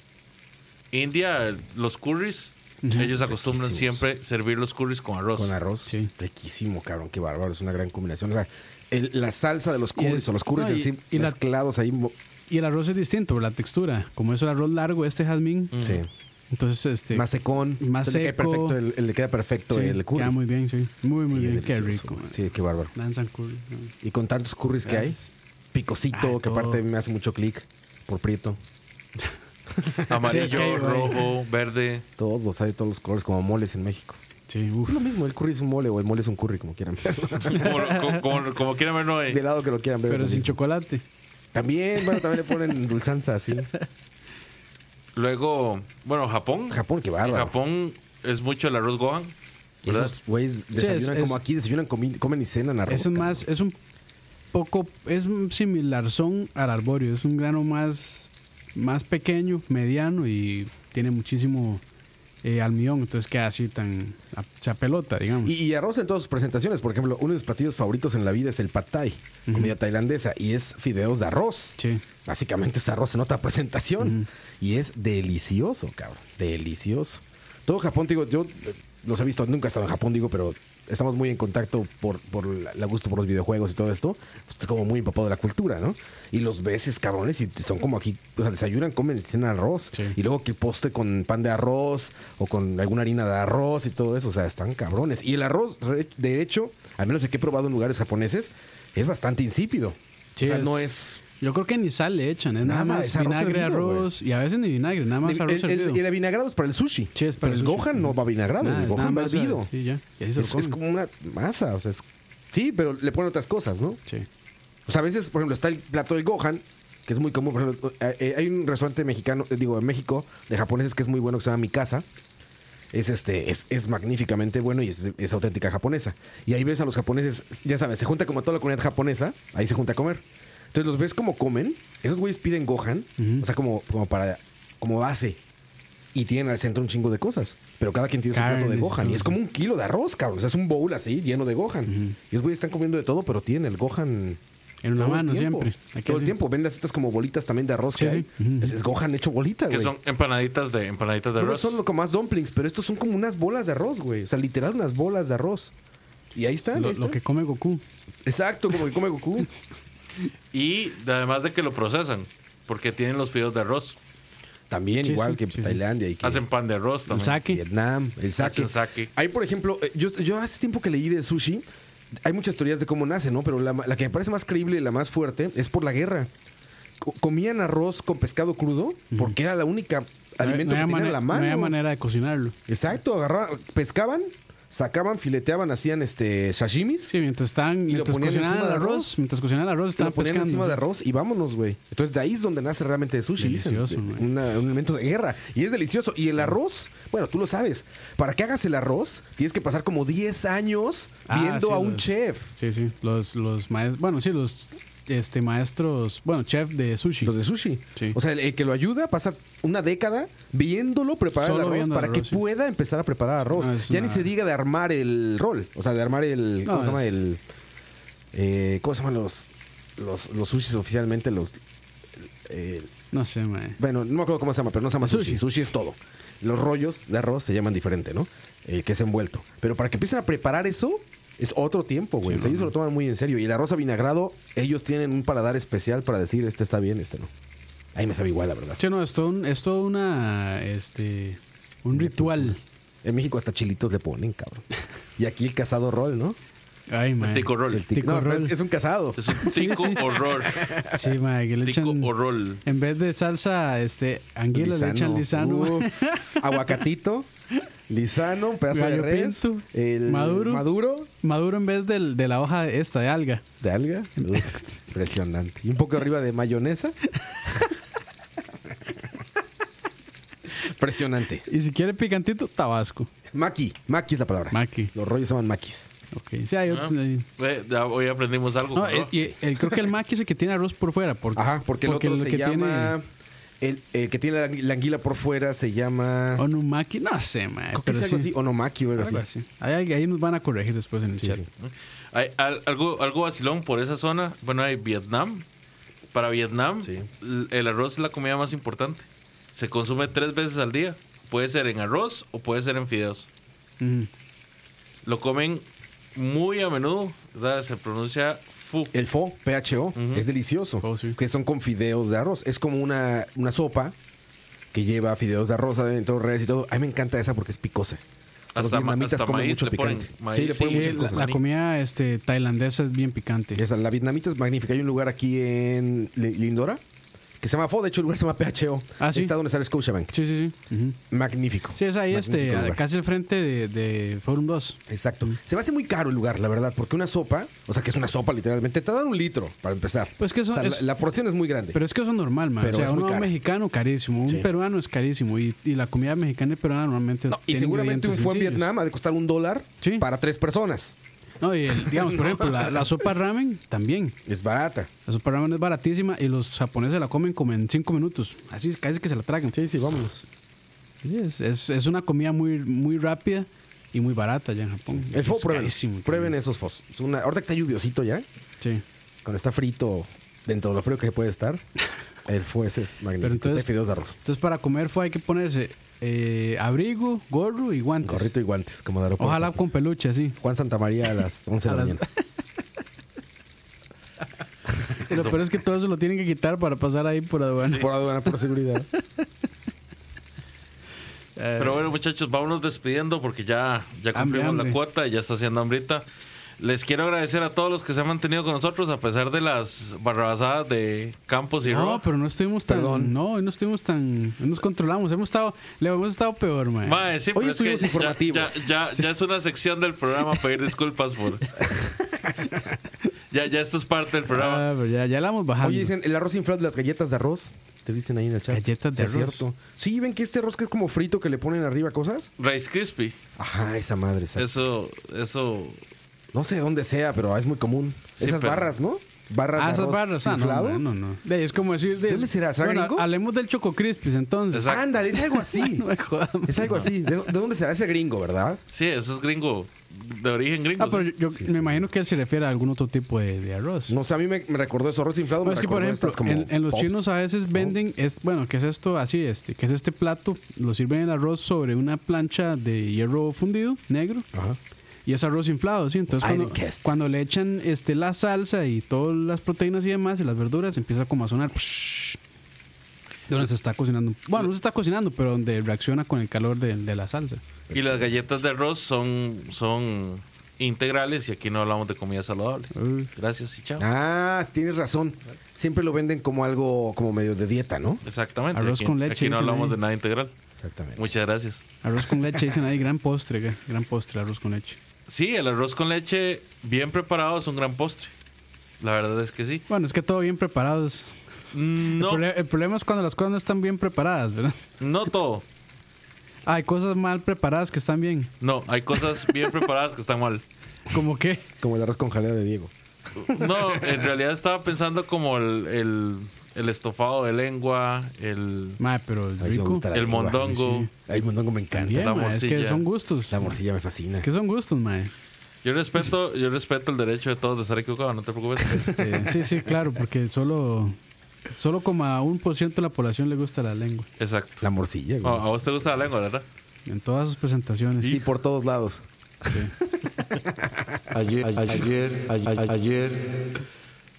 [SPEAKER 2] India, los curries, ellos acostumbran
[SPEAKER 1] Riquísimos.
[SPEAKER 2] siempre servir los curries con arroz.
[SPEAKER 1] Con arroz.
[SPEAKER 3] Pues, Sí.
[SPEAKER 1] Riquísimo, cabrón. Qué bárbaro. Es una gran combinación. O sea, el- la salsa de los
[SPEAKER 3] Y el-
[SPEAKER 1] curries o los curries
[SPEAKER 3] no, y-
[SPEAKER 1] así
[SPEAKER 3] y la-
[SPEAKER 1] mezclados ahí. mo-
[SPEAKER 3] Y el arroz es distinto por la textura. Como es el arroz largo, este jazmín.
[SPEAKER 1] Sí.
[SPEAKER 3] Entonces, este.
[SPEAKER 1] Más secón.
[SPEAKER 3] Más
[SPEAKER 1] Entonces Le queda
[SPEAKER 3] seco.
[SPEAKER 1] perfecto el, el- le queda perfecto
[SPEAKER 3] sí,
[SPEAKER 1] el curry.
[SPEAKER 3] Queda muy bien, sí. Muy, muy
[SPEAKER 1] Sí, es
[SPEAKER 3] bien. Qué
[SPEAKER 1] delicioso,
[SPEAKER 3] rico.
[SPEAKER 1] güey.
[SPEAKER 3] man.
[SPEAKER 1] Sí, qué bárbaro.
[SPEAKER 3] Danzan curry. man.
[SPEAKER 1] Y con tantos curries que hay,
[SPEAKER 3] Gracias.
[SPEAKER 1] picosito,
[SPEAKER 3] Ay,
[SPEAKER 1] que aparte me hace mucho clic por prieto.
[SPEAKER 2] Amarillo,
[SPEAKER 3] Sí, es que hay, güey.
[SPEAKER 2] rojo, verde. <laughs>
[SPEAKER 1] Todos, hay de todos los colores, como moles en México.
[SPEAKER 3] Sí,
[SPEAKER 1] Es
[SPEAKER 3] uff.
[SPEAKER 1] lo mismo, el curry es un mole o el mole es un curry, como quieran verlo.
[SPEAKER 2] Como, como- como- como quieran verlo. eh.
[SPEAKER 1] Del lado que lo quieran ver.
[SPEAKER 3] Pero
[SPEAKER 1] es lo
[SPEAKER 3] sin
[SPEAKER 1] mismo.
[SPEAKER 3] chocolate.
[SPEAKER 1] También, bueno, también le ponen dulzanza así.
[SPEAKER 2] Luego, bueno, Japón.
[SPEAKER 1] Japón, qué
[SPEAKER 2] En
[SPEAKER 1] bárbaro.
[SPEAKER 2] Japón es mucho el arroz gohan. ¿verdad?
[SPEAKER 1] Esos güeyes desayunan
[SPEAKER 3] es-
[SPEAKER 1] como
[SPEAKER 3] es-
[SPEAKER 1] aquí, desayunan, comi- comen y cenan arroz.
[SPEAKER 3] Es un más, es un poco, es un similarzón al arborio, es un grano más, más pequeño, mediano y tiene muchísimo eh, almidón, entonces queda así tan, a- se pelota, digamos.
[SPEAKER 1] Y, y arroz en todas sus presentaciones. Por ejemplo, uno de mis platillos favoritos en la vida es el pad thai, comida tailandesa, y es fideos de arroz.
[SPEAKER 3] Sí.
[SPEAKER 1] Básicamente es arroz en otra presentación. Y es delicioso, cabrón. Delicioso. Todo Japón, te digo, yo eh, los he visto, nunca he estado en Japón, digo, pero estamos muy en contacto por, por la la gusto por los videojuegos y todo esto. Estoy como muy empapado de la cultura, ¿no? Y los veces, cabrones, y te- son como aquí, o sea, desayunan, comen y tienen arroz.
[SPEAKER 3] Sí.
[SPEAKER 1] Y luego que postre con pan de arroz o con alguna harina de arroz y todo eso. O sea, están cabrones. Y el arroz, re- de hecho, al menos el que he probado en lugares japoneses, es bastante insípido.
[SPEAKER 3] Sí,
[SPEAKER 1] o sea, no es
[SPEAKER 3] Yo creo que ni sal le echan, es nada,
[SPEAKER 1] Nada,
[SPEAKER 3] más
[SPEAKER 1] es arroz
[SPEAKER 3] vinagre,
[SPEAKER 1] hervido,
[SPEAKER 3] arroz y a veces ni vinagre, nada más
[SPEAKER 1] El-
[SPEAKER 3] arroz
[SPEAKER 1] el,
[SPEAKER 3] hervido.
[SPEAKER 1] el, el avinagrado es para el sushi.
[SPEAKER 3] Sí, es para
[SPEAKER 1] pero el
[SPEAKER 3] el sushi.
[SPEAKER 1] Gohan no va avinagrado,
[SPEAKER 3] Nada,
[SPEAKER 1] el
[SPEAKER 3] nada
[SPEAKER 1] Gohan va
[SPEAKER 3] más,
[SPEAKER 1] hervido.
[SPEAKER 3] sí, ya, y así se lo
[SPEAKER 1] es, es
[SPEAKER 3] comen.
[SPEAKER 1] como una masa, o sea, es- sí, pero le ponen otras cosas, ¿no?
[SPEAKER 3] Sí.
[SPEAKER 1] O sea, a veces, por ejemplo, está el plato del Gohan, que es muy común. Por ejemplo, eh, eh, hay un restaurante mexicano, eh, digo, en México, de japoneses que es muy bueno, que se llama Mi Casa. Es, este, es, es magníficamente bueno y es, es auténtica japonesa. Y ahí ves a los japoneses, ya sabes, se junta como toda la comunidad japonesa, ahí se junta a comer. Entonces los ves como comen, esos güeyes piden Gohan, o sea, como, como para, como base. Y tienen al centro un chingo de cosas. Pero cada quien tiene su plato de
[SPEAKER 3] Carnes y
[SPEAKER 1] Gohan.
[SPEAKER 3] todo.
[SPEAKER 1] Y es como un kilo de arroz, cabrón. O sea, es un bowl así, lleno de Gohan. Y los güeyes están comiendo de todo, pero tienen el Gohan
[SPEAKER 3] En
[SPEAKER 1] todo
[SPEAKER 3] una
[SPEAKER 1] el
[SPEAKER 3] mano
[SPEAKER 1] tiempo.
[SPEAKER 3] siempre. Aquí
[SPEAKER 1] todo el
[SPEAKER 3] así.
[SPEAKER 1] tiempo. Ven las estas como bolitas también de arroz
[SPEAKER 3] Sí,
[SPEAKER 1] que hay.
[SPEAKER 3] sí. Ujú.
[SPEAKER 1] Pues es Gohan hecho bolita,
[SPEAKER 2] que
[SPEAKER 1] güey.
[SPEAKER 2] son empanaditas de empanaditas de
[SPEAKER 1] Pero
[SPEAKER 2] arroz.
[SPEAKER 1] son lo que más dumplings, pero estos son como unas bolas de arroz, güey. O sea, literal unas bolas de arroz. Y ahí están.
[SPEAKER 3] Lo,
[SPEAKER 1] ahí
[SPEAKER 3] lo que
[SPEAKER 1] están.
[SPEAKER 3] come Goku.
[SPEAKER 1] Exacto, como que come Goku.
[SPEAKER 2] Y de- además de que lo procesan, porque tienen los fideos de arroz.
[SPEAKER 1] También
[SPEAKER 3] <laughs> Sí,
[SPEAKER 1] igual
[SPEAKER 3] sí,
[SPEAKER 1] que
[SPEAKER 3] sí, sí.
[SPEAKER 1] Tailandia y que
[SPEAKER 2] Hacen pan de arroz
[SPEAKER 3] El
[SPEAKER 2] también.
[SPEAKER 3] sake.
[SPEAKER 1] Vietnam, el sake.
[SPEAKER 2] Hacen sake.
[SPEAKER 1] Ahí, por ejemplo, eh, yo, yo hace tiempo que leí de sushi. Hay muchas teorías de cómo nace, ¿no? Pero la, la que me parece más creíble y la más fuerte es por la guerra. Co- Comían arroz con pescado crudo porque era la única alimento que
[SPEAKER 3] había
[SPEAKER 1] tenían
[SPEAKER 3] mane-
[SPEAKER 1] a la mano.
[SPEAKER 3] no había manera de cocinarlo.
[SPEAKER 1] Exacto, agarraban, pescaban, sacaban, fileteaban, hacían este sashimis,
[SPEAKER 3] Sí, mientras estaban,
[SPEAKER 1] lo
[SPEAKER 3] mientras
[SPEAKER 1] ponían
[SPEAKER 3] cocinaban
[SPEAKER 1] encima
[SPEAKER 3] el
[SPEAKER 1] de
[SPEAKER 3] arroz,
[SPEAKER 1] arroz.
[SPEAKER 3] mientras cocinaban el arroz
[SPEAKER 1] te lo
[SPEAKER 3] estaban
[SPEAKER 1] ponían
[SPEAKER 3] pescando.
[SPEAKER 1] encima de arroz y vámonos, güey. Entonces de ahí es donde nace realmente el sushi, dicen,
[SPEAKER 3] Delicioso,
[SPEAKER 1] de-
[SPEAKER 3] güey.
[SPEAKER 1] una- un elemento de guerra y es delicioso y el arroz, bueno, tú lo sabes, para que hagas el arroz tienes que pasar como 10 años
[SPEAKER 3] Ah,
[SPEAKER 1] viendo
[SPEAKER 3] sí,
[SPEAKER 1] a un
[SPEAKER 3] los-
[SPEAKER 1] chef.
[SPEAKER 3] Sí, sí, los, los maestros, bueno, sí, los este, maestros, bueno, chef de sushi.
[SPEAKER 1] Los de sushi.
[SPEAKER 3] Sí.
[SPEAKER 1] O sea, el, el que lo ayuda pasa una década viéndolo preparar
[SPEAKER 3] Solo
[SPEAKER 1] el arroz
[SPEAKER 3] viendo el
[SPEAKER 1] para
[SPEAKER 3] arroz,
[SPEAKER 1] que
[SPEAKER 3] sí.
[SPEAKER 1] pueda empezar a preparar arroz.
[SPEAKER 3] No, es
[SPEAKER 1] ya ni
[SPEAKER 3] una-
[SPEAKER 1] se diga de armar el rol. O sea, de armar el.
[SPEAKER 3] No,
[SPEAKER 1] ¿Cómo se llama?
[SPEAKER 3] es-
[SPEAKER 1] El. eh, ¿Cómo se llaman los, los, los sushis oficialmente? Los. eh,
[SPEAKER 3] No sé, mae.
[SPEAKER 1] bueno, no me acuerdo cómo se llama, pero no se llama sushi.
[SPEAKER 3] Sushi.
[SPEAKER 1] sushi. es todo. Los rollos de arroz se llaman diferente, ¿no? El que es envuelto. Pero para que empiecen a preparar eso, es otro tiempo, güey. O sea, ellos se lo toman muy en serio. Y el arroz avinagrado, ellos tienen un paladar especial para decir, este está bien, este no. Ahí me sabe igual, la verdad.
[SPEAKER 3] Sí, no, es todo, un- es todo una, este, un ritual.
[SPEAKER 1] En México hasta chilitos le ponen, cabrón. Y aquí el casado rol, ¿no?
[SPEAKER 3] Ay, mae.
[SPEAKER 2] Tico roll.
[SPEAKER 1] El tic-
[SPEAKER 3] Tico
[SPEAKER 1] no, pero es,
[SPEAKER 3] roll.
[SPEAKER 1] es un casado.
[SPEAKER 2] Es un tico horror.
[SPEAKER 3] Sí, mae, que le
[SPEAKER 2] Tico
[SPEAKER 3] echan,
[SPEAKER 2] horror.
[SPEAKER 3] en vez de salsa, este, anguila le echan lisano.
[SPEAKER 1] Uh,
[SPEAKER 3] mae.
[SPEAKER 1] aguacatito, lisano, un
[SPEAKER 3] <laughs>
[SPEAKER 1] pedazo
[SPEAKER 3] Gallo
[SPEAKER 1] de res,
[SPEAKER 3] pinto,
[SPEAKER 1] el
[SPEAKER 3] maduro.
[SPEAKER 1] maduro
[SPEAKER 3] Maduro en vez del, de la hoja esta de alga.
[SPEAKER 1] de alga. Uf, impresionante. Y un poco arriba de mayonesa. Impresionante.
[SPEAKER 3] Y si quiere picantito, Tabasco.
[SPEAKER 1] Maki, maki es la palabra.
[SPEAKER 3] Maki.
[SPEAKER 1] Los rollos se llaman makis.
[SPEAKER 3] Ok. Sí, hay
[SPEAKER 2] Ah,
[SPEAKER 3] otro- hay-
[SPEAKER 2] eh, ya hoy aprendimos algo.
[SPEAKER 3] No,
[SPEAKER 2] cabrón.
[SPEAKER 3] el- y el- creo que el maqui es el que tiene arroz por fuera. Porque,
[SPEAKER 1] Ajá, porque el otro
[SPEAKER 3] el
[SPEAKER 1] se
[SPEAKER 3] que
[SPEAKER 1] llama. El, el que tiene la, la anguila por fuera se llama.
[SPEAKER 3] Tiene onumaki, no sé,
[SPEAKER 1] Creo
[SPEAKER 3] mae,
[SPEAKER 1] que
[SPEAKER 3] Eh, pero
[SPEAKER 1] es algo
[SPEAKER 3] sí,
[SPEAKER 1] así, onomaki o algo así.
[SPEAKER 3] algo así. Ahí, ahí nos van a corregir después en el chat.
[SPEAKER 2] Hay al- algo, algo vacilón por esa zona. Bueno, hay Vietnam. Para Vietnam,
[SPEAKER 1] Sí.
[SPEAKER 2] l- el arroz es la comida más importante. Se consume tres veces al día. Puede ser en arroz o puede ser en fideos.
[SPEAKER 3] Mm.
[SPEAKER 2] Lo comen muy a menudo. ¿verdad? Se pronuncia fu.
[SPEAKER 3] Eh.
[SPEAKER 1] El pho, PHO, es delicioso.
[SPEAKER 3] Oh, sí.
[SPEAKER 1] Que son con fideos de arroz. Es como una, una sopa que lleva fideos de arroz adentro, redes y todo. A mí me encanta esa porque es picosa. O sea, los
[SPEAKER 2] Hasta ma-
[SPEAKER 1] vietnamitas
[SPEAKER 2] hasta
[SPEAKER 1] comen
[SPEAKER 2] maíz
[SPEAKER 1] mucho
[SPEAKER 2] le ponen.
[SPEAKER 1] picante.
[SPEAKER 2] Maíz,
[SPEAKER 1] sí, le
[SPEAKER 2] sí.
[SPEAKER 1] ponen
[SPEAKER 3] Sí,
[SPEAKER 1] muchas
[SPEAKER 3] la,
[SPEAKER 1] cosas.
[SPEAKER 3] la comida este, tailandesa es bien picante.
[SPEAKER 1] Esa, la vietnamita es magnífica. Hay un lugar aquí en Li- Lindora que se llama pho. De hecho, el lugar se llama PHO.
[SPEAKER 3] Ah, sí.
[SPEAKER 1] Está donde está el Scotiabank.
[SPEAKER 3] Sí, sí, sí. Ujú.
[SPEAKER 1] Magnífico.
[SPEAKER 3] Sí, es ahí, este,
[SPEAKER 1] Magnífico lugar.
[SPEAKER 3] casi al frente de, de Forum 2.
[SPEAKER 1] Exacto. Se me hace muy caro el lugar, la verdad, porque una sopa, o sea, que es una sopa literalmente, te dan un litro para empezar.
[SPEAKER 3] Pues que eso
[SPEAKER 1] O sea, la-
[SPEAKER 3] es-
[SPEAKER 1] la, porción es muy grande.
[SPEAKER 3] Pero es que eso es normal, man.
[SPEAKER 1] Pero
[SPEAKER 3] o sea,
[SPEAKER 1] es muy
[SPEAKER 3] uno
[SPEAKER 1] cara.
[SPEAKER 3] mexicano carísimo, un peruano es carísimo y, y la comida mexicana y peruana normalmente
[SPEAKER 1] No, y
[SPEAKER 3] tiene
[SPEAKER 1] seguramente un
[SPEAKER 3] ingredientes
[SPEAKER 1] fue en
[SPEAKER 3] sencillos.
[SPEAKER 1] Vietnam ha de costar un dólar
[SPEAKER 3] Sí.
[SPEAKER 1] para tres personas.
[SPEAKER 3] No, y el- digamos, por ejemplo, la, la sopa ramen también.
[SPEAKER 1] Es barata.
[SPEAKER 3] La sopa ramen es baratísima y los japoneses la comen como en 5 minutos. Así casi que se la tragan.
[SPEAKER 1] sí, vámonos.
[SPEAKER 3] Sí, Es, es- es una comida muy, muy rápida y muy barata ya en Japón.
[SPEAKER 1] El pho,
[SPEAKER 3] Es
[SPEAKER 1] prueben.
[SPEAKER 3] carísimo
[SPEAKER 1] Prueben
[SPEAKER 3] también.
[SPEAKER 1] esos fos. Es una, ahorita que está lluviosito ya,
[SPEAKER 3] Sí.
[SPEAKER 1] cuando está frito, dentro de lo frío que puede
[SPEAKER 3] <laughs>
[SPEAKER 1] estar, el pho ese es magnífico.
[SPEAKER 3] Pero entonces-
[SPEAKER 1] Te fideos de arroz.
[SPEAKER 3] Entonces, para comer fue hay que ponerse eh, abrigo, gorro y guantes.
[SPEAKER 1] Gorrito y guantes, como de aeropuerto.
[SPEAKER 3] Ojalá con peluche,
[SPEAKER 1] <laughs>
[SPEAKER 3] así.
[SPEAKER 1] Juan Santamaría a las 11 de la
[SPEAKER 3] A las- <laughs>
[SPEAKER 1] mañana.
[SPEAKER 3] Pero, pero es que todo eso lo tienen que quitar para pasar ahí por aduana.
[SPEAKER 1] Por aduana, por seguridad.
[SPEAKER 2] Pero bueno, muchachos, vámonos despidiendo porque ya, ya
[SPEAKER 3] Hambre,
[SPEAKER 2] cumplimos
[SPEAKER 3] hambre.
[SPEAKER 2] la cuota y ya está haciendo hambrita. Les quiero agradecer a todos los que se han mantenido con nosotros a pesar de las barrabasadas de Campos y
[SPEAKER 3] No,
[SPEAKER 2] Roa.
[SPEAKER 3] pero no estuvimos tan.
[SPEAKER 1] Perdón.
[SPEAKER 3] No, hoy no estuvimos tan. no nos controlamos. Hemos estado. Le hemos estado peor, man.
[SPEAKER 2] Mae, sí,
[SPEAKER 1] Hoy
[SPEAKER 2] pero es que
[SPEAKER 1] estuvimos
[SPEAKER 2] ya-
[SPEAKER 1] informativos.
[SPEAKER 2] Ya, ya- ya es una sección del programa pedir disculpas por.
[SPEAKER 3] <laughs>
[SPEAKER 2] ya, ya esto es parte del programa.
[SPEAKER 3] Ah, pero ya, ya la hemos bajado.
[SPEAKER 1] Oye, dicen el arroz inflado, las galletas de arroz. Te dicen ahí en el chat.
[SPEAKER 3] Galletas de
[SPEAKER 1] Sí,
[SPEAKER 3] arroz.
[SPEAKER 1] Es cierto. Sí, ven que este arroz que es como frito que le ponen arriba cosas.
[SPEAKER 2] Rice Crispy.
[SPEAKER 1] Ajá, esa madre. esa-
[SPEAKER 2] Eso, eso.
[SPEAKER 1] No sé dónde sea, pero es muy común.
[SPEAKER 2] Sí,
[SPEAKER 1] Esas
[SPEAKER 2] pero-
[SPEAKER 1] barras, ¿no? Barras
[SPEAKER 3] Ah,
[SPEAKER 1] de
[SPEAKER 3] esas
[SPEAKER 1] arroz
[SPEAKER 3] barras. Ah, no,
[SPEAKER 1] inflado.
[SPEAKER 3] man, no, no. De- Es como decir. de-
[SPEAKER 1] ¿Dónde será? ¿Será
[SPEAKER 3] Bueno,
[SPEAKER 1] gringo?
[SPEAKER 3] hablemos del Choco Crispis entonces.
[SPEAKER 2] Exacto.
[SPEAKER 1] Ándale, es algo así.
[SPEAKER 3] <laughs> No me jodas, man.
[SPEAKER 1] es algo así. ¿De, de dónde será ese gringo, verdad?
[SPEAKER 2] Sí, eso es gringo. De origen gringo.
[SPEAKER 3] Ah, pero
[SPEAKER 2] sí.
[SPEAKER 3] yo, yo me imagino que él se refiere a algún otro tipo de, de arroz.
[SPEAKER 1] No sé, a mí me, me recordó eso. Arroz inflado
[SPEAKER 3] No,
[SPEAKER 1] me
[SPEAKER 3] Pues es que,
[SPEAKER 1] recordó
[SPEAKER 3] por ejemplo,
[SPEAKER 1] estas como
[SPEAKER 3] en, en los
[SPEAKER 1] pops.
[SPEAKER 3] chinos a veces venden, es bueno, ¿qué es esto? Así, este, ¿qué es este plato? Lo sirven el arroz sobre una plancha de hierro fundido, negro,
[SPEAKER 1] Ajá.
[SPEAKER 3] y es arroz inflado, ¿sí? Entonces, cuando,
[SPEAKER 1] Ironcast.
[SPEAKER 3] cuando le echan este, la salsa y todas las proteínas y demás, y las verduras, empieza como a sonar. psh, Donde se está cocinando. Bueno, no se está cocinando, pero donde reacciona con el calor de, de la salsa.
[SPEAKER 2] Y las galletas de arroz son, son integrales y aquí no hablamos de comida saludable.
[SPEAKER 3] Uy.
[SPEAKER 2] Gracias y chao.
[SPEAKER 1] Ah, tienes razón. Siempre lo venden como algo, como medio de dieta, ¿no?
[SPEAKER 2] Exactamente.
[SPEAKER 3] Arroz
[SPEAKER 2] aquí,
[SPEAKER 3] con leche,
[SPEAKER 2] Aquí no
[SPEAKER 3] dicen
[SPEAKER 2] hablamos
[SPEAKER 3] ahí.
[SPEAKER 2] de nada integral.
[SPEAKER 1] Exactamente.
[SPEAKER 2] Muchas gracias.
[SPEAKER 3] Arroz con leche, dicen ahí, gran postre, güey, gran postre, arroz con leche.
[SPEAKER 2] Sí, el arroz con leche bien preparado es un gran postre. La verdad es que sí.
[SPEAKER 3] Bueno, es que todo bien preparado es-
[SPEAKER 2] No,
[SPEAKER 3] El, proble- el problema es cuando las cosas no están bien preparadas, ¿verdad? <laughs>
[SPEAKER 2] no todo.
[SPEAKER 3] Hay cosas mal preparadas que están bien.
[SPEAKER 2] No, hay cosas bien preparadas que están mal.
[SPEAKER 3] ¿Cómo qué?
[SPEAKER 1] Como el arroz con jalea de Diego.
[SPEAKER 2] No, en realidad estaba pensando como el, el- el estofado de lengua, el,
[SPEAKER 3] Mae, pero el
[SPEAKER 1] Ahí sí me
[SPEAKER 3] rico.
[SPEAKER 1] gusta la
[SPEAKER 2] el
[SPEAKER 1] lengua.
[SPEAKER 2] mondongo.
[SPEAKER 1] Ay, el mondongo me encanta.
[SPEAKER 3] Bien,
[SPEAKER 2] la
[SPEAKER 3] mae, es que
[SPEAKER 2] morcilla.
[SPEAKER 3] son gustos.
[SPEAKER 1] La morcilla me fascina.
[SPEAKER 3] Es que son gustos, mae.
[SPEAKER 2] Yo respeto, yo respeto el derecho de todos de estar equivocados, no te preocupes.
[SPEAKER 3] Este, sí, sí, claro, porque solo. Solo como a un por ciento de la población le gusta la lengua.
[SPEAKER 2] Exacto.
[SPEAKER 1] La morcilla,
[SPEAKER 2] Oh,
[SPEAKER 1] güey.
[SPEAKER 2] a vos te gusta la lengua, ¿verdad?
[SPEAKER 3] En todas sus presentaciones.
[SPEAKER 1] Sí, por todos lados.
[SPEAKER 4] ayer, a- ayer, a- a- ayer,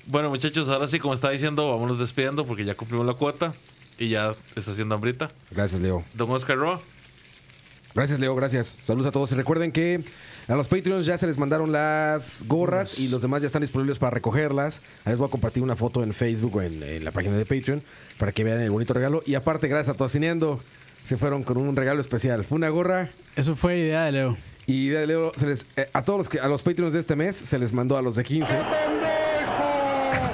[SPEAKER 2] Bueno, muchachos, ahora sí, como estaba diciendo, vámonos despidiendo porque ya cumplimos la cuota y ya está haciendo hambrita.
[SPEAKER 1] Gracias, Leo.
[SPEAKER 2] Don Oscar Roa,
[SPEAKER 1] Gracias, Leo, gracias. Saludos a todos. Y recuerden que a los Patreons ya se les mandaron las gorras y los demás ya están disponibles para recogerlas. Ahí les voy a compartir una foto en Facebook o en, en la página de Patreon para que vean el bonito regalo. Y aparte, gracias a Tocineando, se fueron con un regalo especial. Fue una gorra
[SPEAKER 3] Eso fue idea de Leo.
[SPEAKER 1] y de Leo se les, eh, a todos los que, a los Patreons de este mes se les mandó a los de 15. <laughs>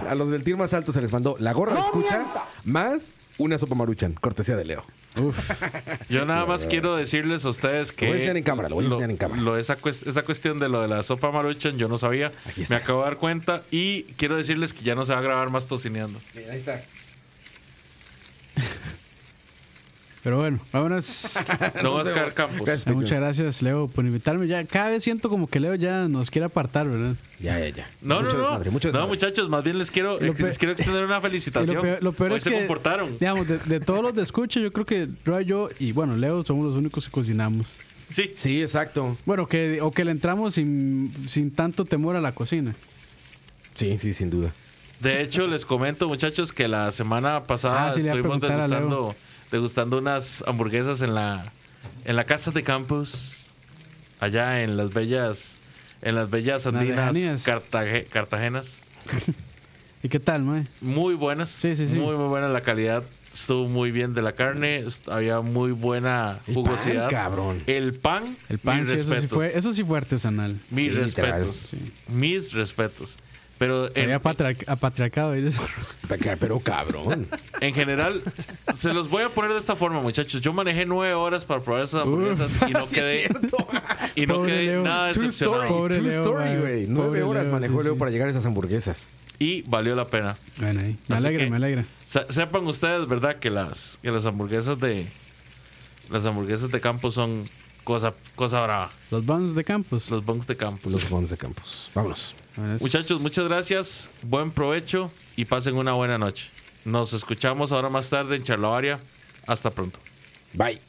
[SPEAKER 1] A los del tier más alto se les mandó la gorra de escucha más Una sopa maruchan, cortesía de Leo.
[SPEAKER 2] Yo nada más quiero decirles a ustedes que.
[SPEAKER 1] Lo voy a enseñar en cámara, lo voy a enseñar en cámara.
[SPEAKER 2] lo- esa, cues- esa cuestión de lo de la sopa maruchan, yo no sabía.
[SPEAKER 1] Aquí está.
[SPEAKER 2] Me acabo de dar cuenta y quiero decirles que ya no se va a grabar
[SPEAKER 1] <laughs>
[SPEAKER 2] más tocineando.
[SPEAKER 1] ahí está.
[SPEAKER 3] Pero bueno,
[SPEAKER 1] <laughs>
[SPEAKER 3] vámonos.
[SPEAKER 2] Don Oscar Campos.
[SPEAKER 1] Gracias, Patreons.
[SPEAKER 3] Muchas gracias, Leo, por invitarme. Ya cada vez siento como que Leo ya nos quiere apartar, ¿verdad?
[SPEAKER 1] Ya, ya, ya.
[SPEAKER 2] No,
[SPEAKER 1] Mucho
[SPEAKER 2] no, no.
[SPEAKER 1] desmadre, mucho
[SPEAKER 2] no,
[SPEAKER 1] desmadre.
[SPEAKER 2] muchachos, más bien les quiero,
[SPEAKER 3] Lo
[SPEAKER 2] eh, les
[SPEAKER 3] pe-
[SPEAKER 2] quiero extender una
[SPEAKER 3] Y
[SPEAKER 2] felicitación.
[SPEAKER 3] lo peor, lo peor
[SPEAKER 2] Hoy
[SPEAKER 3] es
[SPEAKER 2] se
[SPEAKER 3] que,
[SPEAKER 2] comportaron.
[SPEAKER 3] digamos, de, de todos los de escucha, yo creo que Roy, yo y bueno, Leo somos los únicos que cocinamos.
[SPEAKER 2] Sí.
[SPEAKER 1] Sí, exacto.
[SPEAKER 3] Bueno, que, o que le entramos sin, sin tanto temor a la cocina.
[SPEAKER 1] Sí, sí, sin duda.
[SPEAKER 2] De hecho, les comento, muchachos, que la semana pasada
[SPEAKER 3] Ah, sí, le iba a
[SPEAKER 2] estuvimos
[SPEAKER 3] preguntar a
[SPEAKER 2] degustando, degustando unas hamburguesas en la, en la casa de Campos, allá en las bellas, en las bellas andinas
[SPEAKER 3] lejanías.
[SPEAKER 2] Cartage- cartagenas.
[SPEAKER 3] ¿Y qué tal, mae?
[SPEAKER 2] Muy buenas,
[SPEAKER 3] Sí, sí, sí.
[SPEAKER 2] muy muy buena la calidad. Estuvo muy bien de la carne, est- había muy buena
[SPEAKER 1] El pan,
[SPEAKER 2] jugosidad.
[SPEAKER 1] cabrón.
[SPEAKER 2] El pan,
[SPEAKER 3] El pan,
[SPEAKER 2] mis
[SPEAKER 3] sí, eso sí,
[SPEAKER 2] respetos.
[SPEAKER 3] fue, eso sí fue artesanal.
[SPEAKER 2] Mis
[SPEAKER 1] Sí, literal.
[SPEAKER 2] respetos. Mis respetos. Pero
[SPEAKER 3] Se
[SPEAKER 2] en-
[SPEAKER 3] había patriar- apatriarcado. ¿eh?
[SPEAKER 1] Pero- Pues, Pero cabrón.
[SPEAKER 2] En general, se los voy a poner de esta forma, muchachos. Yo manejé nueve horas para probar esas hamburguesas <laughs> y
[SPEAKER 1] <laughs> Sí,
[SPEAKER 2] no
[SPEAKER 1] es
[SPEAKER 2] quedé, <laughs>
[SPEAKER 1] cierto.
[SPEAKER 2] y no
[SPEAKER 3] Pobre
[SPEAKER 2] quedé
[SPEAKER 3] Leo.
[SPEAKER 2] nada
[SPEAKER 1] True story,
[SPEAKER 2] decepcionado.
[SPEAKER 3] Pobre
[SPEAKER 1] true
[SPEAKER 3] Leo,
[SPEAKER 1] story,
[SPEAKER 3] man.
[SPEAKER 1] güey. Nueve
[SPEAKER 3] Pobre
[SPEAKER 1] horas
[SPEAKER 3] Leo,
[SPEAKER 1] manejó
[SPEAKER 3] sí,
[SPEAKER 1] Leo
[SPEAKER 3] sí.
[SPEAKER 1] para llegar a esas hamburguesas.
[SPEAKER 2] Y valió la pena.
[SPEAKER 3] <laughs> Bueno, ahí. Me
[SPEAKER 2] Así
[SPEAKER 3] alegra,
[SPEAKER 2] que,
[SPEAKER 3] me alegra.
[SPEAKER 2] se- sepan ustedes, ¿verdad? Que las, que las hamburguesas de. Las hamburguesas de campo son cosa, cosa brava.
[SPEAKER 3] Los vamos de Campos.
[SPEAKER 2] Los bongs de campo.
[SPEAKER 1] Los fans de Campos. Vámonos.
[SPEAKER 3] Bueno, es-
[SPEAKER 2] Muchachos, muchas gracias. Buen provecho y pasen una buena noche. Nos escuchamos ahora más tarde en Charlavaria. Hasta pronto.
[SPEAKER 1] Bye.